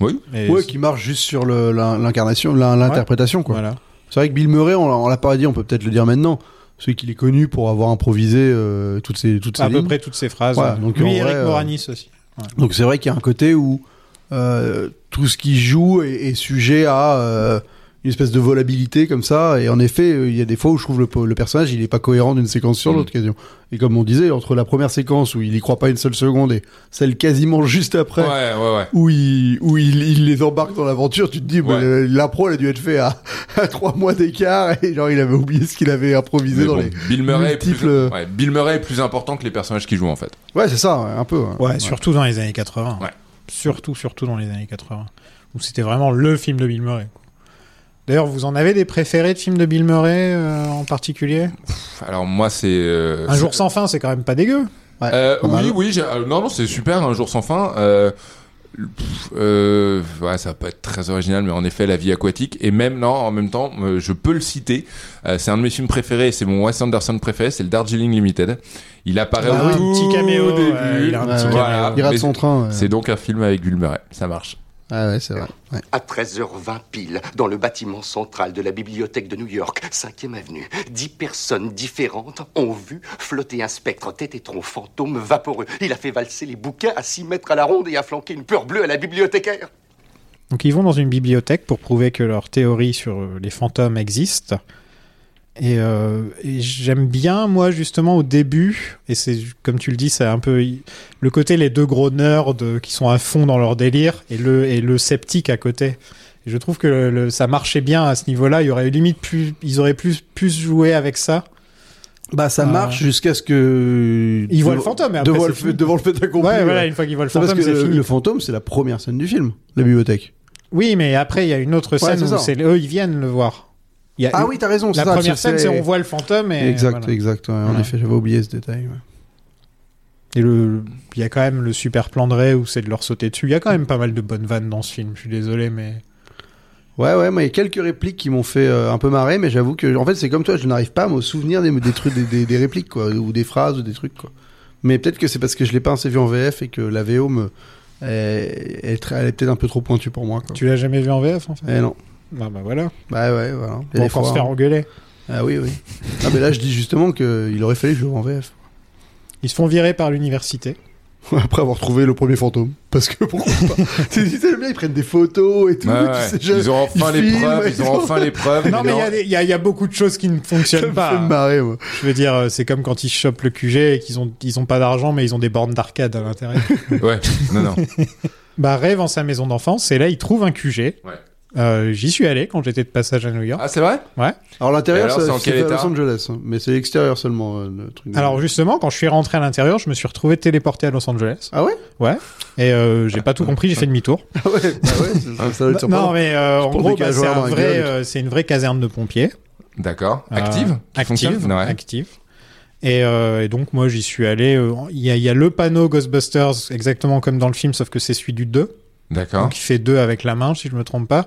E: Oui.
I: Et
J: Ouais,
I: c'est-
J: qui marche juste sur le- l'in- l'incarnation, l'in- l'interprétation, quoi.
I: Voilà.
J: C'est vrai que Bill Murray, on l'a- on l'a pas dit, on peut peut-être le dire maintenant. Celui qu'il est connu pour avoir improvisé euh, toutes ses toutes ses
I: À peu
J: lignes.
I: près toutes ces phrases. hein.
J: Ouais, donc, en
I: Lui, Eric
J: vrai, euh,
I: Moranis aussi.
J: Donc c'est vrai qu'il y a un côté où euh, tout ce qui joue est, est sujet à euh, une espèce de volabilité comme ça. Et en effet, euh, il y a des fois où je trouve le, po- le personnage il est pas cohérent d'une séquence sur
E: Mhm.
J: l'autre quasiment. Et comme on disait, entre la première séquence où il y croit pas une seule seconde et celle quasiment juste après.
E: Ouais, ouais, ouais.
J: Où, il, où il, il les embarque dans l'aventure, tu te dis, mais,
E: Ouais.
J: euh, l'impro, elle a dû être faite à, à trois mois d'écart, et genre, il avait oublié ce qu'il avait improvisé
E: Mais
J: dans
E: bon,
J: les...
E: Bill Murray est plus-
J: multiples-
E: ouais, Bill Murray est plus important que les personnages qui jouent en fait.
J: Ouais, c'est ça, ouais, un peu. hein.
I: Ouais, surtout dans les années 80.
E: Ouais.
I: Surtout, surtout dans les années 80. Où c'était vraiment le film de Bill Murray. quoi. D'ailleurs, vous en avez des préférés de films de Bill Murray euh, en particulier
E: Pff, Alors moi c'est euh,
I: Un jour sans fin, c'est quand même pas dégueu.
E: Euh,
J: Pas mal.
E: oui, oui, j'ai- euh, non, non, c'est super, un jour sans fin. Euh, pff, euh, ouais, ça va pas être très original, mais en effet, la vie aquatique. Et même, non, en même temps, euh, je peux le citer. Euh, c'est un de mes films préférés, c'est mon Wes Anderson préféré, c'est le Darjeeling Limited. Il apparaît
I: Ah,
E: au
I: un
E: tout
I: petit caméo,
E: début.
I: ouais, il a un
J: petit
E: Voilà.
J: Il rate
E: Mais
J: son train. ouais.
E: C'est donc un film avec Bill Murray, ça marche.
J: Ah ouais, c'est vrai. Ouais.
D: À 13h20 pile, dans le bâtiment central de la bibliothèque de New York, 5e avenue, dix personnes différentes ont vu flotter un spectre tététron fantôme vaporeux. Il a fait valser les bouquins à 6 mètres à la ronde et a flanqué une peur bleue à la bibliothécaire.
I: Donc ils vont dans une bibliothèque pour prouver que leur théorie sur euh, les fantômes existe. Et, euh, et j'aime bien, moi, justement, au début, et c'est comme tu le dis, c'est un peu le côté les deux gros nerds euh, qui sont à fond dans leur délire et le, et le sceptique à côté. Et je trouve que le- le- ça marchait bien à ce niveau-là. Il y aurait limite plus, ils auraient plus, plus joué avec ça.
J: Bah, ça
I: Ah.
J: marche jusqu'à ce que.
I: Ils voient
J: devant-
I: le fantôme, et après,
J: Devant,
I: c'est
J: le,
I: fini.
J: devant le fait accompli.
I: ouais, voilà,
J: ouais.
I: une fois qu'ils voient le
J: Ça, parce
I: fantôme,
J: que
I: c'est
J: le,
I: fini.
J: le fantôme, c'est la première scène du film, la bibliothèque.
I: Oui, mais après, il y a une autre
J: Ouais,
I: scène
J: c'est
I: où
J: ça.
I: c'est eux, ils viennent le voir. Il y a
J: Ah
I: une-
J: oui, t'as raison.
I: La
J: ça,
I: première
J: parce que
I: scène, c'est on voit le fantôme et.
J: Exact,
I: voilà.
J: exact. ouais, En
I: Voilà.
J: effet, j'avais oublié ce détail. ouais.
I: Et le, le- il y a quand même le super plan de Ray où c'est de leur sauter dessus. Il y a quand même pas mal de bonnes vannes dans ce film. Je suis désolé, mais
J: Ouais, ouais, moi, il y a quelques répliques qui m'ont fait euh, un peu marrer, mais j'avoue que, en fait, c'est comme toi, je n'arrive pas à me souvenir des, des trucs, des, des- des répliques, quoi, ou des phrases, ou des trucs, quoi. Mais peut-être que c'est parce que je l'ai pas assez vu en VF et que la VO me. est- est très- Elle, est peut-être un peu trop pointue pour moi, quoi.
I: tu l'as jamais vu en VF en fait.
J: Eh non.
I: Bah, bah voilà.
J: Bah ouais, voilà. Il y a
I: Bon,
J: des
I: pour se
J: fois,
I: faire
J: hein.
I: engueuler.
J: Ah oui, oui. Ah, mais là, je dis justement qu'il aurait fallu que je le voie en VF.
I: Ils se font virer par l'université.
J: Après avoir trouvé le premier fantôme. Parce que pourquoi pas Tu sais, tu sais, les mecs, ils prennent des photos et tout.
E: Ouais,
J: tu
E: ouais.
J: sais jamais.
E: Ils ont enfin
J: ils
E: les
J: filment,
E: preuves, ils ont enfin les preuves.
I: Non, mais il y a
E: non.
I: des- il y, a- il y a beaucoup de choses qui ne
J: Ça me
I: fonctionnent
J: fait
I: pas.
E: hein.
J: marrer, moi.
I: Je veux dire, euh, c'est comme quand ils chopent le QG et qu'ils ont, ils ont pas d'argent, mais ils ont des bornes d'arcade à l'intérieur.
E: Ouais, non, non.
I: bah, Ray vend sa maison d'enfance et là, il trouve un QG.
E: Ouais.
I: Euh, J'y suis allé quand j'étais de passage à New York.
E: Ah, c'est vrai
J: Alors l'intérieur,
E: Et alors,
J: ça-
E: c'est en
J: c'est
E: quel
J: à Los
E: état
J: Angeles, hein. mais c'est l'extérieur seulement euh, le truc. de-
I: Alors justement, quand je suis rentré à l'intérieur, je me suis retrouvé téléporté à Los Angeles.
J: ah ouais,
I: Et euh, j'ai pas tout compris, j'ai fait demi-tour.
J: ah ouais, bah ouais, c'est- ça, ça doit être
I: Non
J: surprenant.
I: mais euh, en
J: pense
I: gros,
J: qu'il y
I: bah,
J: a un
I: c'est
J: joueur
I: un
J: dans la
I: vrai,
J: gueule.
I: euh, c'est une vraie caserne de pompiers.
E: D'accord.
I: Euh,
E: Active qui
I: active,
E: fonctionne Ouais.
I: active. Et, euh, et donc moi j'y suis allé. euh, Il y, a- il y a le panneau Ghostbusters exactement comme dans le film, sauf que c'est celui du 2.
E: D'accord.
I: Donc il fait deux avec la main, si je me trompe pas.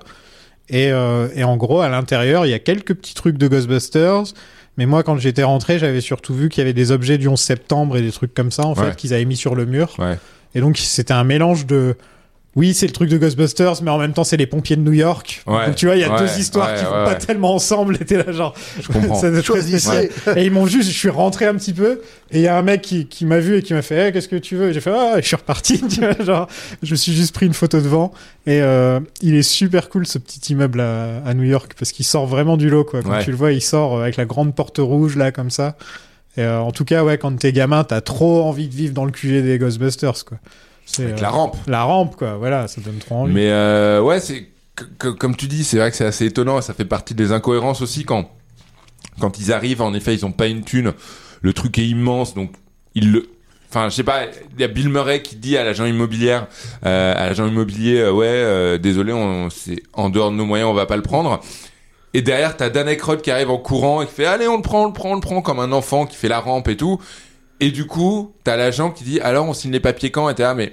I: Et, euh, et en gros, à l'intérieur, il y a quelques petits trucs de Ghostbusters. Mais moi, quand j'étais rentré, j'avais surtout vu qu'il y avait des objets du 11 septembre et des trucs comme ça, en
E: Ouais.
I: fait, qu'ils avaient mis sur le mur.
E: Ouais.
I: Et donc, c'était un mélange de. Oui, c'est le truc de Ghostbusters, mais en même temps, c'est les pompiers de New York.
E: Ouais.
I: Donc, tu vois, il y a
E: Ouais,
I: deux histoires
E: ouais,
I: qui vont
E: ouais,
I: pas
E: ouais.
I: tellement ensemble. Et t'es là, genre.
E: Je comprends.
I: ça doit être
J: Choisissez.
I: spécial. Et ils m'ont juste, je suis rentré un petit peu, et il y a un mec qui, qui m'a vu et qui m'a fait, Eh, qu'est-ce que tu veux? Et J'ai fait, ah, et je suis reparti, tu vois, genre, je me suis juste pris une photo devant, et euh, il est super cool ce petit immeuble à, à New York, parce qu'il sort vraiment du lot, quoi. Quand
E: Ouais.
I: tu le vois, il sort euh, avec la grande porte rouge, là, comme ça. Et euh, en tout cas, ouais, quand t'es gamin, t'as trop envie de vivre dans le QG des Ghostbusters, quoi. C'est
E: Avec
I: euh,
E: la rampe.
I: la rampe, quoi, voilà, ça donne trop envie.
E: Mais euh, ouais, c'est que- que- comme tu dis, c'est vrai que c'est assez étonnant et ça fait partie des incohérences aussi quand quand ils arrivent. En effet, ils ont pas une thune. Le truc est immense, donc ils le. Enfin, je sais pas. Il y a Bill Murray qui dit à l'agent immobilière, euh, à l'agent immobilier, euh, ouais, euh, désolé, on, c'est en dehors de nos moyens, on va pas le prendre. Et derrière, t'as Dan Aykroyd qui arrive en courant et qui fait, allez, on le prend, on le prend, on le prend, comme un enfant qui fait la rampe et tout. Et du coup, t'as l'agent qui dit, alors on signe les papiers quand Et t'es là, mais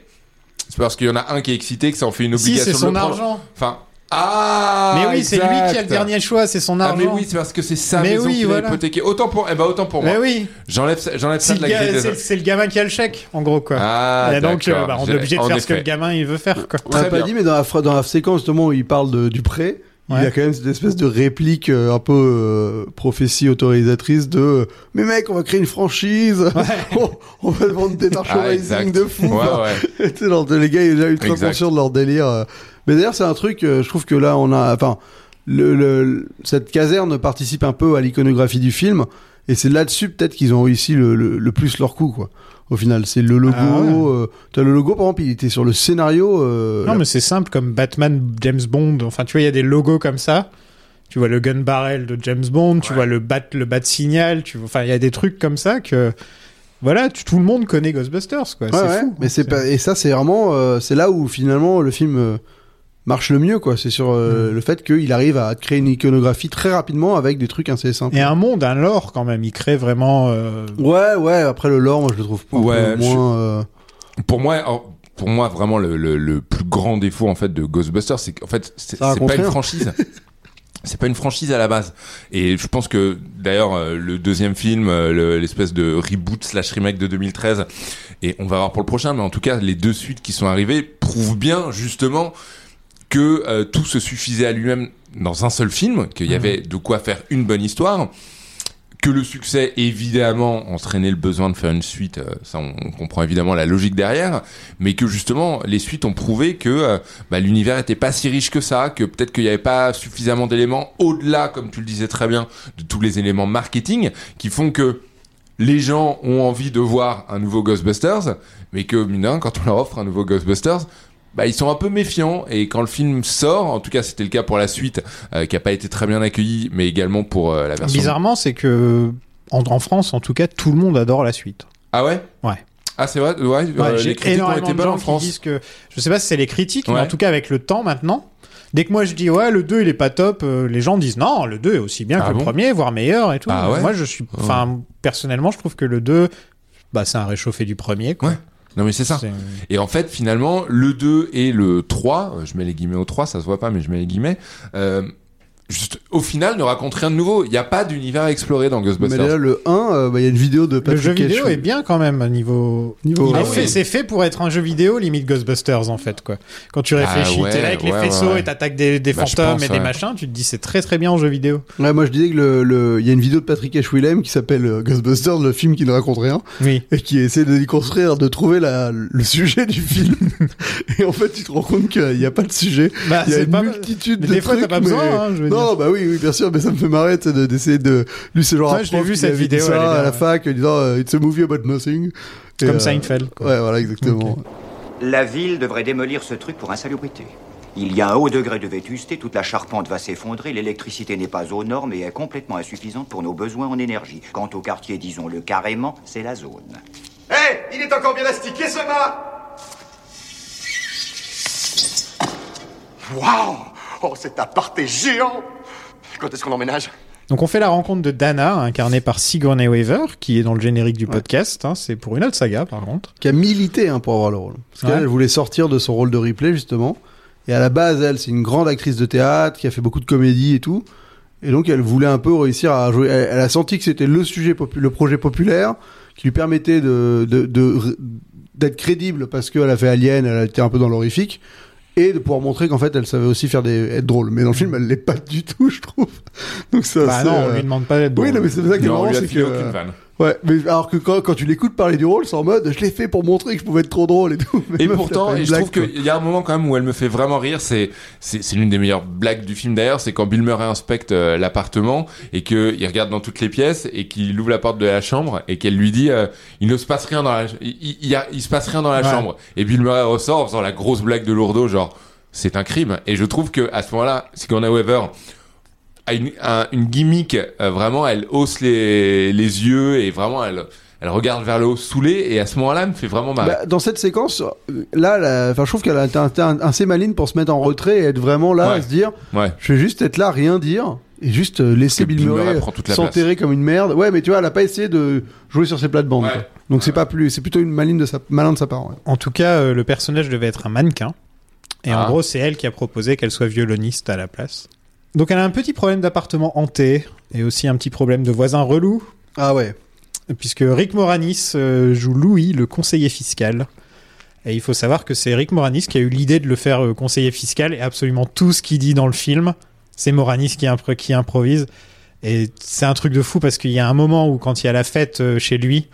E: c'est parce qu'il y en a un qui est excité que ça en fait une
I: si,
E: obligation
I: c'est
E: de le
I: son
E: prendre.
I: argent.
E: Enfin, ah
I: mais oui, c'est lui qui a le
E: exact.
I: dernier choix, c'est son
E: Ah
I: argent.
E: mais oui, c'est parce que c'est sa
I: Mais
E: maison
I: oui,
E: qu'il
I: voilà.
E: a hypothéquée. Autant pour, eh ben autant pour
I: mais
E: moi.
I: oui.
E: J'enlève ça, j'enlève ça
I: Si
E: de
I: le
E: la
I: gars-
E: grille des
I: c'est, c'est le gamin qui a le chèque, en gros, quoi.
E: Ah,
I: Et donc,
E: d'accord.
I: euh, bah, on est
E: J'ai-
I: obligé de
E: en
I: faire ce que le
E: effet.
I: gamin il veut faire, quoi.
J: On l'a
E: Très
J: pas
E: bien.
J: dit, mais dans la, fra- dans la séquence justement où il parle de- du prêt,
I: Ouais.
J: il y a quand même cette espèce de réplique euh, un peu euh, prophétie autorisatrice de euh, mais mec, on va créer une franchise, on, on va vendre des
E: Ah, exact.
J: merchandising de fou.
E: Ouais,
J: quoi.
E: ouais.
J: Tu sais, genre, les gars, ils sont déjà ultra
E: Exact.
J: conscients de leur délire. euh. Mais d'ailleurs, c'est un truc, euh, je trouve que là, on a. Enfin, le, le- cette caserne participe un peu à l'iconographie du film. Et c'est là-dessus, peut-être, qu'ils ont réussi le, le- le plus leur coup, quoi. Au final, c'est le logo.
I: Ah ouais.
J: euh, t'as le logo, par exemple, il était sur le scénario. euh,
I: Non, mais c'est simple, comme Batman, James Bond. Enfin, tu vois, il y a des logos comme ça. Tu vois le gun barrel de James Bond, tu
E: Ouais.
I: vois le bat, le bat signal. Tu vois... Enfin, il y a des trucs comme ça que. Voilà, tu- tout le monde connaît Ghostbusters, quoi.
J: Ouais,
I: c'est
J: ouais,
I: fou. hein,
J: Mais c'est
I: C'est-
J: pas- et ça c'est vraiment euh, c'est là où finalement le film euh, marche le mieux quoi. C'est sur
I: Mm.
J: euh, le fait qu'il arrive à créer une iconographie très rapidement avec des trucs assez simples.
I: Et un monde, un lore quand même. Il crée vraiment. euh,
J: Ouais ouais. Après le lore moi je le trouve un peu
E: Ouais, je-
J: moins. euh,
E: Pour moi, en- pour moi, vraiment le, le, le plus grand défaut en fait de Ghostbusters, c'est qu'en fait,
J: Ça
E: c'est c'est pas
J: raconte
E: une
J: rien.
E: franchise. C'est pas une franchise à la base. Et je pense que, d'ailleurs, euh, le deuxième film, euh, le- l'espèce de reboot slash remake de 2013, et on va voir pour le prochain, mais en tout cas, les deux suites qui sont arrivées prouvent bien, justement, que euh, tout
I: Mmh.
E: se suffisait à lui-même dans un seul film, qu'il y avait de quoi faire une bonne histoire, Que le succès, évidemment, entraînait le besoin de faire une suite, euh, ça on, on comprend évidemment la logique derrière, mais que justement les suites ont prouvé que euh, bah, l'univers était pas si riche que ça, que peut-être qu'il n'y avait pas suffisamment d'éléments au-delà, comme tu le disais très bien, de tous les éléments marketing qui font que les gens ont envie de voir un nouveau Ghostbusters, mais que mine de rien, quand on leur offre un nouveau Ghostbusters, bah, ils sont un peu méfiants et quand le film sort, en tout cas c'était le cas pour la suite euh, qui a pas été très bien accueillie, mais également pour euh, la version.
I: Bizarrement, c'est que en, en France, en tout cas, tout le monde adore la suite.
E: Ah ouais.
I: Ouais.
E: Ah c'est vrai. Ouais.
I: Ouais,
E: euh, les
I: J'ai
E: critiques ont
I: énormément
E: été
I: de
E: bonnes
I: gens
E: en
I: qui
E: France.
I: disent que je sais pas si c'est les critiques, mais
E: Ouais.
I: en tout cas avec le temps maintenant. Dès que moi je dis ouais le 2 il est pas top, euh, les gens disent non le 2 est aussi bien
E: Ah
I: que
E: bon
I: le premier voire meilleur et tout.
E: Ah ouais
I: moi je suis enfin personnellement je trouve que le 2 bah c'est un réchauffé du premier quoi.
E: Ouais, Non mais c'est ça.
I: C'est-
E: Et en fait, finalement, le 2 et le 3, euh, je mets les guillemets au 3, ça se voit pas, mais je mets les guillemets, euh, juste, au final, ne raconte rien de nouveau. Il n'y a pas d'univers à explorer dans
J: Mais là,
E: Ghostbusters.
J: le 1, euh, bah, il y a une vidéo de
I: Le
J: Patrick
I: jeu vidéo
J: Ketchum.
I: est bien quand même à niveau.
J: Niveau-
I: Il est
E: Ah
I: fait-
E: oui.
I: C'est fait pour être un jeu vidéo limite Ghostbusters en fait quoi. Quand tu réfléchis,
E: Ah ouais,
I: t'es là avec les
E: ouais,
I: faisceaux
E: ouais, ouais.
I: et t'attaques des, des
E: Bah, je
I: fantômes
E: pense,
I: et des
E: ouais.
I: machins, tu te dis c'est très très bien en jeu vidéo.
J: Ouais, moi je disais que le, le- il y a une vidéo de Patrick H. Willem qui s'appelle euh, Ghostbusters, le film qui ne raconte rien,
I: Oui.
J: et qui essaie de déconstruire, de trouver la, le sujet du film. et en fait, tu te rends compte qu'il n'y a pas de sujet.
I: Bah,
J: Il y a
I: c'est
J: une
I: pas-
J: multitude
I: mais
J: de
I: des fois,
J: trucs.
I: t'as pas besoin,
J: mais-
I: hein, je veux
J: non, bah oui, oui, bien sûr, mais ça me fait marrer tu sais, de- d'essayer de. Lui, c'est genre.
I: Ouais,
J: un
I: je l'ai
J: prof
I: vu,
J: qui
I: cette
J: avait dit
I: vidéo,
J: ça
I: elle est bien,
J: à la
I: ouais.
J: fac, en disant euh, It's a movie about nothing. Et,
I: Comme
J: euh,
I: Seinfeld. quoi.
J: Ouais, voilà, exactement.
C: La ville devrait démolir ce truc pour insalubrité. Il y a un haut degré de vétusté, toute la charpente va s'effondrer, l'électricité n'est pas aux normes et est complètement insuffisante pour nos besoins en énergie. Quant au quartier, disons-le carrément, c'est la zone.
G: Hé, il est encore bien astiqué ce mât
D: Waouh Oh, cet appart est géant Quand est-ce qu'on emménage
I: Donc on fait la rencontre de Dana, incarnée par Sigourney Weaver, qui est dans le générique du podcast. hein, c'est pour une autre saga par contre.
J: qui a milité hein, pour avoir le rôle. Parce qu'elle
I: Ouais.
J: elle voulait sortir de son rôle de replay, justement. Et à la base, elle, c'est une grande actrice de théâtre qui a fait beaucoup de comédie et tout. Et donc, elle voulait un peu réussir à jouer. Elle, elle a senti que c'était le sujet, popu- le projet populaire qui lui permettait de, de- de- d'être crédible parce qu'elle a fait Alien, elle était un peu dans l'horrifique. Et de pouvoir montrer qu'en fait, elle savait aussi faire des, être drôle. Mais dans le film, elle l'est pas du tout, je trouve. Donc, ça,
I: bah
J: c'est,
I: non, on
J: euh,
I: lui demande pas d'être
J: Oui,
I: drôle.
J: non, mais c'est ça qui est
E: Non, on
J: marrant,
E: lui a
J: c'est
E: filé
J: que-
E: aucune vanne.
J: Ouais, mais alors que quand, quand tu l'écoutes parler du rôle, c'est en mode je l'ai fait pour montrer que je pouvais être trop drôle et tout. Mais
E: Et
J: meuf, t'as
E: pourtant,
J: pas une
E: et je
J: blague,
E: trouve qu'il y a un moment quand même où elle me fait vraiment rire. C'est c'est c'est l'une des meilleures blagues du film d'ailleurs. C'est quand Bill Murray inspecte euh, l'appartement et que il regarde dans toutes les pièces et qu'il ouvre la porte de la chambre et qu'elle lui dit euh, il ne se passe rien dans la il, il, il y a- il se passe rien dans la
I: Ouais.
E: chambre et Bill Murray ressort en faisant la grosse blague de lourdeau genre c'est un crime et je trouve que à ce moment-là c'est qu'on a Weaver a une, un- une gimmick euh, vraiment elle hausse les les yeux et vraiment elle elle regarde vers le haut saoulée et à ce moment-là elle me fait vraiment
J: quoi.
E: marrer.
J: Bah, dans cette séquence, euh, là, la- enfin, je trouve qu'elle a été un- un- assez maline pour se mettre en retrait et être vraiment là,
E: Ouais.
J: à se dire
E: ouais.
J: je vais juste être là, rien dire et juste euh, laisser
E: Parce que
J: Bill
E: Bill
J: Murray
E: Murray prend toute la
J: s'enterrer comme une merde. Ouais, mais tu vois, elle a pas essayé de jouer sur ses plates-bandes.
E: Ouais.
J: quoi. Donc c'est pas plus, c'est plutôt une maline de sa, malin de sa part. ouais.
I: En tout cas, euh, le personnage devait être un mannequin. Et
E: Ah.
I: en gros, c'est elle qui a proposé qu'elle soit violoniste à la place. Donc elle a un petit problème d'appartement hanté et aussi un petit problème de voisin relou,
J: Ah ouais.
I: puisque Rick Moranis euh, joue Louis, le conseiller fiscal. Et il faut savoir que c'est Rick Moranis qui a eu l'idée de le faire euh, conseiller fiscal et absolument tout ce qu'il dit dans le film, c'est Moranis qui, impro- qui improvise. Et c'est un truc de fou parce qu'il y a un moment où quand il y a la fête euh, chez lui,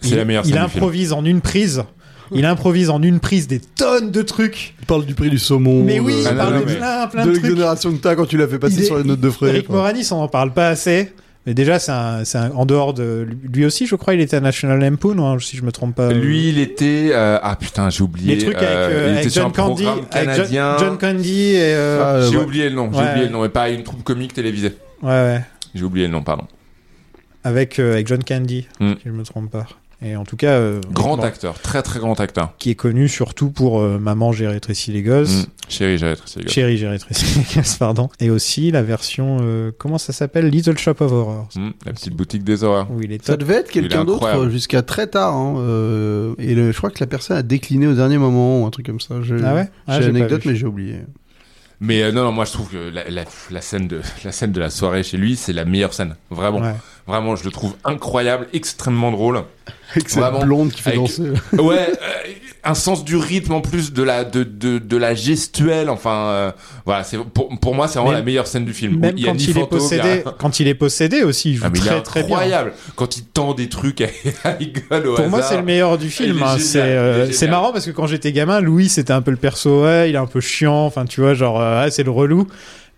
E: C'est
I: il-
E: la meilleure
I: il
E: scène du film.
I: improvise en une prise. Il improvise en une prise des tonnes de trucs.
J: Il parle du prix du saumon. euh,
I: Mais oui,
E: Ah
I: il
E: non,
I: parle
E: non,
I: de
E: mais-
I: plein, plein
J: de
I: de trucs.
J: l'exonération de tas quand tu l'as fait passer
I: Il est-
J: sur les notes de frais.
I: Eric
J: quoi.
I: Moranis, on n'en parle pas assez. Mais déjà, c'est un, c'est un- en dehors de. Lui aussi, je crois, il était à National Lampoon, hein, si je me trompe pas.
E: Lui, il était. euh, ah putain, j'ai oublié.
I: les trucs avec,
E: euh,
I: euh,
E: il
I: avec
E: était sur
I: John
E: un
I: Candy,
E: programme
I: avec Jo-
E: canadien.
I: John, Candy et. euh,
J: Ah,
E: J'ai
J: ouais.
E: oublié le nom. J'ai
I: Ouais.
E: oublié le nom. Et pareil, une troupe comique télévisée.
I: ouais, ouais.
E: J'ai oublié le nom, pardon.
I: Avec, euh, avec John Candy,
E: Hmm.
I: si je me trompe pas. Et en tout cas, euh,
E: Grand
I: Rick Mor-
E: acteur, très très grand acteur.
I: qui est connu surtout pour euh, Maman, j'ai rétréci les gosses.
E: Mm. Chérie, j'arrête. c'est égal.
I: Chérie, j'ai rétréci les gosses, pardon. Et aussi la version. euh, comment ça s'appelle Little Shop of Horror.
E: Mm. La petite boutique des horreurs.
I: Où il est
J: Ça
I: top.
J: devait être
E: Il est
J: quelqu'un d'autre
E: incroyable.
J: jusqu'à très tard. hein, euh, et le- je crois que la personne a décliné au dernier moment ou un truc comme ça. Je-
I: Ah ouais Ah,
J: J'ai
I: j'ai pas
J: l'anecdote,
I: vu.
J: mais j'ai oublié.
E: Mais euh, non, non, moi je trouve que la, la, la scène de la scène de la soirée chez lui, c'est la meilleure scène. Vraiment,
I: Ouais.
E: vraiment, je le trouve incroyable, extrêmement drôle.
J: Avec cette
E: Vraiment.
J: blonde qui fait
E: Avec-
J: danser.
E: Ouais, euh, un sens du rythme en plus de la de, de, de la gestuelle. Enfin, euh, voilà, c'est pour, pour moi c'est vraiment
I: Même-
E: la meilleure scène du film.
I: Même
E: y a
I: quand
E: Annie
I: il, est
E: Fantôme, il y
I: possédé,
E: a-
I: quand il est possédé aussi, il joue
E: Ah, mais il est
I: très très bien.
E: incroyable quand il tend des trucs à à rigole au
I: Pour moi,
E: hasard.
I: c'est le meilleur du film.
E: Il est
I: hein.
E: génial,
I: C'est
E: il est
I: euh,
E: génial.
I: c'est marrant parce que quand j'étais gamin, Louis, c'était un peu le perso, ouais, il est un peu chiant, enfin, tu vois, genre, euh, ah, c'est le relou.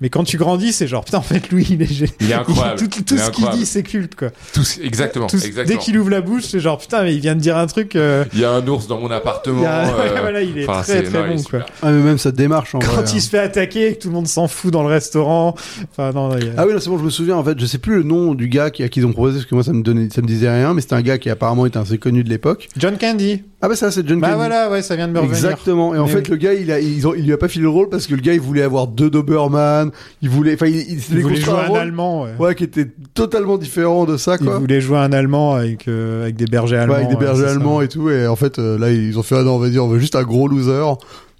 I: Mais quand tu grandis, c'est genre, putain, en fait, Louis, il est gé-
E: Il est incroyable.
I: Tout, tout
E: Il est
I: ce qu'il
E: incroyable.
I: dit, c'est culte, quoi.
E: Tout ce- exactement,
I: Tout ce-
E: exactement.
I: Dès qu'il ouvre la bouche, c'est genre, putain, mais il vient de dire un truc. euh,
E: Il y a un ours dans mon appartement.
I: il y a-
E: euh,
I: ouais, voilà, il est
E: enfin,
I: très
E: c'est-
I: très
E: non, il est
I: bon,
E: super.
I: quoi.
J: Ah, mais même sa démarche en
I: Quand
J: vrai. hein.
I: il se fait attaquer et que tout le monde s'en fout dans le restaurant. Enfin, non, il y a-
J: Ah oui, non, c'est bon, je me souviens en fait, je sais plus le nom du gars qui, à qui ils ont proposé parce que moi ça me donnait, ça me disait rien, mais c'était un gars qui apparemment était assez connu de l'époque.
I: John Candy.
J: Ah bah ça c'est John
I: Bah
J: Candy.
I: voilà, ouais, ça vient de me revenir.
J: Exactement. Et en
I: Mais
J: fait
I: oui.
J: le gars il a, ils ont, il lui a pas filé le rôle parce que le gars il voulait avoir deux Doberman, il voulait, enfin il, il,
I: Il
J: les
I: voulait
J: construit
I: jouer
J: un
I: un
J: rôle,
I: Allemand. ouais.
J: Ouais, qui était totalement différent de ça
I: Il
J: quoi.
I: voulait jouer un Allemand avec, euh, avec des bergers
J: euh, Ouais,
I: allemands.
J: avec des
I: ouais,
J: bergers
I: c'est ça.
J: allemands et tout. Et en fait, euh, là, ils ont fait, ah non, on va dire, on veut juste un gros loser.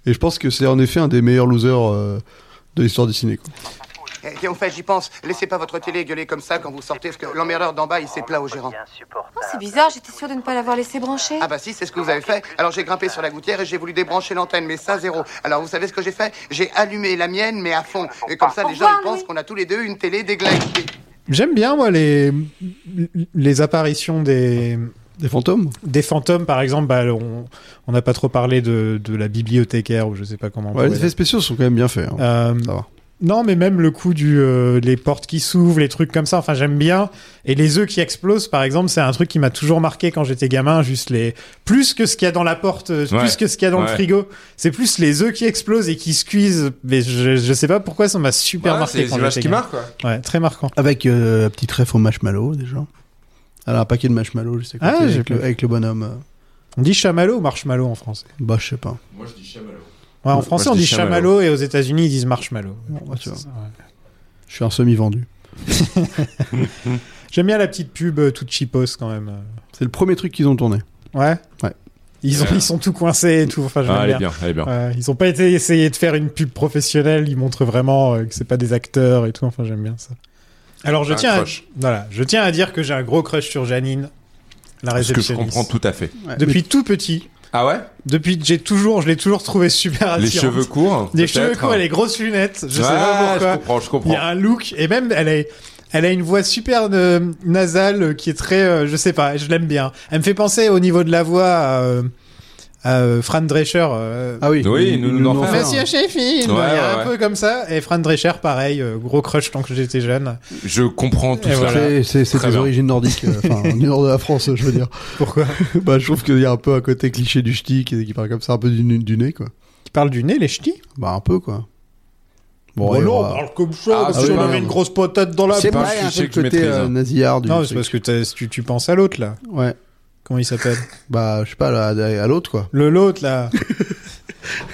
J: Et je pense que c'est en effet un des meilleurs losers euh, de l'histoire du ciné. quoi.
K: Eh, Tiens, au fait, j'y pense. Laissez pas votre télé gueuler comme ça quand vous sortez, parce que l'emmerdeur d'en bas, il s'est plat au gérant.
L: Oh, C'est bizarre, j'étais sûre de ne pas l'avoir laissé brancher.
K: Ah bah si, c'est ce que vous avez fait. Alors j'ai grimpé sur la gouttière et j'ai voulu débrancher l'antenne, mais ça, zéro. Alors vous savez ce que j'ai fait J'ai allumé la mienne, mais à fond. Et comme ça,
L: Au
K: les gens, ils
L: revoir,
K: pensent qu'on a tous les deux une télé déglinguée.
I: J'aime bien, moi, les, les apparitions des,
J: Des fantômes
I: des fantômes, par exemple. Bah, on on n'a pas trop parlé de, de la bibliothécaire ou je sais pas comment. on
J: Ouais, les
I: pourrait
J: effets spéciaux sont quand même bien faits. hein.
I: Euh,
J: Ça va.
I: Non, mais même le coup du euh, les portes qui s'ouvrent, les trucs comme ça. Enfin, j'aime bien. Et les œufs qui explosent, par exemple, c'est un truc qui m'a toujours marqué quand j'étais gamin. Juste les plus que ce qu'il y a dans la porte, euh,
E: Ouais.
I: plus que ce qu'il y a dans
E: Ouais.
I: le frigo. C'est plus les œufs qui explosent et qui se cuisent. Mais je, je sais pas pourquoi ça m'a super
E: Voilà, c'est
I: marqué
E: les
I: quand
E: images
I: j'étais
E: qui
I: gamin.
E: marquent, quoi.
I: Ouais, très marquant.
J: Avec euh, un petit trèfle au marshmallow, déjà. Elle a un paquet de marshmallow, je sais quoi.
I: Ah, j'ai
J: avec,
I: pas
J: le,
I: vu.
J: avec le bonhomme. euh,
I: On dit chamallow ou marshmallow en français.
J: Bah, je sais pas.
E: Moi, je dis chamallow.
I: Ouais, en
E: Moi,
I: français
E: je
I: on
E: dis
I: dit chamallow et aux États-Unis ils disent marshmallow.
J: Bon, bah, tu vois.
I: C'est ça, ouais.
J: Je suis un semi-vendu.
I: J'aime bien la petite pub euh, toute chipos quand même. euh.
J: C'est le premier truc qu'ils ont tourné.
I: Ouais.
J: Ouais.
I: Ils, ont,
E: Ouais.
I: ils sont tout coincés et tout. Enfin, je
E: Ah,
I: l'aime
E: elle est
I: bien.
E: bien, elle est bien.
I: Ouais, ils ont pas été essayé de faire une pub professionnelle. Ils montrent vraiment euh, que c'est pas des acteurs et tout. Enfin, j'aime bien ça. Alors, je
E: Un
I: tiens, à,
E: crush.
I: voilà, je tiens à dire que j'ai un gros crush sur Janine, la
E: Ce que je
I: réceptionniste.
E: comprends tout à fait.
I: Depuis tout petit,
E: Ah ouais
I: depuis j'ai toujours, je l'ai toujours trouvé super
E: Les
I: attirante.
E: cheveux courts
I: les cheveux
E: peut-être.
I: courts, et les grosses lunettes. Je sais
E: Ouais,
I: pas pourquoi.
E: Je comprends, je
I: Il
E: comprends.
I: y a un look et même elle a, elle a une voix super euh, nasale euh, qui est très, euh, je sais pas, je l'aime bien. Elle me fait penser au niveau de la voix à, euh, à, euh, Fran Drescher. euh,
J: Ah oui.
E: Oui, nous, nous en
J: l'ont
E: faire.
J: fait,
E: Merci,
J: hein.
I: Monsieur Sheffield, il
E: Ouais,
I: y a
E: ouais,
I: un
E: ouais.
I: peu comme ça. Et Fran Drescher, pareil, euh, gros crush tant que j'étais jeune.
E: Je comprends tout
I: Et
E: ça.
I: voilà.
J: C'est- C'est c'est
E: Très
J: des
E: bien.
J: origines nordiques, euh, enfin du nord de la France, je veux dire.
I: Pourquoi
J: bah, je trouve qu'il y a un peu un côté cliché du ch'ti et qui parle comme ça, un peu du, du nez, quoi.
I: Qui parle du nez, les ch'tis bah.
J: Bah, un peu, quoi. Bon, et voilà.
I: comme ça,
E: Ah,
J: c'est pas grave.
I: grosse patate dans
J: C'est
E: pas
J: pas
E: un
J: un
E: sujet
J: peu le
E: que
J: côté
E: je maîtrise,
J: euh,
E: hein.
J: nasillard du
I: Non, c'est
J: truc.
I: parce que t'as- tu, tu penses à l'autre, là.
J: Ouais.
I: Comment il s'appelle
J: Bah, je sais pas, là, à l'autre, quoi.
I: Le l'autre, là.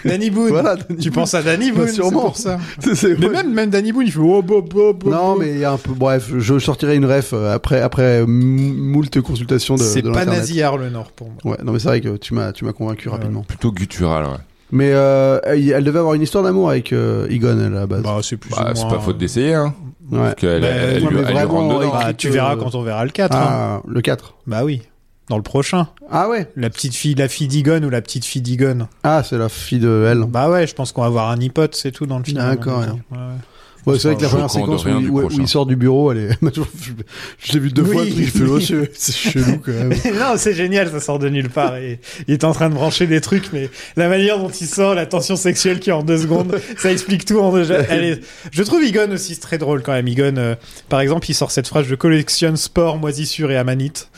I: Danny Boone.
J: Voilà, Danny
I: tu
J: Boone.
I: penses à Danny
J: Bah,
I: Boone, c'est
J: sûrement.
I: pour ça.
J: C'est- c'est-
I: Mais
J: ouais.
I: même, même Danny Boone, il fait oh, bo, bo, bo,
J: Non,
I: bo.
J: mais il y a un peu. Bref, je sortirai une ref euh, après, après mou- moult consultations de.
I: C'est
J: de
I: pas
J: l'Internet.
I: nasillard, le Nord, pour moi.
J: Ouais, non, mais c'est vrai que tu m'as, tu m'as convaincu rapidement.
E: Plutôt guttural, ouais.
J: Mais euh, elle elle devait avoir une histoire d'amour avec euh, Egon elle, à la base.
I: Bah, c'est plus ou
E: Bah, c'est
I: moins-
E: pas faute d'essayer, hein.
J: ouais.
E: Parce qu'elle
I: Bah,
E: elle, elle
I: ouais,
E: lui-
J: mais
E: elle lui
J: vraiment,
E: rentre dedans.
J: ouais.
I: Bah,
J: écrit
I: tu
J: que-
I: verras quand on verra le 4. hein.
J: euh. Ah, le 4.
I: Bah oui. Dans le prochain.
J: Ah ouais
I: La petite fille, la fille d'Igon ou la petite fille d'Igon.
J: Ah, c'est la fille de elle.
I: Bah ouais, je pense qu'on va avoir un iPod, c'est tout dans le film. à
J: D'accord,
I: mon
J: hein.
I: avis. Ouais, ouais.
J: Ouais, c'est vrai que la
E: Je
J: première
E: comprends
J: séquence
E: de
J: où,
E: rien
J: il-
E: du
J: ouais, où
E: prochain.
J: il sort du bureau, elle est. je je l'ai vu deux
I: Oui.
J: fois, le truc, il fait oh, c'est c'est chelou quand même.
I: non, c'est génial, ça sort de nulle part. Et, il est en train de brancher des trucs, mais la manière dont il sort, la tension sexuelle qui est en deux secondes, ça explique tout. En deux... Elle est- Je trouve Igon aussi c'est très drôle quand même. Igon, euh, par exemple, il sort cette phrase Je collectionne sport, moisissure et amanite.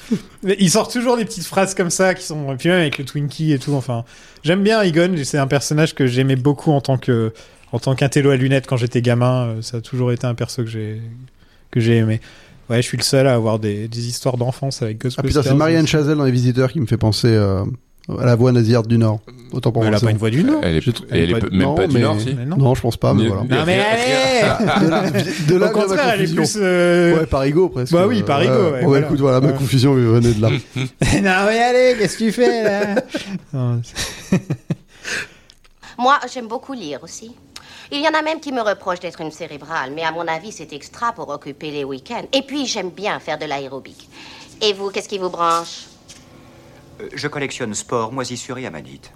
I: Mais il sort toujours des petites phrases comme ça qui sont. Et puis même avec le Twinkie et tout. Enfin, j'aime bien Igon. C'est un personnage que j'aimais beaucoup en tant que en tant qu'intello à lunettes quand j'étais gamin. Euh, Ça a toujours été un perso que j'ai que j'ai aimé. Ouais, je suis le seul à avoir des, des histoires d'enfance avec
J: Ah
I: Ghostbusters.
J: putain, c'est Marianne Chazelle dans Les Visiteurs qui me fait penser euh, à la voix nasillarde du Nord. Autant pour
I: Mais elle
J: moi.
I: a
J: c'est
I: pas une
J: bon.
I: voix du Nord.
E: Elle est,
J: Je trouve-
E: elle est
J: pas-
E: pe- même
J: non,
E: pas du
J: mais-
E: Nord, si.
I: Mais non.
J: non. je pense pas, mais
E: Ni-
J: voilà.
E: ni-
I: Non, mais allez
J: De là, de là
I: Au
J: vient ma
I: contraire, elle est
J: confusion.
I: plus. euh,
J: Ouais, Parigo presque.
I: Bah oui, Parigo, ouais,
J: bon,
I: voilà.
J: écoute, voilà, ma
I: Ouais.
J: confusion venait de là.
I: non, mais allez, qu'est-ce que tu fais là Non, c'est-
M: Moi, j'aime beaucoup lire aussi. Il y en a même qui me reprochent d'être une cérébrale, mais à mon avis, c'est extra pour occuper les week-ends. Et puis, j'aime bien faire de l'aérobic. Et vous, qu'est-ce qui vous branche
C: Euh, Je collectionne sport, moisissures et amanite.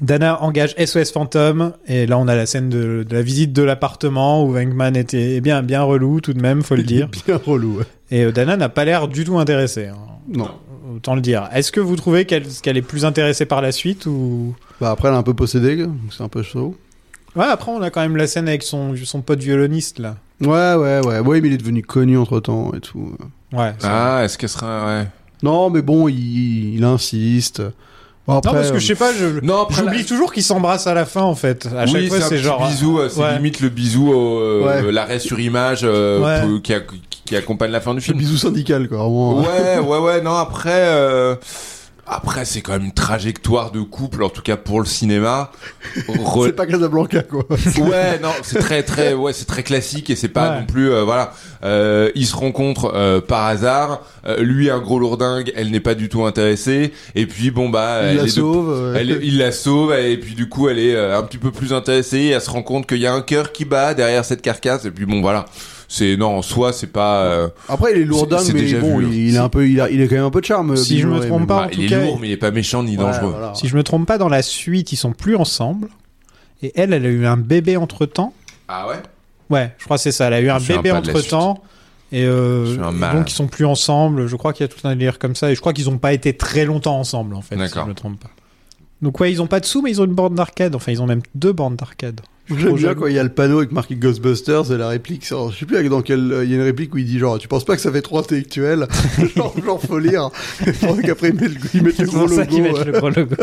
I: Dana engage SOS Phantom et là on a la scène de, de la visite de l'appartement où Venkman était eh bien bien relou tout de même, faut le dire.
J: bien relou.
I: Et euh, Dana n'a pas l'air du tout intéressée. hein.
J: Non.
I: Autant le dire. Est-ce que vous trouvez qu'elle qu'elle est plus intéressée par la suite ou
J: Bah après, elle est un peu possédée, donc c'est un peu chaud.
I: Ouais, après on a quand même la scène avec son son pote violoniste là.
J: Ouais, ouais, ouais. Oui, mais il est devenu connu entre temps et tout.
I: Ouais.
E: Ah, est-ce qu'elle sera. Ouais.
J: Non, mais bon, il, il insiste. Bon, après,
I: non parce que
J: euh,
I: je sais pas, je-
E: Non, après,
I: j'oublie toujours qu'ils s'embrassent à la fin en fait. À chaque
E: oui,
I: fois
E: c'est un
I: c'est
E: petit
I: genre
E: bisou, euh, c'est
I: ouais.
E: limite le bisou, au, euh,
J: Ouais.
E: l'arrêt sur image euh,
J: Ouais.
E: pour- qui, ac- qui accompagne la fin du
J: le
E: film.
J: bisou syndical, quoi.
I: hein.
J: vraiment.
E: Ouais, ouais, ouais. Non, après, euh, après, c'est quand même une trajectoire de couple, en tout cas pour le cinéma. Re-
J: C'est pas Casablanca, quoi.
E: ouais, non, c'est très, très, ouais, c'est très classique et c'est pas non plus, euh, voilà. Euh, ils se rencontrent euh, par hasard. Euh, lui, un gros lourdingue, elle n'est pas du tout intéressée. Et puis, bon bah,
J: Il
E: elle
J: la
E: est de-
J: sauve, euh, ouais.
E: elle est- il la sauve et puis du coup, elle est euh, un petit peu plus intéressée. Et elle se rend compte qu'il y a un cœur qui bat derrière cette carcasse. Et puis, bon, voilà. C'est non, en soi, c'est pas. euh,
J: Après, il est
E: c'est-
J: lourdingue,
E: c'est
J: mais
E: déjà
J: bon,
E: vu, hein.
J: il, il est un peu, il a, il a quand même un peu de charme.
I: Si
J: Bill
I: je me
J: Murray,
I: trompe
J: mais
I: pas,
J: bon.
I: en
E: bah,
I: tout
E: il est
I: cas,
E: lourd, mais il est pas méchant ni
J: Ouais,
E: dangereux.
J: voilà.
I: Si je me trompe pas, dans la suite, ils sont plus ensemble. Et elle, elle a eu un bébé entre temps.
E: Ah ouais.
I: Ouais, je crois que c'est ça. Elle a eu un
E: Je suis un
I: bébé
E: pas de la
I: entre temps. Et, euh,
E: Je suis un
I: et
E: malade.
I: donc ils sont plus ensemble. Je crois qu'il y a tout un délire comme ça. Et je crois qu'ils n'ont pas été très longtemps ensemble en fait. Si je
E: D'accord.
I: me trompe pas. Donc ouais, ils ont pas de sous, mais ils ont une borne d'arcade. Enfin, ils ont même deux bornes d'arcade. Je suis
J: J'aime
I: trop
J: bien
I: jaloux.
J: quand il y a le panneau avec marqué Ghostbusters et la réplique. sur- Je sais plus dans quelle. euh, Il y a une réplique où il dit genre, tu penses pas que ça fait trop intellectuel Genre, genre, faut lire. Je pense qu'après, ils mettent le, ils mettent
I: C'est
J: le gros
I: pour
J: logo.
I: ça qu'ils mettent
J: ouais.
I: le gros logo.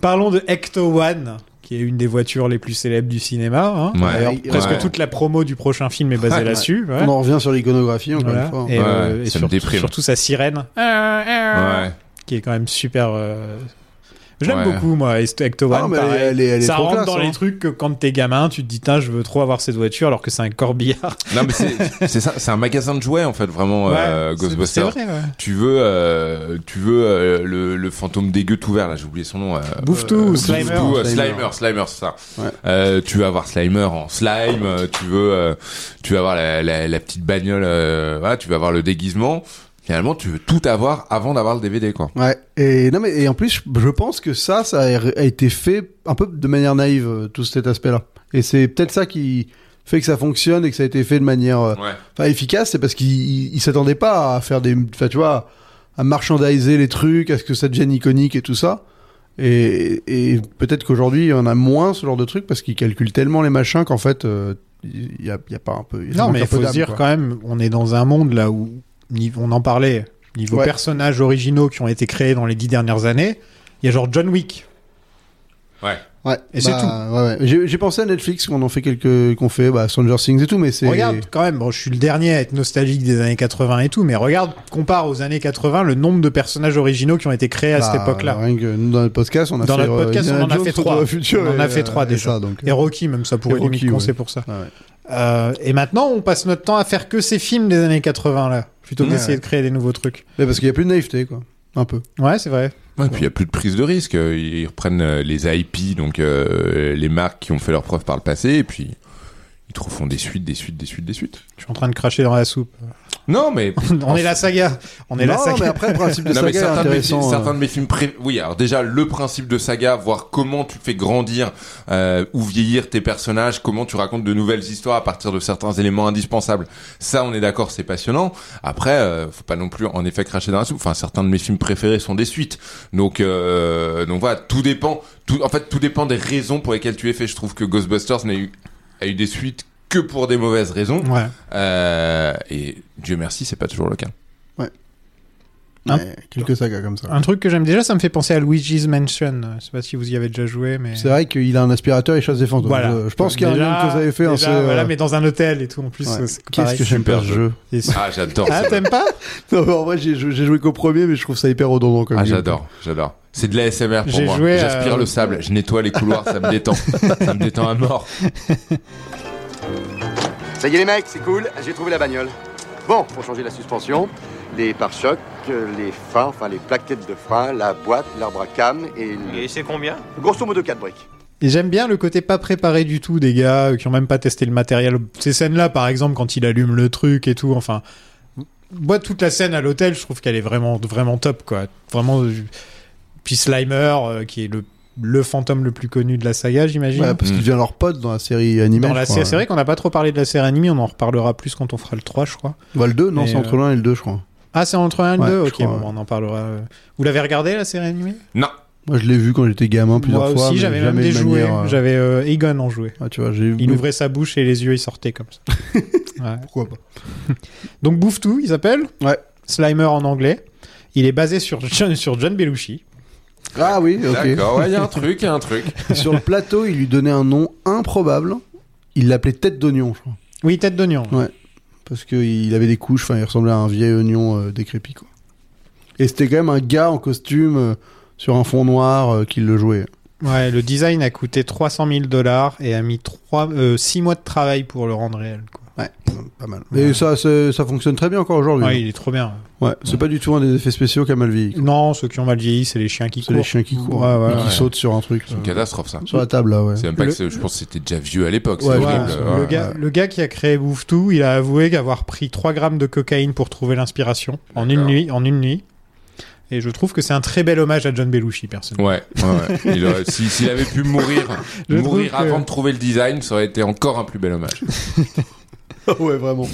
I: Parlons de Ecto One, qui est une des voitures les plus célèbres du cinéma. hein.
E: Ouais.
I: D'ailleurs,
J: Ouais.
I: presque
E: Ouais.
I: toute la promo du prochain film est basée
J: Ouais.
I: là-dessus. ouais.
J: On en revient sur l'iconographie, encore
I: Voilà.
J: une fois.
I: Et,
E: Ouais,
I: euh, et
E: ça me
I: surtout,
E: déprime.
I: surtout sa sirène,
E: Ouais.
I: qui est quand même super. euh, Je l'aime
E: Ouais.
I: beaucoup, moi, Est- Ecto One.
J: Ah non, mais
I: pareil.
J: elle est- elle est
I: ça
J: trop
I: rentre
J: classe,
I: dans
J: hein.
I: les trucs que quand t'es gamin, tu te dis, tiens, je veux trop avoir cette voiture alors que c'est un corbillard.
E: Non mais c'est c'est ça, c'est un magasin de jouets en fait vraiment euh,
I: Ouais, c'est-
E: Ghostbusters.
I: C'est vrai, ouais.
E: Tu veux, euh, tu veux euh, le, le fantôme dégueu tout vert là, j'ai oublié son nom. euh,
I: Bouffe tout,
E: euh,
I: ou
E: Bouffe
I: Slimer.
E: tout, euh,
J: Slimer.
E: Slimer, Slimer, c'est ça.
J: Ouais.
E: Euh, tu veux avoir Slimer en slime, euh, tu veux, euh, tu veux avoir la, la, la petite bagnole, euh, voilà, tu veux avoir le déguisement. Finalement, tu veux tout avoir avant d'avoir le DVD quoi.
J: Ouais. Et non mais et en plus, je je pense que ça, ça a a été fait un peu de manière naïve euh, tout cet aspect-là. Et c'est peut-être ça qui fait que ça fonctionne et que ça a été fait de manière euh,
E: Ouais.
J: enfin, efficace, c'est parce qu'ils ils s'attendaient pas à faire des, enfin tu vois, à marchandiser les trucs, à ce que ça devienne iconique et tout ça. Et, et peut-être qu'aujourd'hui, on a moins ce genre de trucs parce qu'ils calculent tellement les machins qu'en fait, euh, il y a, il y a pas un peu. il
I: Non,
J: manque
I: mais
J: un
I: il
J: peu
I: faut se
J: d'âme,
I: dire
J: quoi.
I: quand même, on est dans un monde là où ni- on en parlait, niveau
J: Ouais.
I: personnages originaux qui ont été créés dans les dix dernières années, il y a genre John Wick.
E: Ouais.
J: Ouais,
I: Et c'est
J: tout. J'ai j'ai pensé à Netflix, qu'on en fait quelques, qu'on fait bah, Stranger Things et tout, mais c'est.
I: Regarde quand même, bon, je suis le dernier à être nostalgique des années 80 et tout, mais regarde, compare aux années 80 le nombre de personnages originaux qui ont été créés à
J: bah,
I: cette époque-là.
J: Rien que nous, dans notre podcast, on a
I: Dans
J: fait.
I: notre
J: euh,
I: podcast, on
J: Indiana
I: en a
J: Jones,
I: fait
J: Retour
I: trois.
J: vers le futur
I: On en
J: et,
I: a fait
J: euh,
I: trois
J: et
I: déjà.
J: ça, donc, euh,
I: Et Rocky, même ça pourrait
J: Et Rocky,
I: limite compter
J: ouais. Ah
I: pour ça.
J: ouais.
I: Euh, et maintenant, on passe notre temps à faire que ces films des années 80 là, plutôt que
J: Ouais,
I: d'essayer
J: ouais.
I: de créer des nouveaux trucs.
J: Mais parce qu'il y a plus de naïveté, quoi. Un peu.
I: Ouais, c'est vrai.
E: Ouais, et puis il y a plus de prise de risque. Euh, Ils reprennent euh, les IP, donc euh, les marques qui ont fait leurs preuves par le passé, et puis ils te refont des suites, des suites, des suites, des suites.
I: Je suis en train de cracher dans la soupe.
E: Non mais
I: on est la saga. On est la
J: non,
I: saga.
J: mais après, le principe de
E: Non, mais
J: saga est
E: certains, de mes, films,
J: intéressant. euh,
E: certains de mes films pré- Oui, alors déjà, le principe de saga, voir comment tu fais grandir euh, ou vieillir tes personnages, comment tu racontes de nouvelles histoires à partir de certains éléments indispensables. Ça, on est d'accord, c'est passionnant. Après, euh, faut pas non plus, en effet, cracher dans la soupe. Enfin, certains de mes films préférés sont des suites. Donc, euh, donc voilà, tout dépend. Tout, en fait, tout dépend des raisons pour lesquelles tu es fait. Je trouve que Ghostbusters n'a eu, a eu des suites que pour des mauvaises raisons.
I: Ouais.
E: Euh, et Dieu merci, c'est pas toujours le cas.
I: Hein
J: ouais, quelques sagas comme ça.
I: Un truc que j'aime déjà, ça me fait penser à Luigi's Mansion. Je sais pas si vous y avez déjà joué, mais.
J: C'est vrai qu'il a un aspirateur et chasse des fantômes.
I: Voilà.
J: Je, je pense qu'il y a un
I: Déjà-
J: lien que vous avez fait. hein,
I: déjà,
J: c'est, euh,
I: voilà, mais dans un hôtel et tout, en plus,
J: ouais.
I: c'est
J: Qu'est-ce
I: pareil.
J: que j'aime pas ce jeu
I: C'est-
E: Ah, j'adore.
I: Ah,
E: ça.
I: t'aimes pas
J: Non, mais en vrai, j'ai j'ai joué qu'au premier, mais je trouve ça hyper redondant comme
E: Ah,
J: jeu.
E: j'adore, j'adore. C'est de l'ASMR pour
I: J'ai
E: moi.
I: joué à-
E: J'aspire le sable, je nettoie les couloirs, ça me détend. ça me détend à mort.
K: Ça y est les mecs, c'est cool, j'ai trouvé la bagnole. Bon, faut changer la suspension, les pare-chocs, euh, les freins, enfin les plaquettes de frein, la boîte, l'arbre à cam et... le-
B: Et c'est combien
K: Grosso modo 4 briques.
I: Et j'aime bien le côté pas préparé du tout des gars euh, qui ont même pas testé le matériel. Ces scènes-là, par exemple, quand il allume le truc et tout, enfin. moi, toute la scène à l'hôtel, je trouve qu'elle est vraiment, vraiment top, quoi. Vraiment. je- Puis Slimer, euh, qui est le, le fantôme le plus connu de la saga, j'imagine.
J: Ouais, parce
E: Mm.
J: qu'il devient leur pote dans la série animée.
I: Dans
J: je
I: la
J: crois,
I: série-
J: ouais.
I: c'est vrai qu'on n'a pas trop parlé de la série animée, on en reparlera plus quand on fera le 3, je crois.
J: Bah, le 2, non,
I: Mais,
J: c'est entre
I: euh,
J: l'un et le 2, je crois.
I: Ah, c'est entre 1 et le
J: Ouais,
I: 2
J: je
I: Ok,
J: crois,
I: bon,
J: ouais.
I: on en parlera. euh. Vous l'avez regardé, la série animée
E: Non.
J: Moi, je l'ai vu quand j'étais gamin plusieurs
I: Moi
J: fois.
I: aussi,
J: mais
I: j'avais même
J: jamais
I: des
J: de
I: jouets.
J: manière, euh,
I: J'avais euh, Egon en jouet.
J: Ah, tu vois, j'ai
I: Il ouvrait sa bouche et les yeux, ils sortaient comme ça.
J: Pourquoi pas
I: Donc bouffe tout, il s'appelle.
J: Ouais.
I: Slimer en anglais. Il est basé sur John, sur John Belushi.
J: Ah oui, ok.
E: D'accord, ouais, il y a un truc, il y a un truc.
J: Et sur le plateau, il lui donnait un nom improbable. Il l'appelait tête d'oignon, je crois.
I: Oui, tête d'oignon.
J: Ouais. Parce qu'il avait des couches, enfin, il ressemblait à un vieil oignon euh, décrépit, quoi. Et c'était quand même un gars en costume euh, sur un fond noir euh, qui le jouait.
I: Ouais, le design a coûté 300 000 dollars et a mis 6 mois de travail pour le rendre réel.
J: Ouais, pas mal. Et ça, c'est- ça fonctionne très bien encore aujourd'hui.
I: Ouais, il est trop bien.
J: Ouais, c'est pas du tout un des effets spéciaux qui a mal vieilli.
I: Non, ceux qui ont mal vieilli, c'est les chiens qui
J: C'est
I: courent.
J: les chiens qui courent
I: Ouais,
J: et
I: ouais,
J: qui
I: ouais.
J: sautent sur un truc.
E: C'est une catastrophe, ça.
J: Sur la table, là, ouais.
E: C'est même pas
I: Le-
E: que c'est- je pense que c'était déjà vieux à l'époque.
J: Ouais,
E: c'est
J: je
E: horrible.
J: pense.
E: Ouais.
I: Le gars, le gars qui a créé Bouffe-Tout, il a avoué qu'avoir pris 3 grammes de cocaïne pour trouver l'inspiration en une nuit, en une nuit. Et je trouve que c'est un très bel hommage à John Belushi, personnellement.
E: Ouais, ouais, ouais. Il aurait- si- S'il avait pu mourir,
I: Je
E: mourir
I: trouve
J: euh.
I: que-
E: avant de trouver le design, ça aurait été encore un plus bel hommage.
J: ouais, vraiment.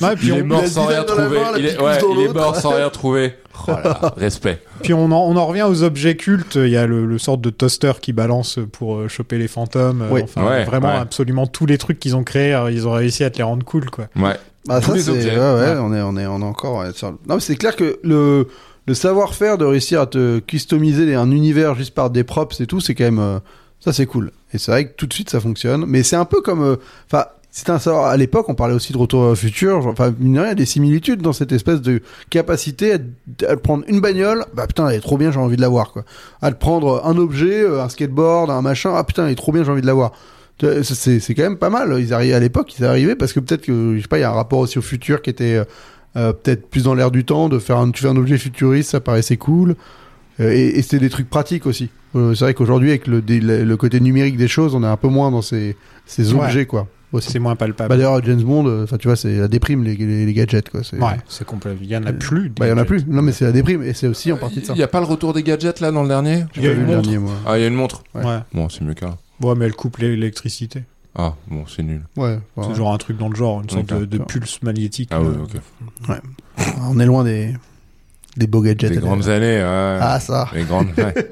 I: Non, et puis,
E: Il est
I: on,
E: mort
J: le
E: sans
J: design
E: rien
J: dans la
E: trouver.
J: main, la
E: Il est,
J: picouse
E: ouais,
J: dans
E: il est
J: l'autre.
E: mort sans rien trouver. Oh là là, respect.
I: puis on, en, on en revient aux objets cultes. Il y a le, le sorte de toaster qui balance pour euh, choper les fantômes. Euh,
J: Oui.
I: Enfin,
E: Ouais,
I: vraiment,
E: ouais.
I: absolument tous les trucs qu'ils ont créés, alors, ils ont réussi à te les rendre cool, quoi.
E: Ouais.
J: Bah,
E: Tous
J: ça,
E: les
J: c'est. Ouais,
E: objets.
J: ouais, On, est, on, est, on est encore. ouais, sur le- Non, mais c'est clair que le, le savoir-faire de réussir à te customiser les- un univers juste par des props et tout, c'est quand même. euh, ça, c'est cool. Et c'est vrai que tout de suite, ça fonctionne. Mais c'est un peu comme. euh, Enfin. c'est un savoir. À l'époque, on parlait aussi de retour au futur. Genre, Enfin, mine de rien, il y a des similitudes dans cette espèce de capacité à, à prendre une bagnole. Bah putain, elle est trop bien, j'ai envie de l'avoir, quoi. À te prendre un objet, euh, un skateboard, un machin. Ah putain, elle est trop bien, j'ai envie de l'avoir. Tu vois, C'est c'est- c'est quand même pas mal. Ils arrivaient à l'époque, ils arrivaient parce que peut-être que je sais pas, il y a un rapport aussi au futur qui était euh, euh, peut-être plus dans l'air du temps de faire un, tu fais un objet futuriste, ça paraissait cool. Euh, et et c'était des trucs pratiques aussi. Euh, C'est vrai qu'aujourd'hui avec le, dé- le- le côté numérique des choses, on est un peu moins dans ces, ces
I: Ouais.
J: objets quoi. aussi.
I: C'est moins palpable.
J: Bah, D'ailleurs James Bond, euh, enfin tu vois, c'est la déprime les, les, les gadgets quoi. Bah, C'est-
I: ouais, c'est complet. Il y en a plus. des
J: Bah, il y en a
I: gadgets.
J: plus. Non mais c'est la déprime et c'est aussi en partie de ça.
E: Il n'y a pas le retour des gadgets là dans le dernier
J: J'ai pas vu le
E: montre.
J: dernier, moi.
E: Ah, il y a une montre.
I: Ouais. ouais.
E: Bon, c'est mieux qu'un.
I: mais elle coupe l'électricité.
E: Ah, bon, c'est nul.
J: Ouais, bah,
I: C'est genre un truc dans le genre, une sorte
E: Ok.
I: de, de pulse magnétique.
E: Ah ouais,
I: euh,
E: ok.
J: on est loin des des beaux gadgets.
E: Les
J: à
E: grandes années. ouais.
J: Ah, ça.
E: Les grandes. ouais.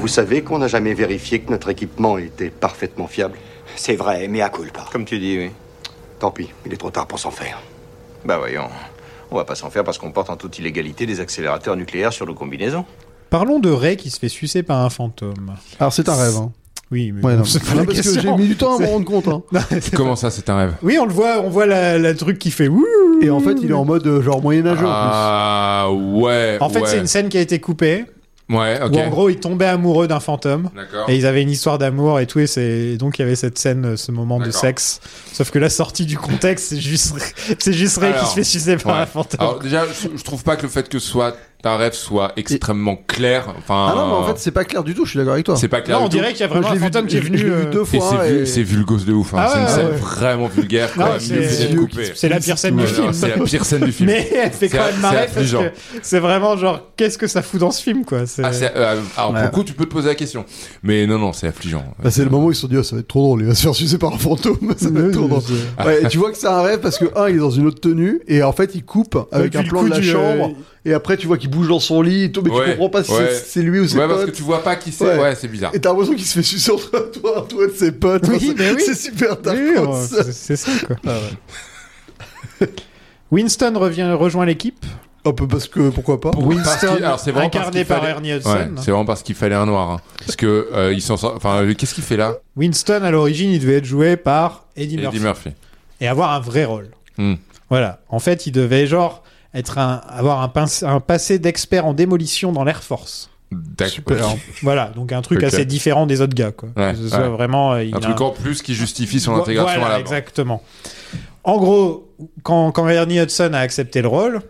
K: Vous savez qu'on n'a jamais vérifié que notre équipement était parfaitement fiable
C: C'est vrai, mais à culpa.
D: Comme tu dis, oui.
K: Tant pis, il est trop tard pour s'en faire.
D: Bah voyons. On va pas s'en faire parce qu'on porte en toute illégalité des accélérateurs nucléaires sur nos combinaisons.
I: Parlons de Ray qui se fait sucer par un fantôme.
J: Alors c'est un rêve. hein.
I: Oui, mais
J: Ouais,
I: bon,
J: non.
I: c'est pas
J: Non,
I: la
J: parce que
I: question.
J: j'ai mis du temps à me rendre compte. hein.
E: Comment ça, c'est un rêve
I: Oui, on le voit, on voit la, la truc qui fait ouh.
J: Et en fait, il est en mode euh, genre moyenâgeux.
E: Ah, ouais.
I: En fait,
E: ouais.
I: c'est une scène qui a été coupée.
E: Ouais, ok.
I: Où en gros, ils tombaient amoureux d'un fantôme.
E: D'accord.
I: Et ils avaient une histoire d'amour et tout, et, c'est... et donc il y avait cette scène, ce moment de
E: D'accord.
I: sexe. Sauf que la sortie du contexte, c'est juste, c'est juste Ray qui
E: Alors,
I: se fait sucer par
E: ouais.
I: un fantôme.
E: Alors, déjà, je, je trouve pas que le fait que ce soit un rêve soit extrêmement clair. Enfin,
J: Ah non, mais en fait, c'est pas clair du tout, je suis d'accord avec toi.
E: c'est pas clair.
I: non, on
E: du tout.
I: dirait qu'il y a vraiment
J: Moi, je
I: un
J: l'ai vu-
I: fantôme qui est
J: je-
I: venu.
J: je l'ai vu
I: euh,
J: deux
E: Et
J: fois.
E: c'est
J: et-
E: vu- c'est vulgose de ouf. hein.
I: Ah
E: c'est une
I: ouais,
E: scène
I: ouais.
E: vraiment vulgaire.
I: Non,
E: quoi.
I: c'est-
E: Mieux fait d'être
J: yeux
E: coupé.
I: C'est la pire scène du
E: Ouais,
I: film.
E: non, C'est la pire scène du film.
I: Mais elle fait
E: C'est
I: quand
E: a-
I: même marrer
E: c'est
I: parce
E: affligeant.
I: que c'est vraiment genre qu'est-ce que ça fout dans ce film quoi. C'est-
E: Ah, c'est- euh, alors, pour
J: Ouais.
E: le coup, tu peux te poser la question. Mais non, non, c'est affligeant.
J: Bah, c'est le moment où ils se sont dit, Ah, ça va être trop drôle, il va se faire sucer par un fantôme, ça va être trop drôle. Ouais, et tu vois que c'est un rêve parce que, un, il est dans une autre tenue, et en fait, il coupe avec
I: puis
J: un
I: le
J: plan
I: coup
J: de la
I: du, euh,
J: chambre, et après, tu vois qu'il bouge dans son lit et tout, mais tu
E: Ouais,
J: comprends pas si
E: ouais.
J: c'est- c'est lui ou ses
E: Ouais, parce que
J: potes.
E: tu vois pas qui c'est.
J: Ouais.
E: Ouais, c'est bizarre.
J: Et t'as l'impression qu'il se fait sucer entre toi, toi et ses potes.
I: Oui,
J: Enfin,
I: mais
J: c'est-
I: oui.
J: C'est super dark.
I: Oui,
J: quoi,
I: on-
J: ça.
I: hein, c'est c'est ça quoi. Winston revient, rejoint l'équipe,
J: Un peu parce que, pourquoi pas.
E: Pour- parce qu'il-
I: Winston,
E: alors, c'est vraiment parce
I: incarné
E: qu'il
I: par
E: fallait-
I: Ernie Hudson.
E: Ouais, c'est vraiment parce qu'il fallait un noir. hein. Parce que euh, ils sont, enfin, euh, qu'est-ce qu'il fait là
I: Winston à l'origine il devait être joué par Eddie, Murphy
E: Eddie Murphy.
I: et avoir un vrai rôle.
E: Hmm.
I: Voilà, en fait il devait genre être un, avoir un, pince- un passé d'expert en démolition dans l'Air Force.
E: D'accord.
I: Alors, voilà, donc un truc
E: Ok.
I: assez différent des autres gars quoi.
E: Ouais,
I: Que ce soit
E: ouais.
I: vraiment euh, il
E: Un
I: a-
E: truc en plus qui justifie son
I: Vo-
E: intégration
I: voilà,
E: à la bande.
I: Exactement. En gros, quand, quand Ernie Hudson a accepté le rôle,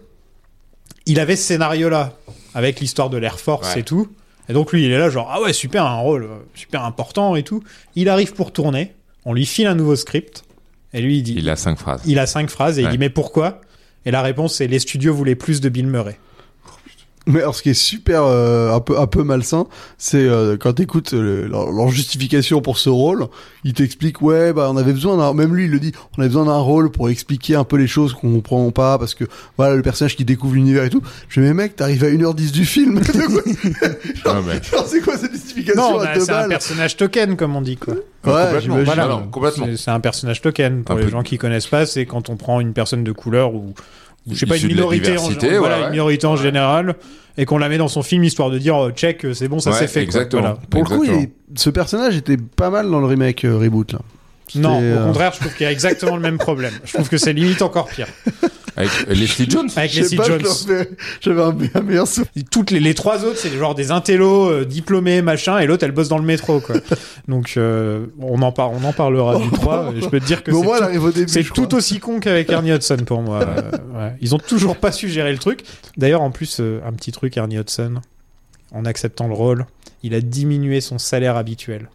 I: il avait ce scénario-là, avec l'histoire de l'Air Force
E: Ouais.
I: et tout. Et donc lui, il est là, genre, ah ouais, super, un rôle euh, super important et tout. Il arrive pour tourner, on lui file un nouveau script, et lui, il dit,
E: Il a cinq phrases.
I: il a cinq phrases, et
E: Ouais.
I: il dit, mais pourquoi Et la réponse, c'est les studios voulaient plus de Bill Murray.
J: Mais alors, ce qui est super, euh, un peu, un peu malsain, c'est euh, quand t'écoutes euh, leur, leur justification pour ce rôle, ils t'expliquent ouais, bah on avait besoin d'un, même lui il le dit, on avait besoin d'un rôle pour expliquer un peu les choses qu'on comprend pas parce que voilà le personnage qui découvre l'univers et tout. Je dis mais mec, t'arrives à 1h10 du film. De quoi-
E: Ah, mais-
J: genre, c'est quoi cette justification
I: Non,
J: à
I: bah,
J: deux
I: c'est un
J: balles
I: personnage token, comme on dit. Quoi.
J: complètement, j'imagine.
I: Voilà,
J: non, complètement.
I: C'est- C'est un personnage token. Pour
J: Un
I: les
J: peu-
I: gens qui connaissent pas, c'est quand on prend une personne de couleur ou, ou je sais pas,
E: Issue
I: une
E: de la
I: minorité, en,
E: diversité,
I: voilà,
E: ouais, ouais.
I: une minorité en général, et qu'on la met dans son film histoire de dire euh, check, c'est bon, ça
E: Ouais,
I: c'est fait. quoi.
E: exactement.
I: Voilà.
J: Pour le coup, il est- ce personnage était pas mal dans le remake euh, reboot là. C'était,
I: Non,
J: euh,
I: au contraire, je trouve qu'il y a exactement le même problème. Je trouve que c'est limite encore pire.
E: Avec Leslie Jones
I: Avec
J: je sais
I: Leslie
J: pas, je
I: Jones.
J: leur fais- J'avais un, un meilleur souvenir.
I: Toutes les, les trois autres, c'est genre des intellos euh, diplômés, machin, et l'autre, elle bosse dans le métro, quoi. Donc, euh, on, en par- on en parlera du 3. et Je peux te dire que
J: Bon,
I: c'est
J: moi, elle
I: tout-
J: arrive au début,
I: c'est
J: je
I: tout, aussi con qu'avec Ernie Hudson pour moi. Euh, ouais. Ils ont toujours pas su gérer le truc. D'ailleurs, en plus, euh, un petit truc, Ernie Hudson, en acceptant le rôle, il a diminué son salaire habituel.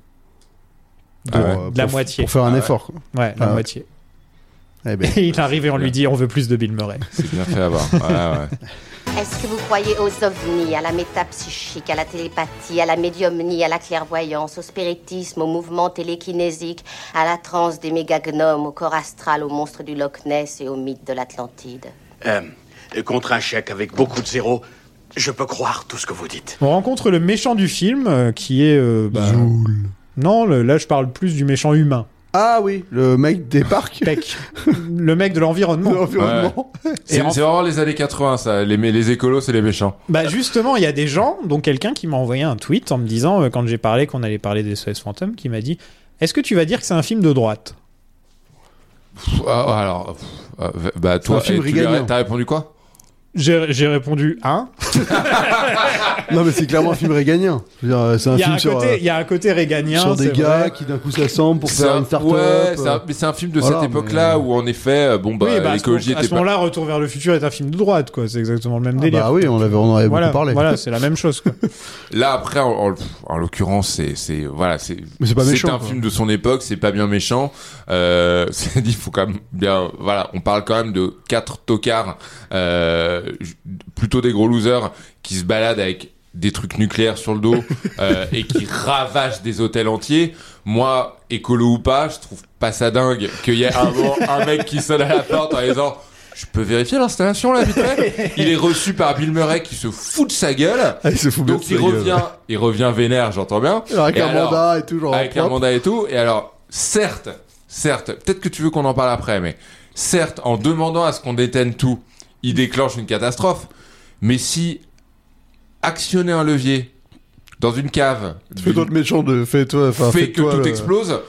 I: De,
J: Ah ouais.
I: de la
J: Pour-
I: moitié.
J: pour faire un Ah ouais. effort, quoi.
I: Ouais, la
J: Ah ouais.
I: moitié.
J: Eh ben.
I: Et il arrive et on lui dit on veut plus de Bill Murray.
E: C'est bien fait avoir. Ouais, ouais.
M: Est-ce que vous croyez aux ovnis, à la métapsychique, à la télépathie, à la médiumnie, à la clairvoyance, au spiritisme, au mouvement télékinésique, à la transe des mégagnomes, au corps astral, au monstre du Loch Ness et au mythe de l'Atlantide
N: Euh, contre un chèque avec beaucoup de zéros, je peux croire tout ce que vous dites.
I: On rencontre le méchant du film euh, qui est. euh, bah, Non, le- là je parle plus du méchant humain.
J: Ah oui, le mec des parcs.
I: le mec de l'environnement.
E: Ouais. C'est c'est vraiment les années 80, ça. Les, mé- les écolos, c'est les méchants.
I: Bah justement, il y a des gens, dont quelqu'un qui m'a envoyé un tweet en me disant, euh, quand j'ai parlé qu'on allait parler des SOS Fantômes, qui m'a dit Est-ce que tu vas dire que c'est un film de droite
E: Pff, ah, ah, alors, pff, ah, v- bah toi,
I: un film
E: eh, tu lui as-
I: régalien.
E: t'as répondu quoi
I: J'ai j'ai répondu Hein
J: Non, mais c'est clairement un film réganien. Je veux dire, euh, C'est un
I: Il y, a
J: film
I: un
J: sur,
I: côté-
J: euh,
I: il y a un côté réganien.
J: sur des
I: c'est
J: gars
I: vrai.
J: qui d'un coup s'assemblent pour
E: C'est
J: faire
E: un-
J: une start-up.
E: ouais, c'est
J: euh.
E: un- mais c'est un film de
J: Voilà,
E: cette
J: mais-
E: époque-là où en effet, euh, bon bah,
I: Oui, bah, à ce moment-
E: l'écologie
I: à
E: était
I: ce
E: pas.
I: moment-là, Retour vers le futur est un film de droite, quoi. C'est exactement le même
J: Ah
I: délire.
J: bah oui, on l'avait- on en avait
I: Voilà,
J: beaucoup parlé.
I: Voilà, c'est la même chose. Quoi.
E: Là après, en, en- en l'occurrence, c'est c'est voilà, c'est
J: Mais c'est pas méchant,
E: un
J: quoi.
E: film de son époque, c'est pas bien méchant. Euh, c'est dit, faut quand même bien, voilà, on parle quand même de quatre tocards, euh, j- plutôt des gros losers qui se baladent avec des trucs nucléaires sur le dos euh, et qui ravagent des hôtels entiers. Moi, écolo ou pas, je trouve pas ça dingue qu'il y ait un, moment, un mec qui sonne à la porte en disant. Je peux vérifier l'installation là vite fait Il est reçu par Bill Murray qui se fout de sa gueule.
J: il se fout bien
E: Donc
J: de
E: il
J: sa gueule.
E: revient, il revient vénère, j'entends bien.
J: Avec
E: Et
J: un
E: alors,
J: mandat et tout, genre,
E: Avec un
J: propre.
E: mandat et tout. Et alors, certes, certes, peut-être que tu veux qu'on en parle après, mais certes, en demandant à ce qu'on déteigne tout, il déclenche une catastrophe. Mais si actionner un levier dans une cave
J: Fais toi le méchant de. Fais-toi. enfin,
E: fait que
J: fais-toi
E: tout
J: le-
E: explose.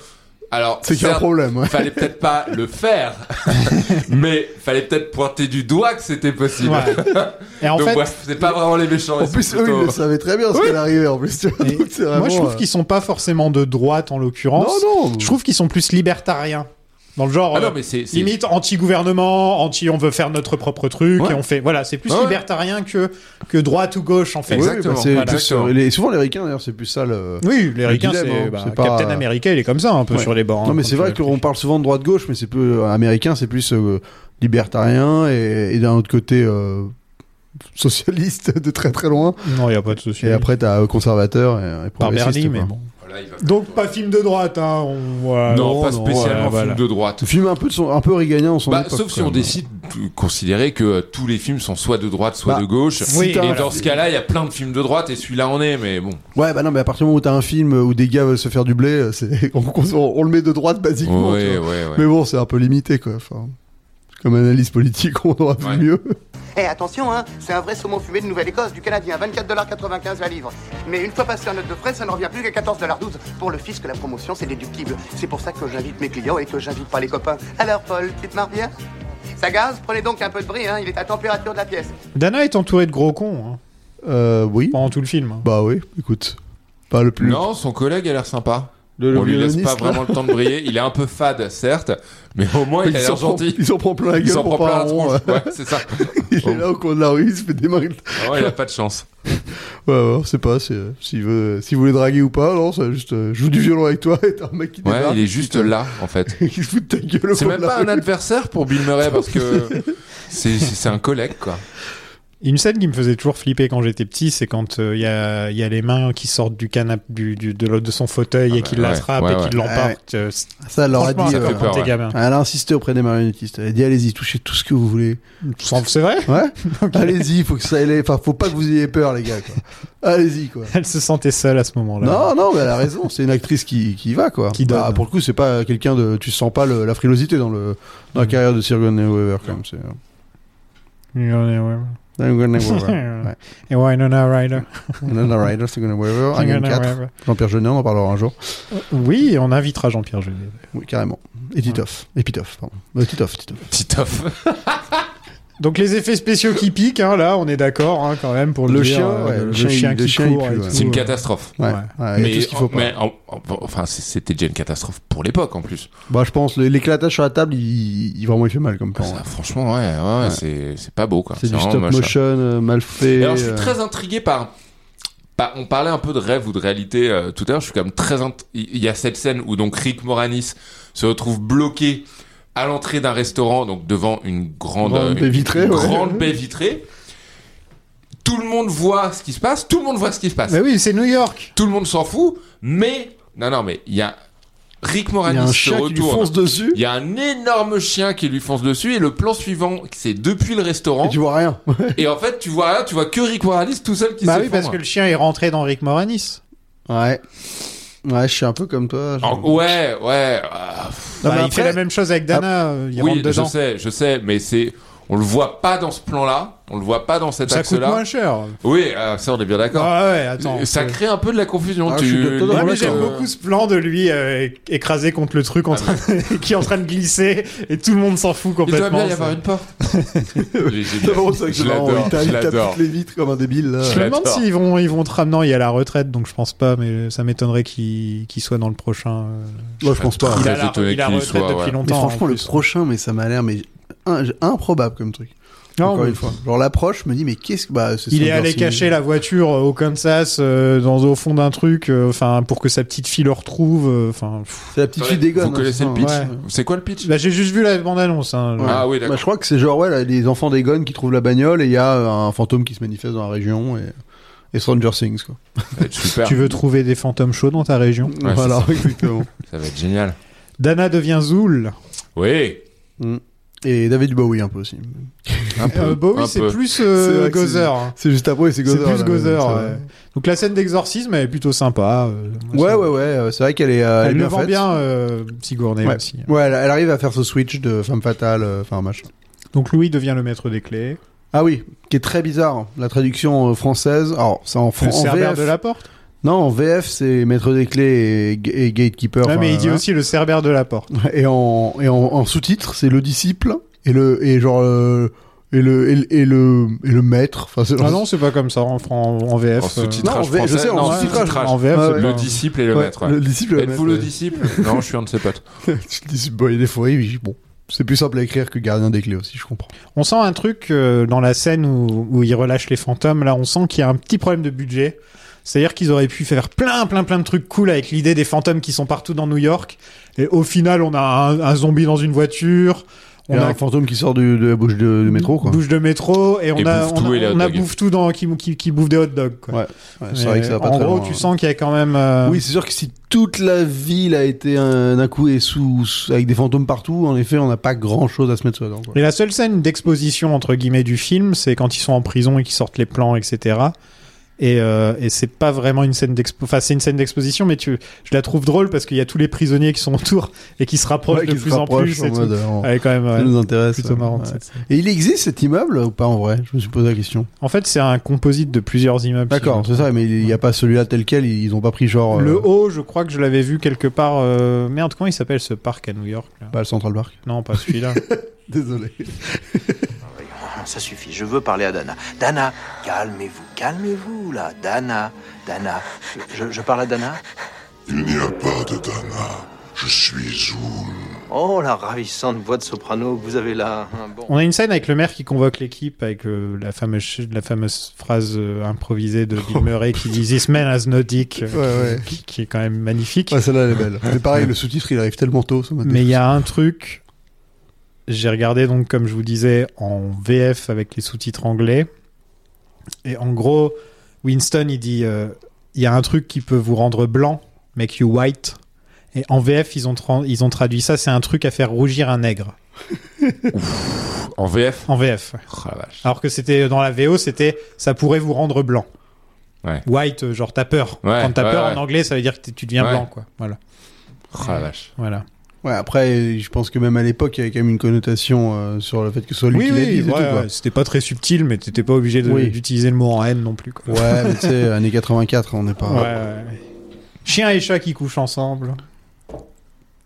E: Alors,
J: C'est qu'il y a un
E: certes,
J: problème, hein. ouais.
E: Fallait peut-être pas le faire, mais fallait peut-être pointer du doigt que c'était possible.
I: Ouais. Et en
E: Donc,
I: fait-
E: ouais, c'est pas vraiment les méchants.
J: En
E: c'est
J: plus, eux,
E: plutôt-
J: ils le savaient très bien ce
E: Oui.
J: qu'elle arrivait en plus. tu vois. Donc, c'est
I: Moi, je
J: vraiment,
I: trouve
J: euh,
I: qu'ils sont pas forcément de droite en l'occurrence.
J: Non, non.
I: Je trouve qu'ils sont plus libertariens. Dans le genre,
E: Ah non,
I: euh,
E: mais c'est- c'est-
I: limite anti-gouvernement, anti on veut faire notre propre truc et on fait. Voilà, c'est plus
E: Ouais, ouais.
I: libertarien que, que droite ou gauche en fait.
J: Oui, bah, c'est
I: Voilà.
J: plus sur-
E: euh,
J: les- souvent les ricains d'ailleurs c'est plus ça le
I: Oui, les
J: le
I: Ricains,
J: dilemme,
I: c'est
J: hein.
I: bah,
J: C'est pas-
I: Captain America, il est comme ça un peu
J: Ouais.
I: sur les bords. hein,
J: non mais
I: quand
J: c'est
I: tu
J: vrai
I: réfléchis.
J: qu'on parle souvent de droite gauche mais c'est peu américain c'est plus euh, libertarien et, et d'un autre côté euh, socialiste de très très loin
I: non il y a pas de
J: et
I: socialiste.
J: après t'as euh, conservateur et, et progressiste,
I: Bernie, mais
J: quoi.
I: bon. Donc pas film de droite, hein. on- voilà.
E: Non, pas spécialement
I: voilà.
E: film de droite.
J: film un peu de son, un peu régalien en son
E: Bah,
J: époque,
E: sauf si
J: quand
E: on
J: même.
E: décide de considérer que euh, tous les films sont soit de droite, soit
J: Bah,
E: de gauche.
J: si Oui,
E: et
J: t'as un-
E: dans ce cas-là, il y a plein de films de droite et celui-là en est, mais bon.
J: ouais bah non mais à partir du moment où t'as un film où des gars veulent se faire du blé euh, c'est on, on- on le met de droite basiquement
E: Ouais,
J: tu vois.
E: ouais, ouais.
J: hein. mais bon c'est un peu limité quoi enfin comme analyse politique on aura vu mieux
K: Eh, attention, hein, c'est un vrai saumon fumé de Nouvelle-Écosse, du Canadien, 24,95$ la livre. Mais une fois passé en note de frais, ça ne revient plus qu'à 14,12$. Pour le fisc, la promotion, c'est déductible. C'est pour ça que j'invite mes clients et que j'invite pas les copains. Alors, Paul, tu te marres bien Ça gaz, prenez donc un peu de bris, hein, il est à température de la pièce.
I: Dana est entouré de gros cons. hein,
J: Euh, oui.
I: Pendant tout le film. hein.
J: Bah oui, écoute. Pas le plus.
E: Non, son collègue a l'air sympa.
J: Le- le
E: on lui laisse
J: violoniste,
E: pas
J: là.
E: vraiment le temps de briller. Il est un peu fade, certes, mais au moins il a
J: Ils s'en
E: l'air
J: prend-
E: gentil.
J: ils s'en prend plein la
E: Il
J: gueule
E: s'en
J: pour
E: prend
J: pas
E: plein la
J: un rond,
E: tronche. Ouais, c'est ça.
J: Il est là au coin de la rue, il se fait démarrer. le-
E: Ah ouais, il a pas de chance.
J: Ouais, ouais, on sait pas c'est, euh, s'il veut, s'il voulait draguer ou pas. Non, c'est juste, euh, je joue du violon avec toi et t'as un mec qui
E: Ouais,
J: débarque,
E: il est juste
J: putain.
E: là, en fait.
J: il se fout de ta gueule. au
E: C'est
J: fond
E: même
J: de la
E: pas un
J: rue.
E: adversaire pour Bill Murray parce que c'est- c'est c'est un collègue, quoi.
I: Une scène qui me faisait toujours flipper quand j'étais petit, c'est quand il y, a, y a les mains qui sortent du canapé du, du- de, l'autre- de son fauteuil et qu'il
E: ouais,
I: l'attrape
E: ouais,
I: et
E: ouais.
I: qu'il l'emporte.
J: Ouais,
I: euh,
J: ouais.
I: c'est-
J: Ça, elle leur a dit.
I: franchement, ça fait
J: euh,
I: peur, ouais. gamin.
J: Elle a insisté auprès des marionnettistes. Elle a dit allez-y, touchez tout ce que vous voulez.
I: C'est vrai
J: Ouais. Allez-y, faut que ça aille- Enfin, faut pas que vous ayez peur, les gars. quoi. Allez-y, quoi.
I: Elle se sentait seule à ce moment-là.
J: Non, non, mais elle a raison. C'est une actrice qui, qui y va, quoi.
I: Qui donne.
J: Bah, pour le coup, c'est pas quelqu'un de. Tu sens pas le- la frilosité dans, le, dans
I: Mm.
J: la carrière de Sigourney Weaver, quand même. C'est. euh,
I: Sigourney
J: Sigourney Weaver. ouais.
I: Et Winona Ryder.
J: Winona Ryder, Sigourney Weaver, Alien
I: Sigourney
J: 4.
I: Weaver.
J: Jean-Pierre Jeunet, on en parlera un jour.
I: Oui, on invitera Jean-Pierre Jeunet.
J: Oui, carrément. Et Titoff. Et Pitoff, pardon. Euh, Titoff, Titoff.
E: Titoff.
I: Donc les effets spéciaux qui piquent, hein, là, on est d'accord hein, quand même pour le,
J: Le
I: dire,
J: chien,
I: euh,
J: ouais,
I: le,
J: le
I: le
J: chien,
I: chien
J: il-
I: qui
J: le chien, il
I: court.
J: pue,
I: et
J: ouais.
I: tout,
E: C'est une
I: ouais.
E: catastrophe.
J: Ouais, ouais, il y a
E: mais
J: tout ce qu'il faut pas.
E: mais en- en- enfin, c'est- c'était déjà une catastrophe pour l'époque en plus.
J: Bah, je pense, le- l'éclatage sur la table, il, il- vraiment, il fait mal comme plan.
E: Ah, Ça, franchement, ouais, ouais,
J: Ouais.
E: c'est c'est pas beau quoi.
J: C'est du
E: vraiment
J: stop
E: moche, hein.
J: motion euh, mal fait.
E: Et Alors je suis
J: euh,
E: très intrigué par, par- On parlait un peu de rêve ou de réalité euh, tout à l'heure. Je suis quand même très. int- Il y a cette scène où donc Rick Moranis se retrouve bloqué à l'entrée d'un restaurant, donc devant une grande,
J: Grande
E: euh,
J: baie vitrée,
E: une
J: ouais.
E: grande baie vitrée. Tout le monde voit ce qui se passe. Tout le monde voit ce qui se passe.
I: Mais oui, c'est New York.
E: Tout le monde s'en fout. Mais non, non, mais il y a Rick
J: Il
E: Moranis
J: y a un
E: se
J: chien qui lui
E: retourne.
J: fonce dessus.
E: Il y a un énorme chien qui lui fonce dessus et le plan suivant, c'est depuis le restaurant.
J: Et tu vois rien.
E: Et en fait, tu vois rien, tu vois que Rick Moranis tout seul qui
I: Bah oui,
E: s'effondre.
I: parce que le chien est rentré dans Rick Moranis.
J: Ouais. Ouais, je suis un peu comme toi. genre.
E: En- ouais, ouais. ah, pff.
I: Bah, il fait la même chose avec Dana,
J: Ah,
I: euh, il
E: oui,
I: rentre dedans.
E: je sais, je sais, mais c'est, on le voit pas dans ce plan-là, on le voit pas dans cet
I: Ça coûte
E: axe-là.
I: moins cher.
E: Oui, euh, ça on est bien d'accord.
I: Ah ouais, attends,
E: Ça
I: c'est-
E: crée un peu de la confusion.
J: Ah,
E: tu...
J: je suis de-
I: Ouais,
J: totalement
I: mais
J: d'accord.
I: j'aime beaucoup ce plan de lui euh, écrasé contre le
E: Ah
I: truc en train de- qui est en train de glisser et tout le monde s'en fout
E: Il doit
I: complètement.
E: bien y
I: ça.
E: avoir une porte. J'ai- j'ai-
J: C'est vraiment ça que
E: je
J: c'est marrant,
E: l'adore,
J: il tape-
E: je
J: il tape
E: l'adore.
J: toutes les vitres comme un débile. là.
I: Je me demande s'ils vont, ils vont tra- non, il y a la retraite, donc je pense pas, mais ça m'étonnerait qu'il qu'il soit dans le prochain. euh,
J: Moi, je pense pas.
I: Il a
E: Très
I: la,
E: étonné
I: il a
E: qu'il y
I: retraite
E: soit,
I: depuis
E: ouais.
J: Mais
I: longtemps.
J: franchement,
I: en
J: le
I: plus.
J: prochain, mais ça m'a l'air mais un- improbable comme truc.
I: Non,
J: Encore
I: mais-
J: une fois. Genre l'approche, je me dis mais qu'est-ce que bah c'est
I: Il est
J: Stranger
I: allé
J: Things.
I: cacher la voiture euh, au Kansas, euh, dans au fond d'un truc, euh, enfin pour que sa petite fille le retrouve. euh, Enfin, pff.
J: C'est la petite fille hein, dégonne.
E: Vous connaissez le pitch
I: ouais.
E: C'est quoi le pitch
I: Là, j'ai juste vu la hein. Euh, bande annonce.
E: Ah oui,
J: Bah,
E: d'accord.
J: je crois que c'est genre ouais là, les enfants dégonnent qui trouvent la bagnole et il y a euh, un fantôme qui se manifeste dans la région et, et Stranger Things quoi.
E: Ça va être Ah, super.
I: Tu veux trouver des fantômes chauds dans ta région
E: Ouais,
J: voilà
E: c'est ça.
J: exactement.
E: Ça va être génial.
I: Dana devient Zoul.
E: Oui.
J: Mm. Et David Bowie un peu aussi.
E: Un peu.
I: Euh, Bowie,
E: un
I: c'est
E: peu.
I: plus
J: C'est
I: euh,
J: vrai que
I: Gozer. hein.
J: C'est juste après et c'est
I: C'est
J: Gozer.
I: plus
J: là,
I: Gozer.
J: ça va.
I: ouais. Donc la scène d'exorcisme, elle est plutôt sympa. euh, moi,
J: Ouais
I: ça-
J: ouais ouais, euh, c'est vrai qu'elle est euh,
I: Elle,
J: est
I: le
J: bien
I: vend
J: faite.
I: bien, euh, Sigourney
J: Ouais.
I: aussi.
J: Ouais, elle, elle arrive à faire ce switch de femme fatale, euh, enfin machin.
I: Donc Louis devient le maître des clés.
J: Ah oui, qui est très bizarre. hein, La traduction euh, française, alors c'est en, fran-
I: Le
J: en
I: Cerbère
J: VF.
I: de la porte.
J: Non, en VF, c'est maître des clés et, g- et gatekeeper.
I: Ouais,
J: enfin,
I: mais il dit
J: voilà.
I: aussi le Cerbère de la porte.
J: Et en, et en, en sous-titre, c'est le disciple et le et genre euh, et le et, le- et le et le maître. Enfin, c'est-
I: Ah non, c'est pas comme ça en, fran- en VF. euh,
J: Non,
E: En
J: en
E: sous-titrage
J: V- je
E: français.
J: sais, en
E: non,
J: sous-titrage.
E: sous-titrage.
I: En VF,
J: Ah
I: c'est
J: ouais.
I: pas-
E: Le disciple et le
J: Ouais,
E: maître. ouais.
J: le disciple. et le maître,
E: Êtes-vous le
J: ouais.
E: disciple Non, je suis un de ses potes.
J: Le disciple. Bon, et des fois, il- bon, c'est plus simple à écrire que gardien des clés aussi, je comprends.
I: On sent un truc euh, dans la scène où, où ils relâchent les fantômes. Là, on sent qu'il y a un petit problème de budget. C'est-à-dire qu'ils auraient pu faire plein, plein, plein de trucs cool avec l'idée des fantômes qui sont partout dans New York. Et au final, on a un, un zombie dans une voiture.
J: On
I: On a
J: a un fantôme qui sort du- de la bouche de- du métro, quoi.
I: Bouche de métro et on
E: Et
I: a
E: bouffe
I: on
E: tout
I: a,
E: et les hot
I: on a
E: dogs.
I: bouffe tout dans qui, qui, qui bouffe des hot dogs quoi.
J: Ouais, ouais, c'est vrai
I: Mais
J: que ça va pas
I: en
J: très
I: gros,
J: loin, hein.
I: tu
J: ouais.
I: sens qu'il y a quand même euh,
J: Oui, c'est sûr que si toute la ville a été euh, d'un coup et sous, sous- avec des fantômes partout, en effet, on n'a pas grand chose à se mettre sous la dent. quoi.
I: Et la seule scène d'exposition entre guillemets du film, c'est quand ils sont en prison et qu'ils sortent les plans, etc. Et, euh, et c'est pas vraiment une scène d'expo. Enfin, c'est une scène d'exposition, mais tu, je la trouve drôle parce qu'il y a tous les prisonniers qui sont autour et qui se rapprochent
J: Ouais,
I: de
J: qui se
I: plus en
J: rapprochent
I: plus.
J: en
I: et tout.
J: mode, euh, on-
I: Ouais, quand même.
J: Ça
I: ouais.
J: nous intéresse.
I: Plutôt
J: ouais.
I: marrant,
J: Ouais.
I: cette scène.
J: Et il existe cet immeuble ou pas en vrai Je me suis posé la question.
I: En fait, c'est un composite de plusieurs immeubles.
J: D'accord,
I: si je
J: c'est
I: me trompe.
J: ça, mais il n'y a pas celui-là tel quel, ils ont pas pris genre. euh,
I: Le haut, je crois que je l'avais vu quelque part. euh, Merde, comment il s'appelle ce parc à New York là
J: Bah, le Central Park.
I: Non, pas celui-là.
J: Désolé.
K: Ça suffit, je veux parler à Dana. Dana, calmez-vous, calmez-vous là. Dana, Dana. Je, je parle à Dana
H: Il n'y a pas de Dana. Je suis Zoul.
B: Oh, la ravissante voix de soprano que vous avez là. hein, bon.
I: On a une scène avec le maire qui convoque l'équipe avec euh, la, fameuse, ch- la fameuse phrase euh, improvisée de Bill Murray qui dit This man has no dick, euh,
J: Oh. Ouais, ouais.
I: Qui, qui est quand même magnifique.
J: Ouais, celle-là, elle est belle. C'est pareil, le sous-titre, il arrive tellement tôt. ça m'a
I: Mais il y a un truc, j'ai regardé donc comme je vous disais en VF avec les sous-titres anglais, et en gros Winston il dit euh, il y a un truc qui peut vous rendre blanc, make you white, et en VF ils ont, tra- ils ont traduit ça, c'est un truc à faire rougir un nègre.
E: En VF
I: En VF. ouais.
E: Oh la vache.
I: Alors que c'était dans la VO c'était ça pourrait vous rendre blanc.
E: Ouais.
I: White, euh, genre t'as peur.
E: Ouais,
I: Quand t'as
E: ouais,
I: peur
E: ouais.
I: en anglais, ça veut dire que t- tu deviens
E: Ouais.
I: blanc, quoi. Voilà.
E: Oh la vache.
I: Voilà.
J: Ouais, après, je pense que même à l'époque, il y avait quand même une connotation euh, sur le fait que ce soit lui
I: Oui,
J: qui l'a dit.
I: oui, ouais,
J: c'est tout, quoi.
I: ouais, c'était pas très subtil, mais t'étais pas obligé de-
J: Oui.
I: d'utiliser le mot en haine non plus. Quoi.
J: Ouais, mais tu sais, années 84, on n'est pas.
I: Ouais, ouais, ouais. Chien et chat qui couchent ensemble.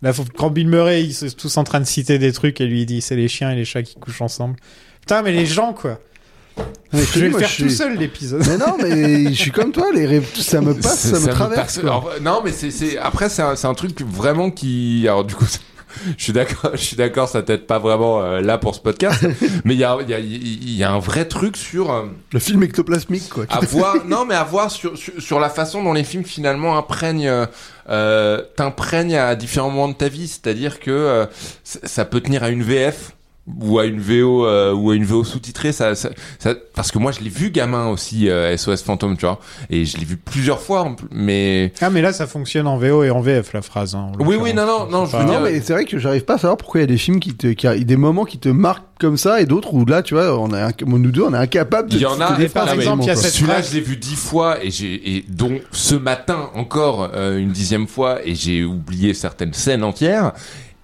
I: Là, faut- quand Bill Murray, ils sont tous en train de citer des trucs et lui il dit c'est les chiens et les chats qui couchent ensemble. Putain, mais les gens quoi.
J: Mais
I: je
J: te dis,
I: vais le
J: moi,
I: faire
J: je
I: tout
J: suis-
I: seul l'épisode.
J: Mais non, mais je suis comme toi, les rêves, ça me passe,
E: C'est-
J: ça, me traverse.
E: passe.
J: quoi.
E: Alors, non, mais c'est, c'est- après, c'est un, c'est un truc vraiment qui. Alors, du coup, je suis d'accord, je suis d'accord, ça t'aide pas vraiment euh, là pour ce podcast, mais il y a, il y, a, il y a un vrai truc sur. euh,
J: Le film ectoplasmique, quoi.
I: Ah,
E: à voir non mais à voir sur, sur sur la façon dont les films finalement imprègnent euh, euh, t'imprègnent à différents moments de ta vie c'est-à-dire que euh, c- ça peut tenir à une VF ou à une VO euh, ou à une VO sous-titrée ça, ça, ça- parce que moi je l'ai vu gamin aussi euh, SOS fantôme tu vois et je l'ai vu plusieurs fois en plus, mais
I: Ah, mais là ça fonctionne en VO et en VF la phrase. hein, en
E: oui oui non
I: l'occurrence.
E: non non je veux
J: Non,
E: dire
J: mais c'est vrai que j'arrive pas à savoir pourquoi il y a des films qui te, qui a- des moments qui te marquent comme ça et d'autres où là, tu vois, on est, inc- nous deux, on est incapable de. Ah
E: Il y en a,
J: de- de-
E: non, mais
I: exemple, il y a cette
E: celui-là,
I: phrase-
E: je l'ai vu dix fois et j'ai, et dont ce matin encore euh, une dixième fois et j'ai oublié certaines scènes entières.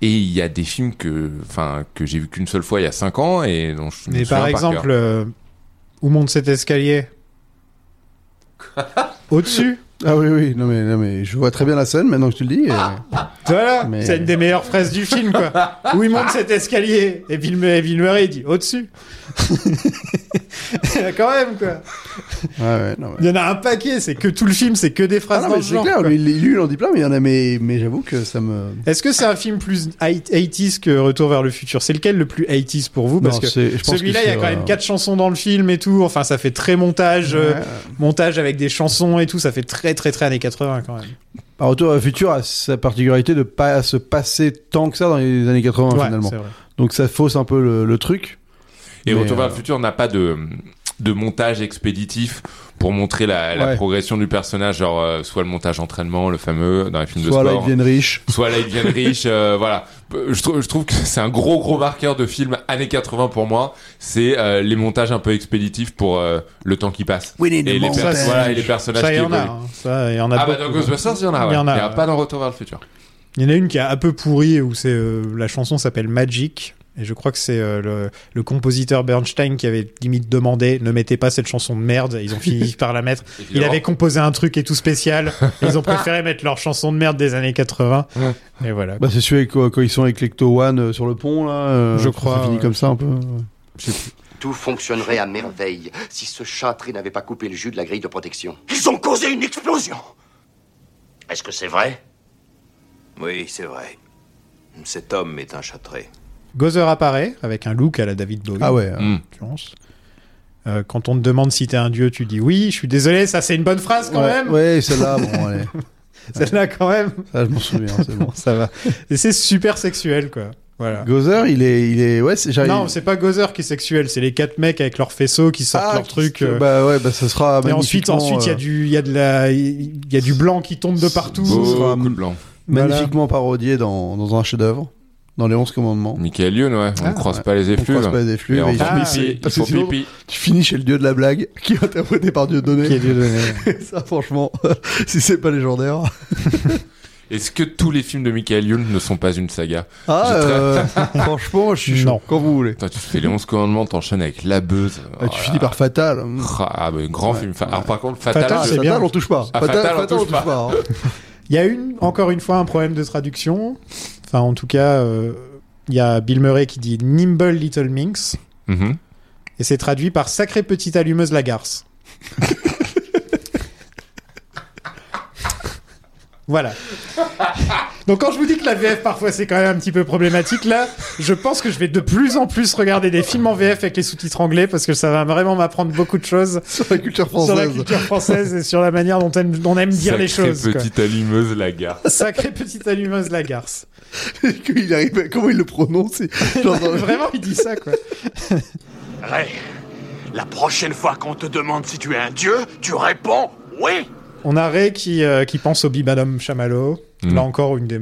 E: Et il y a des films que, enfin, que j'ai vu qu'une seule fois il y a cinq ans et dont je me
I: Mais
E: souviens
I: par exemple, euh, où monte cet escalier Au-dessus
J: Ah oui, oui, non mais, non mais je vois très bien la scène maintenant que tu le dis. et-
I: Ah. Voilà,
J: Mais-
I: c'est une des meilleures phrases du film, quoi. Où il monte cet escalier et Bill, et Bill Murray il dit au-dessus. Quand même, quoi.
J: Ouais, ouais, non, ouais.
I: Il y en a un paquet, c'est que tout le film, c'est que des
J: Ah
I: phrases
J: non,
I: dans
J: mais
I: ce
J: c'est
I: genre.
J: clair,
I: quoi.
J: lui, il- lui, il en dit plein, mais il y en a, mais, mais j'avoue que ça me.
I: Est-ce que c'est un film plus 80s que Retour vers le futur C'est lequel le plus 80s pour vous Parce
J: Non,
I: que
J: c'est- je pense
I: celui-là,
J: que
I: il y a
J: c'est,
I: quand
J: euh,
I: même quatre chansons dans le film et tout. Enfin, ça fait très montage, euh,
J: Ouais.
I: montage avec des chansons et tout. Ça fait très, très, très années 80 quand même.
J: Par retour à futur a sa particularité de pas se passer tant que ça dans les années 80
I: Ouais,
J: finalement.
I: c'est vrai.
J: Donc ça fausse un peu le, le truc.
E: Et
J: Mais,
E: Retour vers le
J: euh,
E: futur n'a pas de, de montage expéditif pour montrer la, la
J: Ouais.
E: progression du personnage, genre euh, soit le montage entraînement, le fameux dans les films
J: Soit
E: de
J: là
E: sport.
J: ils deviennent riches.
E: soit là ils deviennent riches euh, voilà Euh, je, trou- je trouve que c'est un gros gros marqueur de film années 80 pour moi c'est euh, les montages un peu expéditifs pour euh, le temps qui passe
J: Oui,
E: et les,
J: montages.
E: pers-
I: Ça,
E: voilà,
I: c'est-
E: et les personnages
I: Ça,
E: qui
I: il y en a.
E: évoluent.
I: hein. Ça, il y en a
E: ah bah
I: beaucoup.
E: dans Ghostbusters il y en a ouais.
I: Il y en a, ouais.
E: pas dans Retour vers le futur
I: Il y en a une qui est un peu pourrie où c'est euh, la chanson s'appelle Magic et je crois que c'est euh, le, le compositeur Bernstein qui avait limite demandé ne mettez pas cette chanson de merde. Ils ont fini par la mettre. Il
E: Évidemment.
I: avait composé un truc et tout spécial. Et ils ont préféré mettre leur chanson de merde des années 80. Et voilà.
J: Bah c'est celui avec, quoi, quand ils sont avec Lecto One euh, sur le pont là. euh,
I: Je crois,
J: Ça finit
I: ouais.
J: comme ça un peu. ouais.
K: Tout fonctionnerait à merveille si ce châtri n'avait pas coupé le jus de la grille de protection.
N: Ils ont causé une explosion Est-ce que c'est vrai
B: Oui, c'est vrai. Cet homme est un châtré.
I: Gozer apparaît avec un look à la David Bowie.
J: Ah ouais. euh,
E: Mm.
I: en l'occurrence. Euh, quand on te demande si t'es un dieu, tu dis oui. Je suis désolé, ça c'est une bonne phrase quand
J: ouais,
I: même.
J: ouais, celle-là, bon, allez.
I: Celle-là quand même.
J: Ça, je m'en souviens, c'est bon.
I: Bon, ça va. Et c'est super sexuel quoi. Voilà.
J: Gozer, il est, il est, ouais, c'est, j'arrive-
I: Non, c'est pas Gozer qui est sexuel, c'est les quatre mecs avec leurs faisceaux qui sortent
J: Ah,
I: leur truc. euh,
J: Bah ouais, bah ça sera.
I: et ensuite,
J: magnifiquement,
I: ensuite, il y a
J: euh,
I: du, il y a de la, il y a du blanc qui tombe de partout.
E: beau
J: sera-
E: coup de blanc
I: Voilà.
J: magnifiquement parodié dans, dans un chef-d'œuvre, dans les 11 commandements.
E: Michael Youn ouais on
J: Ah,
E: ne croise
J: ouais.
E: pas les
J: On
E: effluves
J: croise pas les effluves,
E: et on
J: mais
E: fait
I: ils finissent-
E: pipi ils
J: parce que
E: font
J: sinon-
E: pipi
J: Tu finis chez le dieu de la blague, qui est interprété par Dieudonné.
I: Qui est Dieu donné.
J: Ça, franchement, si c'est pas légendaire.
E: est-ce que tous les films de Michael Youn ne sont pas une saga
J: Ah,
E: Je traite-
J: euh, franchement, je suis chaud.
I: Non.
J: Quand vous voulez.
E: Toi, tu fais les 11 commandements t'enchaînes avec La Beuse Oh
J: Ah,
I: Oh
J: tu finis par Fatal. Fatal,
E: ah bah, grand
J: Ouais,
E: film Fa- alors par contre Fatal,
I: Fatal,
E: je-
I: c'est bien.
J: on touche pas.
E: Ah, Fatal, on touche pas.
J: hein.
I: Il y a une, encore une fois, un problème de traduction. Enfin, en tout cas, euh, il y a Bill Murray qui dit Nimble Little Minx
E: Mhm.
I: et c'est traduit par Sacrée petite allumeuse la garce. Voilà. Donc quand je vous dis que la VF parfois c'est quand même un petit peu problématique, là, je pense que je vais de plus en plus regarder des films en VF avec les sous-titres anglais parce que ça va vraiment m'apprendre beaucoup de choses sur
J: la culture
I: sur la
J: française.
I: culture française et sur la manière dont aime- on aime dire les
E: Sacrée
I: choses. quoi.
E: petite allumeuse, la gare.
I: Sacrée petite allumeuse la garce.
J: il arrive, comment il le prononce il- genre dans le-
I: Vraiment, il dit ça quoi.
N: Ray, la prochaine fois qu'on te demande si tu es un dieu, tu réponds oui.
I: On a Ray qui, euh, qui pense au Bibadom Chamallow.
J: Mm.
I: Là encore, une des...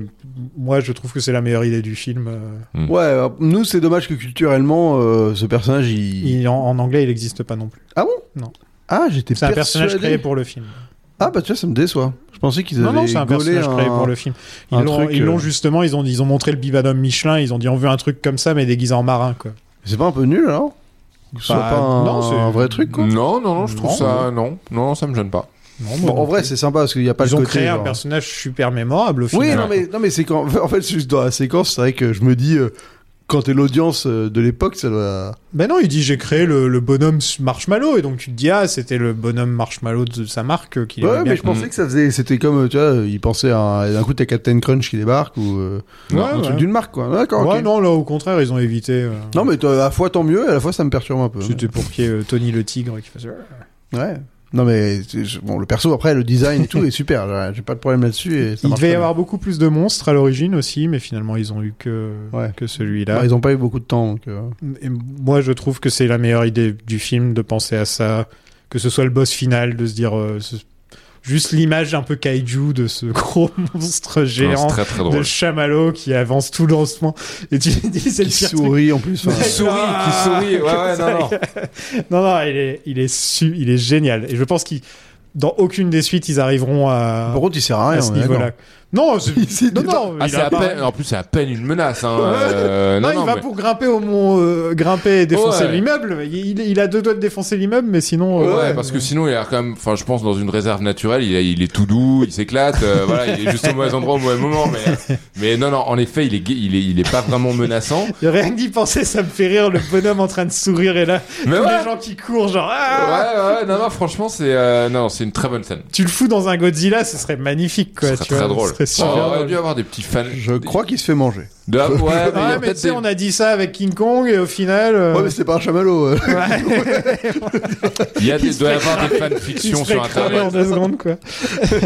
I: moi je trouve que c'est la meilleure idée du film. euh.
J: Ouais, euh, nous c'est dommage que culturellement euh, ce personnage il.
I: Il- en, en anglais, il n'existe pas non plus.
J: Ah bon
I: Non.
J: Ah, j'étais
I: C'est un personnage
J: persuadé.
I: créé pour le film.
J: Ah bah tu vois, ça me déçoit. Je pensais qu'ils avaient.
I: Non, non, c'est un
J: gaulé
I: personnage créé pour le film. Ils
J: un
I: l'ont
J: truc,
I: ils l'ont
J: euh,
I: justement, ils ont, ils ont montré le Bibadom Michelin, ils ont dit on veut un truc comme ça mais déguisé en marin quoi.
J: C'est pas un peu nul alors Que ce soit
I: Bah,
J: pas un,
I: non, c'est-
J: un vrai truc quoi
E: Non, non, non, je trouve
I: Non.
E: ça. Non, non, ça me gêne pas.
J: Bon, en vrai, c'est sympa parce qu'il n'y a pas
I: Ils
J: le
I: ont
J: côté.
I: créé un
J: genre-
I: personnage super mémorable au final.
J: Oui, non mais, non, mais c'est quand. En fait, juste dans la séquence, c'est vrai que je me dis, euh, quand t'es l'audience euh, de l'époque, ça doit.
I: Ben non, il dit j'ai créé le, le bonhomme Marshmallow et donc tu te dis ah c'était le bonhomme Marshmallow de sa marque euh, qu'il aimait
J: Ouais,
I: bien.
J: mais je pensais que ça faisait. C'était comme, euh, tu vois, ils pensaient à. et D'un coup, t'as Captain Crunch qui débarque ou. euh,
I: Ouais,
J: un
I: ouais.
J: truc d'une marque, quoi. D'accord,
I: Ouais,
J: Ah, ok.
I: non, là au contraire ils ont évité. euh,
J: Non, mais toi, à la fois tant mieux, et à la fois ça me perturbe un peu.
I: C'était pour qu'il y ait euh, Tony le tigre qui fasse.
J: Ouais. Non, mais c'est- je- bon, le perso, après, le design et tout est super. j'ai- J'ai pas de problème là-dessus. et ça
I: Il devait
J: marche
I: y
J: très bien.
I: avoir beaucoup plus de monstres à l'origine aussi, mais finalement ils ont eu que, que celui-là.
J: Bah, ils ont pas eu beaucoup de temps. Donc, euh.
I: Et moi, je trouve que c'est la meilleure idée du film de penser à ça, que ce soit le boss final, de se dire euh, ce- juste l'image un peu kaiju de ce gros monstre géant
E: c'est très, très drôle.
I: de chamallow qui avance tout lentement et tu te dis c'est le pire
J: sourit en plus, enfin.
I: Ouais,
J: Qui sourit,
I: ah,
J: qui sourit, ouais, ouais, non, non.
I: non non il est il est su- il est génial et je pense qu'il dans aucune des suites, ils arriveront à.
J: Par contre, il sert à rien,
I: ce
J: on est
I: niveau-là. Non, c'est- non, non,
E: Ah,
I: il
E: c'est à
I: apparaît-
E: peine- en plus, c'est à peine une menace. Hein. euh,
I: non, il va
E: mais-
I: pour grimper au mont, euh, grimper et défoncer
E: Ouais.
I: l'immeuble. Il, il a deux doigts de défoncer l'immeuble, mais sinon.
E: Ouais,
I: euh,
E: parce que sinon il a quand même, enfin je pense dans une réserve naturelle, il, est- il est tout doux, il s'éclate, euh, voilà, il est juste au mauvais endroit au mauvais moment, mais, mais non non, en effet il est, gai- il est, il est pas vraiment menaçant.
I: Rien que d'y penser, ça me fait rire. Le bonhomme en train de sourire et là,
E: Mais
I: tous
E: ouais.
I: les gens qui courent, genre.
E: Ouais
I: Ah
E: ouais, non non, franchement c'est, euh, non c'est une très bonne scène.
I: Tu le fous dans un Godzilla, ce serait magnifique, quoi.
E: Ce
I: tu
E: serait très
I: vois,
E: drôle.
I: ce serait super
E: on aurait
I: drôle.
E: dû avoir des petits fans.
J: Je crois qu'il se fait manger.
E: De... Ouais, mais, il y a
I: Ouais, mais,
E: peut-être
I: tu sais,
E: des-
I: on a dit ça avec King Kong et au final. euh,
J: Ouais, mais c'est pas un chamallow. euh.
E: il y a des-
J: il se
E: doit y
J: fait
E: avoir des
J: cramer.
I: il se
E: fanfictions
I: fait
E: sur
I: cramer en
E: internet.
I: deux secondes, quoi.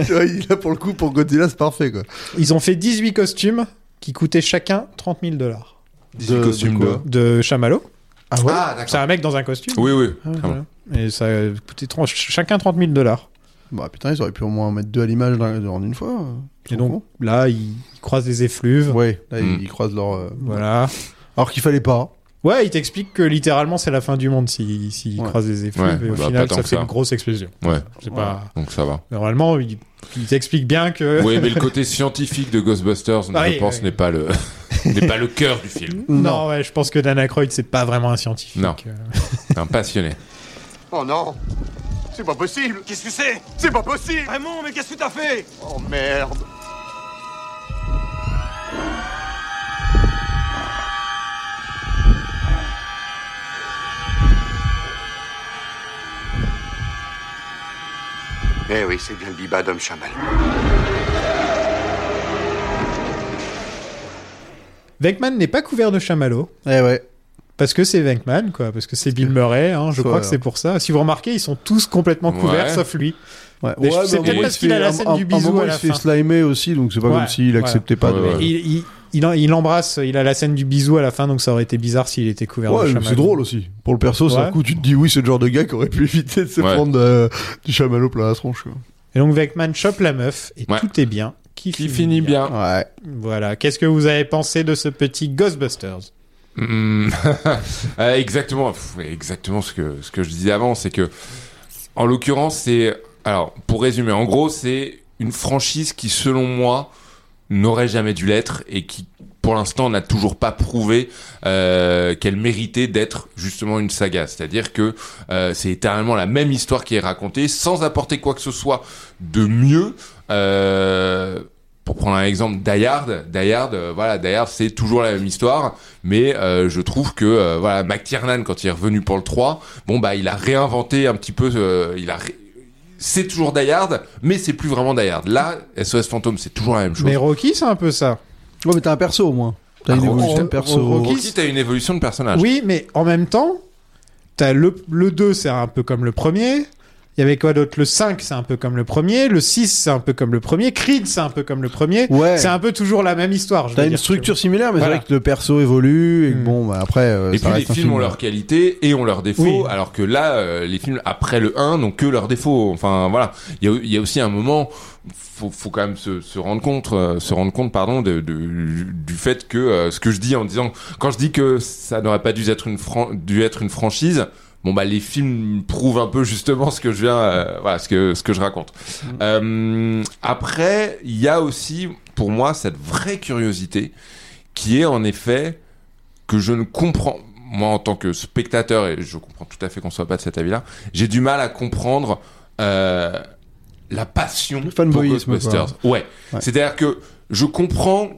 J: Tu vois, il a pour le coup, pour Godzilla, c'est parfait, quoi.
I: Ils ont fait 18 costumes qui coûtaient chacun 30 000 dollars.
E: Des costumes
J: quoi
E: de.
I: De Chamallow.
J: Ah ouais
I: C'est un mec dans un costume.
E: Oui oui. clairement.
I: Voilà. Et ça euh, coûtait tr- ch- chacun 30 000 dollars.
J: Bah putain, ils auraient pu au moins en mettre deux à l'image d'un- en une fois. euh.
I: Et donc là, ils ils croisent des effluves.
J: Ouais, là,
E: Mm.
J: ils croisent leur. euh,
I: Voilà.
J: Alors qu'il fallait pas.
I: Ouais, il t'explique que littéralement c'est la fin du monde s'ils si, s'ils
J: Ouais.
I: croisent des effluves
E: Ouais,
I: et au
E: bah,
I: final
E: pas tant
I: ça
E: que
I: fait
E: ça.
I: une grosse explosion.
E: Ouais.
I: C'est pas.
E: Donc ça va.
I: Normalement, il, il t'explique bien que.
E: Oui, mais le côté scientifique de Ghostbusters,
I: Ah
E: je
I: oui,
E: pense,
I: oui.
E: n'est pas le, n'est pas le cœur du film.
I: non, ouais, je pense que Dan Aykroyd c'est pas vraiment un scientifique.
E: Non.
I: euh.
E: Un passionné.
K: Oh non C'est pas possible Qu'est-ce que c'est C'est pas possible Raymond, mais qu'est-ce que t'as fait Oh merde
D: Eh oui, c'est bien le bibadom chamal.
I: Venkman n'est pas couvert de chamallow.
J: Eh ouais.
I: Parce que c'est Venkman, quoi. Parce que c'est Bill Murray, hein, je
J: Ça,
I: crois que c'est pour ça. Si vous remarquez, ils sont tous complètement couverts,
E: euh, Ouais.
I: sauf lui.
J: Ouais,
I: Mais je-
J: mais
I: c'est
J: au
I: peut-être
J: moins,
I: parce
J: il se
I: qu'il a
J: fait-
I: la scène
J: un-
I: du
J: un
I: bisou
J: moment,
I: à
J: il
I: la
J: se fait
I: fin.
J: slimer aussi, donc c'est pas
I: Ouais,
J: comme s'il
I: voilà.
J: acceptait pas. de-
E: Ouais, ouais.
I: Il, il- il en- il embrasse, il a la scène du bisou à la fin, donc ça aurait été bizarre s'il était couvert
J: Ouais,
I: de
J: mais
I: chamallow.
J: c'est drôle aussi. Pour le perso, c'est
I: Ouais.
J: un coup, tu te dis oui, c'est le genre de gars qui aurait pu éviter de se
E: Ouais.
J: prendre euh, du chamallow plein la tronche. Quoi.
I: Et donc Vecman chope la meuf et
E: Ouais.
I: tout est bien. Qui,
E: Qui finit bien.
J: Ouais.
I: Voilà. Qu'est-ce que vous avez pensé de ce petit Ghostbusters
E: Mm. Euh, exactement, pff, exactement ce que ce que je disais avant, c'est que en l'occurrence, c'est alors pour résumer, en gros, c'est une franchise qui, selon moi, n'aurait jamais dû l'être et qui, pour l'instant, n'a toujours pas prouvé euh, qu'elle méritait d'être justement une saga. C'est-à-dire que euh, c'est éternellement la même histoire qui est racontée sans apporter quoi que ce soit de mieux. Euh, pour prendre un exemple, Die Hard, Die Hard, euh, voilà, Die Hard, c'est toujours la même histoire, mais euh, je trouve que euh, voilà, McTiernan quand il est revenu pour le 3, bon bah il a réinventé un petit peu, euh, il a ré- c'est toujours Die Hard, mais c'est plus vraiment Die Hard. Là, SOS Fantôme, c'est toujours la même chose.
I: Mais Rocky, c'est un peu ça.
J: Ouais, mais t'as un perso au moins. T'as
E: Ah,
J: une
E: Rocky,
J: évolution de
E: t'as-
J: perso.
E: Rocky, t'as une évolution de personnage.
I: Oui, mais en même temps, t'as le, le 2, c'est un peu comme le premier. Il y avait quoi d'autre Le 5, c'est un peu comme le premier. Le 6, c'est un peu comme le premier. Creed, c'est un peu comme le premier.
J: Ouais.
I: C'est un peu toujours la même histoire. je
J: T'as
I: veux
J: une
I: dire.
J: structure similaire, mais
I: Voilà.
J: c'est vrai que le perso évolue et que bon, bah, après. euh,
E: Et
J: ça
E: puis les
J: reste un
E: films ont leur qualité et ont leurs défauts, alors que là, euh, les films après le 1 n'ont que leurs défauts. Enfin voilà, il y a, il y a aussi un moment, faut, faut quand même se, se rendre compte, euh, se rendre compte, pardon, de, de- du fait que euh, ce que je dis en disant, quand je dis que ça n'aurait pas dû être une fran- dû être une franchise. Bon bah les films prouvent un peu justement ce que je viens, euh, voilà ce que ce que je raconte.
J: Mm.
E: Euh, après, il y a aussi pour moi cette vraie curiosité qui est en effet que je ne comprends moi en tant que spectateur et je comprends tout à fait qu'on soit pas de cet avis-là j'ai du mal à comprendre euh, la passion pour
J: fanboyisme,
E: Ghostbusters
J: quoi.
E: ouais, c'est-à-dire que je comprends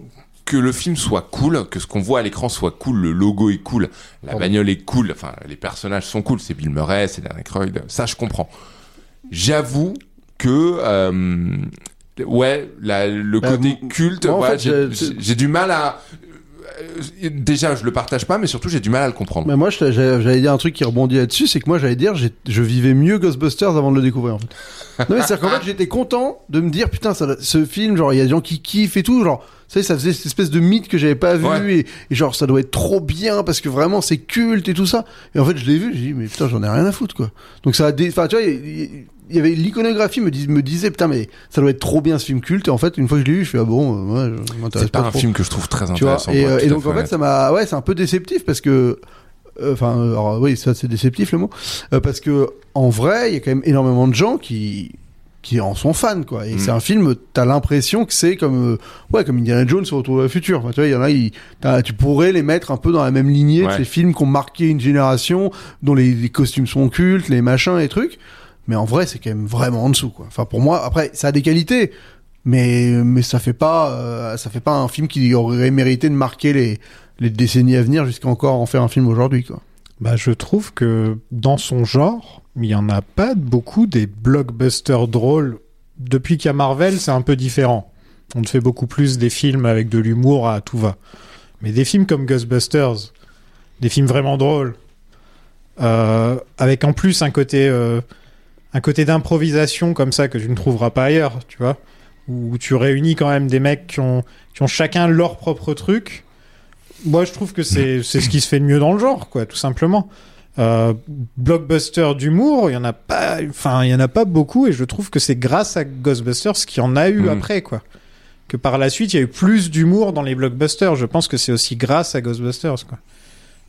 E: que le film soit cool, que ce qu'on voit à l'écran soit cool, le logo est cool, la bagnole est cool, enfin les personnages sont cool, c'est Bill Murray, c'est Dan Aykroyd, ça je comprends. J'avoue que euh, ouais, la- le
J: Bah,
E: côté
J: m-
E: culte,
J: moi, en fait,
E: voilà, j'ai-
J: j'ai-
E: j'ai j'ai du mal à euh, déjà je le partage pas mais surtout j'ai du mal à le comprendre
J: Mais moi, je- j'allais j'allais dire un truc qui rebondit là-dessus, c'est que moi, j'allais dire, j'ai- je vivais mieux Ghostbusters avant de le découvrir. En fait. Non, mais c'est qu'en fait, j'étais content de me dire, putain, ça, ce film, genre, il y a des gens qui kiffent et tout, genre, tu sais, ça faisait cette espèce de mythe que j'avais pas vu et, et genre, ça doit être trop bien parce que vraiment, c'est culte et tout ça. Et en fait, je l'ai vu, j'ai dit, mais putain, j'en ai rien à foutre, quoi. Donc ça a des, enfin, tu vois, il y, il y avait l'iconographie me, dis- me disait, putain, mais ça doit être trop bien ce film culte. Et en fait, une fois que je l'ai vu, je suis, ah bon, euh, ouais, je m'intéresse
E: c'est pas,
J: pas
E: un
J: trop.
E: film que je trouve très
J: Tu vois,
E: intéressant
J: et,
E: pour
J: euh,
E: être
J: et
E: tout à
J: donc en fait
E: honnête.
J: ça m'a ouais c'est un peu déceptif parce que euh, enfin euh, alors, oui ça c'est déceptif le mot Euh, parce que en vrai il y a quand même énormément de gens qui qui en sont fans quoi et c'est un film t'as l'impression que c'est comme euh, ouais comme Indiana Jones sur Retour vers le futur Enfin, tu vois il y en a ils- t'as- tu pourrais les mettre un peu dans la même lignée de
E: Ouais.
J: ces films qui ont marqué une génération dont les, les costumes sont cultes les machins et trucs mais en vrai c'est quand même vraiment en dessous quoi enfin pour moi après ça a des qualités mais mais ça fait pas euh, ça fait pas un film qui aurait mérité de marquer les les décennies à venir jusqu'à encore en faire un film aujourd'hui quoi.
I: Bah, je trouve que dans son genre, il n'y en a pas beaucoup des blockbusters drôles. Depuis qu'il y a Marvel, c'est un peu différent. On te fait beaucoup plus des films avec de l'humour à tout va. Mais des films comme Ghostbusters, des films vraiment drôles, euh, avec en plus un côté, euh, un côté d'improvisation comme ça que tu ne trouveras pas ailleurs, tu vois, où tu réunis quand même des mecs qui ont, qui ont chacun leur propre truc. Moi, je trouve que c'est c'est ce qui se fait de mieux dans le genre, quoi, tout simplement. Euh, blockbuster d'humour, il y en a pas, enfin, il y en a pas beaucoup, et je trouve que c'est grâce à Ghostbusters qu'il y en a eu
E: Mhm.
I: après, quoi. Que par la suite, il y a eu plus d'humour dans les blockbusters. Je pense que c'est aussi grâce à Ghostbusters, quoi.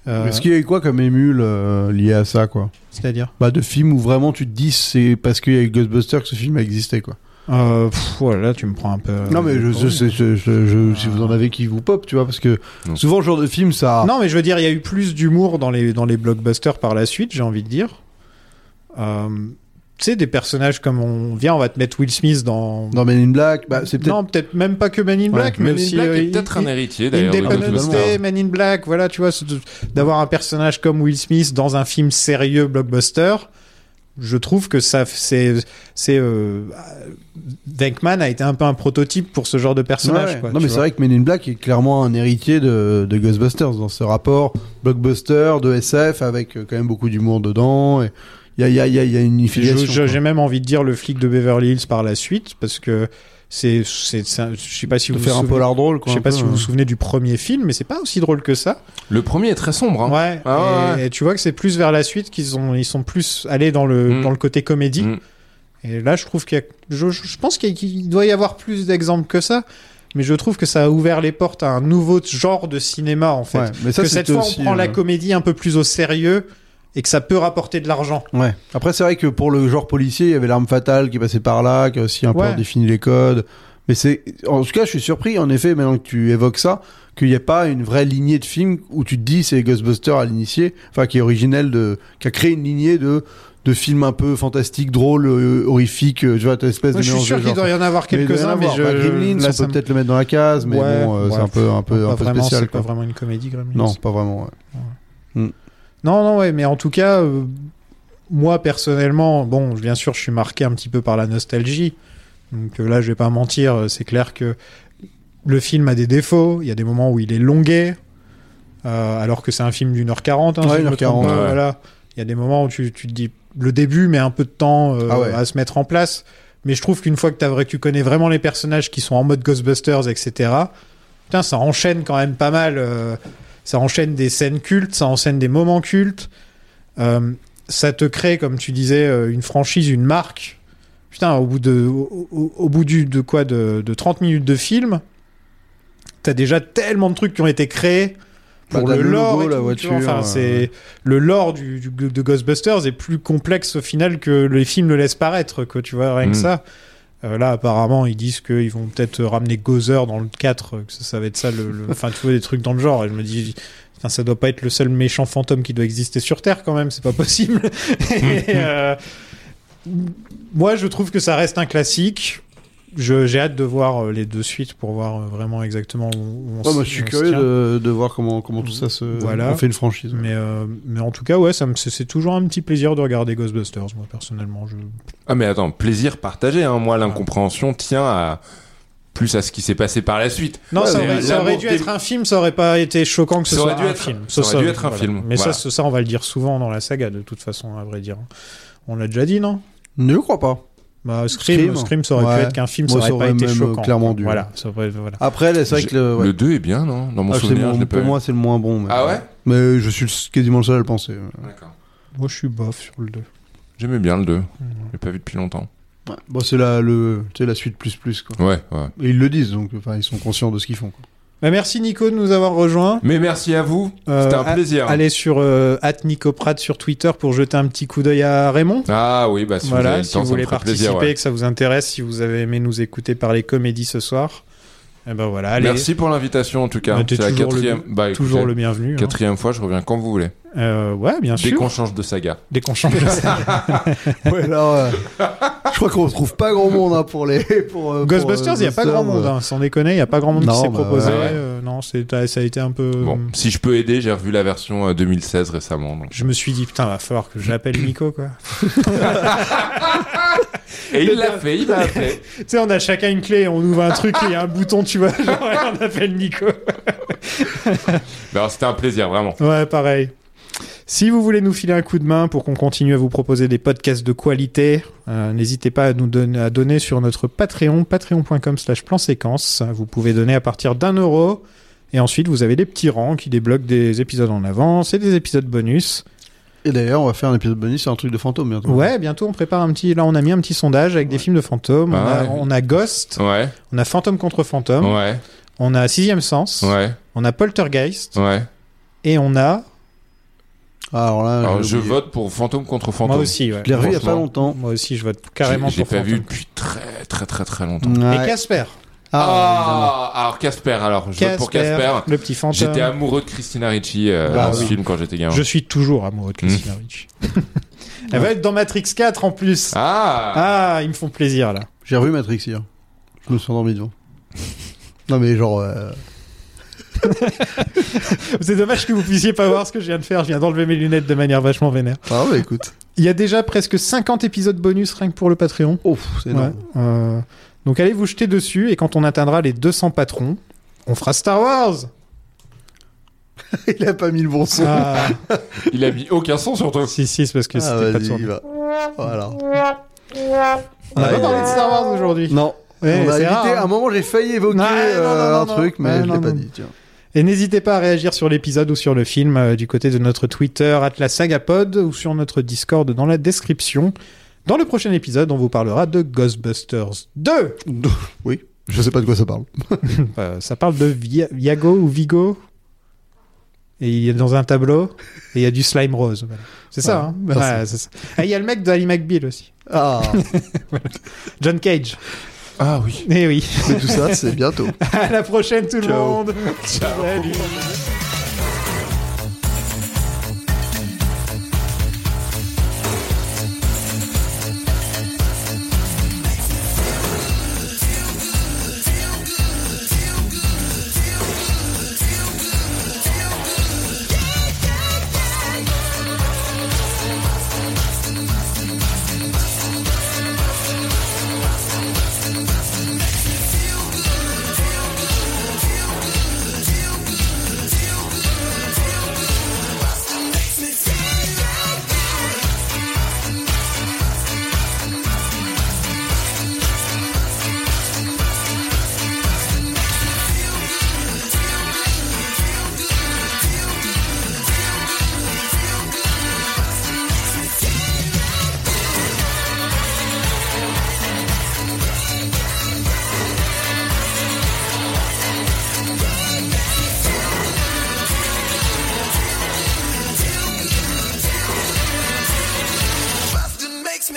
I: Euh,
J: Est-ce qu'il y a eu quoi comme émule euh, lié à ça quoi
I: C'est-à-dire
J: Bah de films où vraiment tu te dis c'est parce qu'il y a eu Ghostbusters que ce film a existé quoi.
I: Euh, pff, ouais, là, tu me prends un peu. euh,
J: non mais je, je, je- je- je- je- si vous en avez qui vous pop tu vois parce que souvent ce genre de film ça
I: Non, mais je veux dire, il y a eu plus d'humour dans les, dans les blockbusters par la suite, j'ai envie de dire. Euh, tu sais, des personnages comme on vient, on va te mettre Will Smith dans.
J: Dans Men in Black, bah, c'est peut-être-
I: Non, peut-être même pas que Men in
J: Ouais.
I: Black, mais
J: Men in
I: aussi.
J: Black est
I: euh,
E: peut-être
I: In-
E: un héritier, d'ailleurs, de
I: Independence
E: Ghostbusters.
I: Day, Men in Black, voilà, tu vois, c'est de- d'avoir un personnage comme Will Smith dans un film sérieux blockbuster. Je trouve que ça, f- c'est, c'est, euh, Venkman a été un peu un prototype pour ce genre de personnage.
J: Ouais.
I: quoi,
J: non
I: tu
J: mais c'est
I: vois.
J: vrai que Men in Black est clairement un héritier de, de Ghostbusters dans ce rapport blockbuster de SF avec euh, quand même beaucoup d'humour dedans et il y a, il y, a, il y a- il y a une
I: Je-
J: filiation.
I: je- J'ai même envie de dire le flic de Beverly Hills par la suite, parce que c'est, c'est, c'est un- je sais pas si
J: De
I: vous
J: faire
I: vous
J: un
I: souvenez-
J: polar drôle, quoi,
I: Je sais
J: un
I: pas
J: peu,
I: si vous
J: hein.
I: vous souvenez du premier film, mais c'est pas aussi drôle que ça.
E: le premier est très sombre hein.
I: Ouais.
E: Ah
I: et, et tu vois que c'est plus vers la suite qu'ils ont, ils sont plus allés dans le, dans le côté comédie.
E: Mm.
I: Et là, je trouve qu'il y a, je, je- je pense qu'il y a- qu'il doit y avoir plus d'exemples que ça. Mais je trouve que ça a ouvert les portes à un nouveau genre de cinéma, en fait.
J: Ouais, mais ça,
I: que cette
J: c'était
I: fois,
J: aussi,
I: on prend la
J: euh,
I: comédie un peu plus au sérieux et que ça peut rapporter de l'argent.
J: Ouais. Après, c'est vrai que pour le genre policier, il y avait l'arme fatale qui passait par là, qui a aussi un peu
I: Ouais.
J: redéfini les codes. Mais c'est, en tout cas, je suis surpris, en effet, maintenant que tu évoques ça, qu'il n'y ait pas une vraie lignée de films où tu te dis c'est Ghostbusters à l'initié, enfin, qui est originelle de, qui a créé une lignée de, de films un peu fantastiques, drôles, euh, horrifiques, euh, tu vois, cette espèce
I: Moi,
J: de
I: je suis
J: mélange
I: sûr
J: de
I: qu'il
J: genres.
I: doit y en avoir
J: Mais il doit y en
I: quelques-uns, mais
J: avoir.
I: je-
J: Bah, Gremlins,
I: là,
J: on
I: ça
J: peut
I: me-
J: peut-être le mettre dans la case, mais
I: Ouais,
J: bon, euh,
I: ouais,
J: c'est un peu, un peu,
I: pas
J: un peu
I: vraiment,
J: spécial.
I: c'est pas
J: quoi.
I: vraiment une comédie, Gremlins.
J: Non, pas vraiment, ouais.
I: Non, non, ouais, mais en tout cas, euh, moi personnellement, bon, bien sûr, je suis marqué un petit peu par la nostalgie. Donc euh, là, je vais pas mentir, euh, c'est clair que le film a des défauts. Il y a des moments où il est longué, euh, alors que c'est un film d'une heure quarante. hein,
J: Ouais,
I: si je
J: une
I: me
J: heure quarante,
I: trompe pas,
J: ouais.
I: Voilà. Il y a des moments où tu, tu te dis le début met un peu de temps euh,
J: Ah ouais.
I: à se mettre en place. Mais je trouve qu'une fois que, t'as vrai- que tu connais vraiment les personnages qui sont en mode Ghostbusters, etc., putain, ça enchaîne quand même pas mal. euh, ça enchaîne des scènes cultes, ça enchaîne des moments cultes. Euh, ça te crée, comme tu disais, euh, une franchise, une marque. Putain, au bout de, au, au- au bout du, de quoi, de, de 30 minutes de film, t'as déjà tellement de trucs qui ont été créés
J: Bah,
I: pour
J: t'as
I: le
J: le
I: lore. et
J: logo, la
I: tout, tu vois.
J: voiture,
I: Enfin,
J: euh,
I: c'est le lore du, du- de Ghostbusters est plus complexe au final que les films le laissent paraître. Que tu vois rien
J: Mm.
I: que ça. Euh, là, apparemment, ils disent qu'ils vont peut-être ramener Gozer dans le 4, euh, que ça, ça va être ça, le, le- enfin, tu vois, des trucs dans le genre. Et je me dis, putain, ça doit pas être le seul méchant fantôme qui doit exister sur Terre quand même, c'est pas possible. Et, euh, moi, je trouve que ça reste un classique. Je- J'ai hâte de voir euh, les deux suites pour voir euh, vraiment exactement où, où on
J: Ouais,
I: se-
J: moi, je suis
I: on se
J: curieux
I: tient.
J: de, de voir comment, comment tout ça se.
I: Voilà.
J: On fait une franchise.
I: Mais, euh, mais en tout cas, ouais, ça me- c'est c'est toujours un petit plaisir de regarder Ghostbusters, moi, personnellement. Je...
E: Ah mais attends, plaisir partagé. Hein. Moi, l'incompréhension tient à plus à ce qui s'est passé par la suite.
I: Non, ça,
E: Mais
I: aurait, ça
E: l'amour
I: aurait dû
E: des-
I: être un film, ça aurait pas été choquant que ce
E: Ça aurait
I: soit
E: dû
I: un
E: être-
I: film.
E: ça aurait dû être un film,
I: Mais
E: voilà.
I: ça, ce- ça, on va le dire souvent dans la saga, de toute façon, à vrai dire. On l'a déjà dit, non
J: Ne le crois pas.
I: Bah, Scream, Scream, ça aurait pu être qu'un film, ça
J: Moi,
I: aurait euh, pas été
J: même
I: choquant.
J: clairement dû.
I: Voilà, ça aurait- voilà.
J: Après, c'est vrai que le. ouais.
E: Le 2 est bien, non Dans mon
J: Ah, c'est
E: souvenir,
J: mon-
E: je l'ai pas
J: Pour
E: vu.
J: moi, c'est le moins bon. Mais...
E: Ah ouais
J: Mais je suis le- quasiment le seul à le penser.
I: Moi, je suis bof sur le 2.
E: J'aimais bien le 2. Je l'ai pas vu depuis longtemps.
J: Bon, c'est la, le, tu sais, la suite plus plus. Quoi.
E: Ouais, ouais.
J: Et ils le disent, donc enfin, ils sont conscients de ce qu'ils font. quoi.
I: Bah, merci Nico de nous avoir rejoints.
E: Mais merci à vous. C'était un
I: Euh,
E: plaisir.
I: a- Allez sur euh, @nicoprad sur Twitter pour jeter un petit coup d'œil à Raymond.
E: Ah oui, bah si vous avez
I: voilà,
E: le
I: si
E: temps,
I: vous
E: ça me
I: voulez
E: ferait
I: participer,
E: plaisir. ouais.
I: que ça vous intéresse, si vous avez aimé nous écouter parler comédie ce soir, eh ben voilà, allez.
E: Merci pour l'invitation en tout cas.
I: Bah, t'es
E: C'est la
I: toujours le-
E: quatrième. bah, écoutez,
I: toujours le bienvenu, hein.
E: Quatrième fois, je reviens quand vous voulez.
I: Euh, ouais, bien
E: Dès
I: sûr.
E: qu'on change de saga.
I: Dès qu'on change de saga.
J: ouais, alors, euh, je crois qu'on retrouve pas grand monde hein, pour les. Pour, euh, pour, euh,
I: Ghostbusters, il n'y a pas
J: Ghostbusters,
I: grand monde,
J: euh.
I: hein, sans déconner, il n'y a pas grand monde qui
J: Non,
I: s'est
J: bah,
I: proposé.
J: ouais.
I: euh, non, c'est- ça a été un peu.
E: Bon, si je peux aider, j'ai revu la version euh, 2016 récemment. donc.
I: Je me suis dit, putain, va falloir que j'appelle Nico, quoi.
E: Et il l'a fait, il l'a fait.
I: tu sais, on a chacun une clé, on ouvre un truc et il y a un bouton, tu vois, genre, on appelle Nico.
E: Bah, alors, c'était un plaisir, vraiment.
I: Ouais, pareil. Si vous voulez nous filer un coup de main pour qu'on continue à vous proposer des podcasts de qualité, euh, n'hésitez pas à nous donner, à donner sur notre Patreon, patreon.com slash plan séquence. Vous pouvez donner à partir d'un euro. Et ensuite, vous avez des petits rangs qui débloquent des épisodes en avance et des épisodes bonus.
J: Et d'ailleurs, on va faire un épisode bonus sur un truc de fantôme bientôt.
I: hein. Ouais, bientôt on prépare un petit. Là, on a mis un petit sondage avec des films de fantômes. On a-
E: Ouais.
I: on, a, Ghost,
E: Ouais,
I: on a Fantôme contre Fantôme,
E: ouais,
I: on a Sixième Sens,
E: ouais,
I: on a Poltergeist
E: ouais.
I: et on a.
J: Alors là,
E: Alors,
J: j'ai
E: je
J: oublié.
E: vote pour Fantôme contre Fantôme.
I: Moi aussi, ouais.
J: Je l'ai revu il y a
E: Franchement.
J: pas longtemps.
I: Moi aussi, je vote carrément
E: J'ai
I: pour
E: pas vu
I: Fantôme.
E: depuis très, très, très, très longtemps.
J: Ouais.
I: Et Casper.
E: Ah, alors Casper, alors je vote pour
I: Casper,
E: Casper.
I: le petit fantôme.
E: J'étais amoureux de Christina Ricci euh,
I: Bah
E: dans ce
I: oui.
E: film quand j'étais gamin.
I: Je suis toujours amoureux de Christina
E: Mm.
I: Ricci. Elle va être dans Matrix 4 en plus.
E: Ah,
I: Ah, ils me font plaisir là.
J: J'ai revu Matrix hier. Je me suis endormi devant. non, mais genre. euh,
I: C'est dommage que vous puissiez pas voir ce que je viens de faire. Je viens d'enlever mes lunettes de manière vachement vénère.
J: Ah, bah écoute.
I: Il y a déjà presque 50 épisodes bonus rien que pour le Patreon.
J: Ouf, c'est énorme.
I: Ouais, euh, donc allez vous jeter dessus et quand on atteindra les 200 patrons, on fera Star Wars.
J: Il a pas mis le bon son.
I: Ah,
E: il a mis aucun son surtout.
I: si, si, c'est parce que
J: Ah,
I: c'était pas de
J: vas-y,
I: son.
J: il va. Voilà.
I: On n'a
J: Ah,
I: pas
J: il-
I: parlé de Star Wars aujourd'hui.
J: Non.
I: Ouais,
J: on a
I: c'est
J: évité.
I: rare, hein.
J: À un moment, j'ai failli évoquer
I: Non, non, non,
J: euh,
I: non,
J: un
I: non.
J: truc, mais
I: Ouais,
J: je
I: non,
J: l'ai pas
I: non.
J: dit. Tiens.
I: Et n'hésitez pas à réagir sur l'épisode ou sur le film euh, du côté de notre Twitter, atlasagapod, ou sur notre Discord dans la description. Dans le prochain épisode, on vous parlera de Ghostbusters 2.
J: Oui. Je sais pas de quoi ça parle.
I: Euh, ça parle de Via- Viago ou Vigo. Et il est dans un tableau. Et il y a du slime rose. Voilà. C'est ça,
J: Ouais,
I: hein
J: merci.
I: Ouais, c'est ça. Et il y a le mec d'Ali McBeal aussi.
J: Ah,
I: John Cage.
E: Ah oui.
I: Eh oui.
J: mais tout ça, c'est bientôt.
I: À la prochaine tout le
J: Ciao.
I: monde. Salut.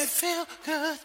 G: feel good.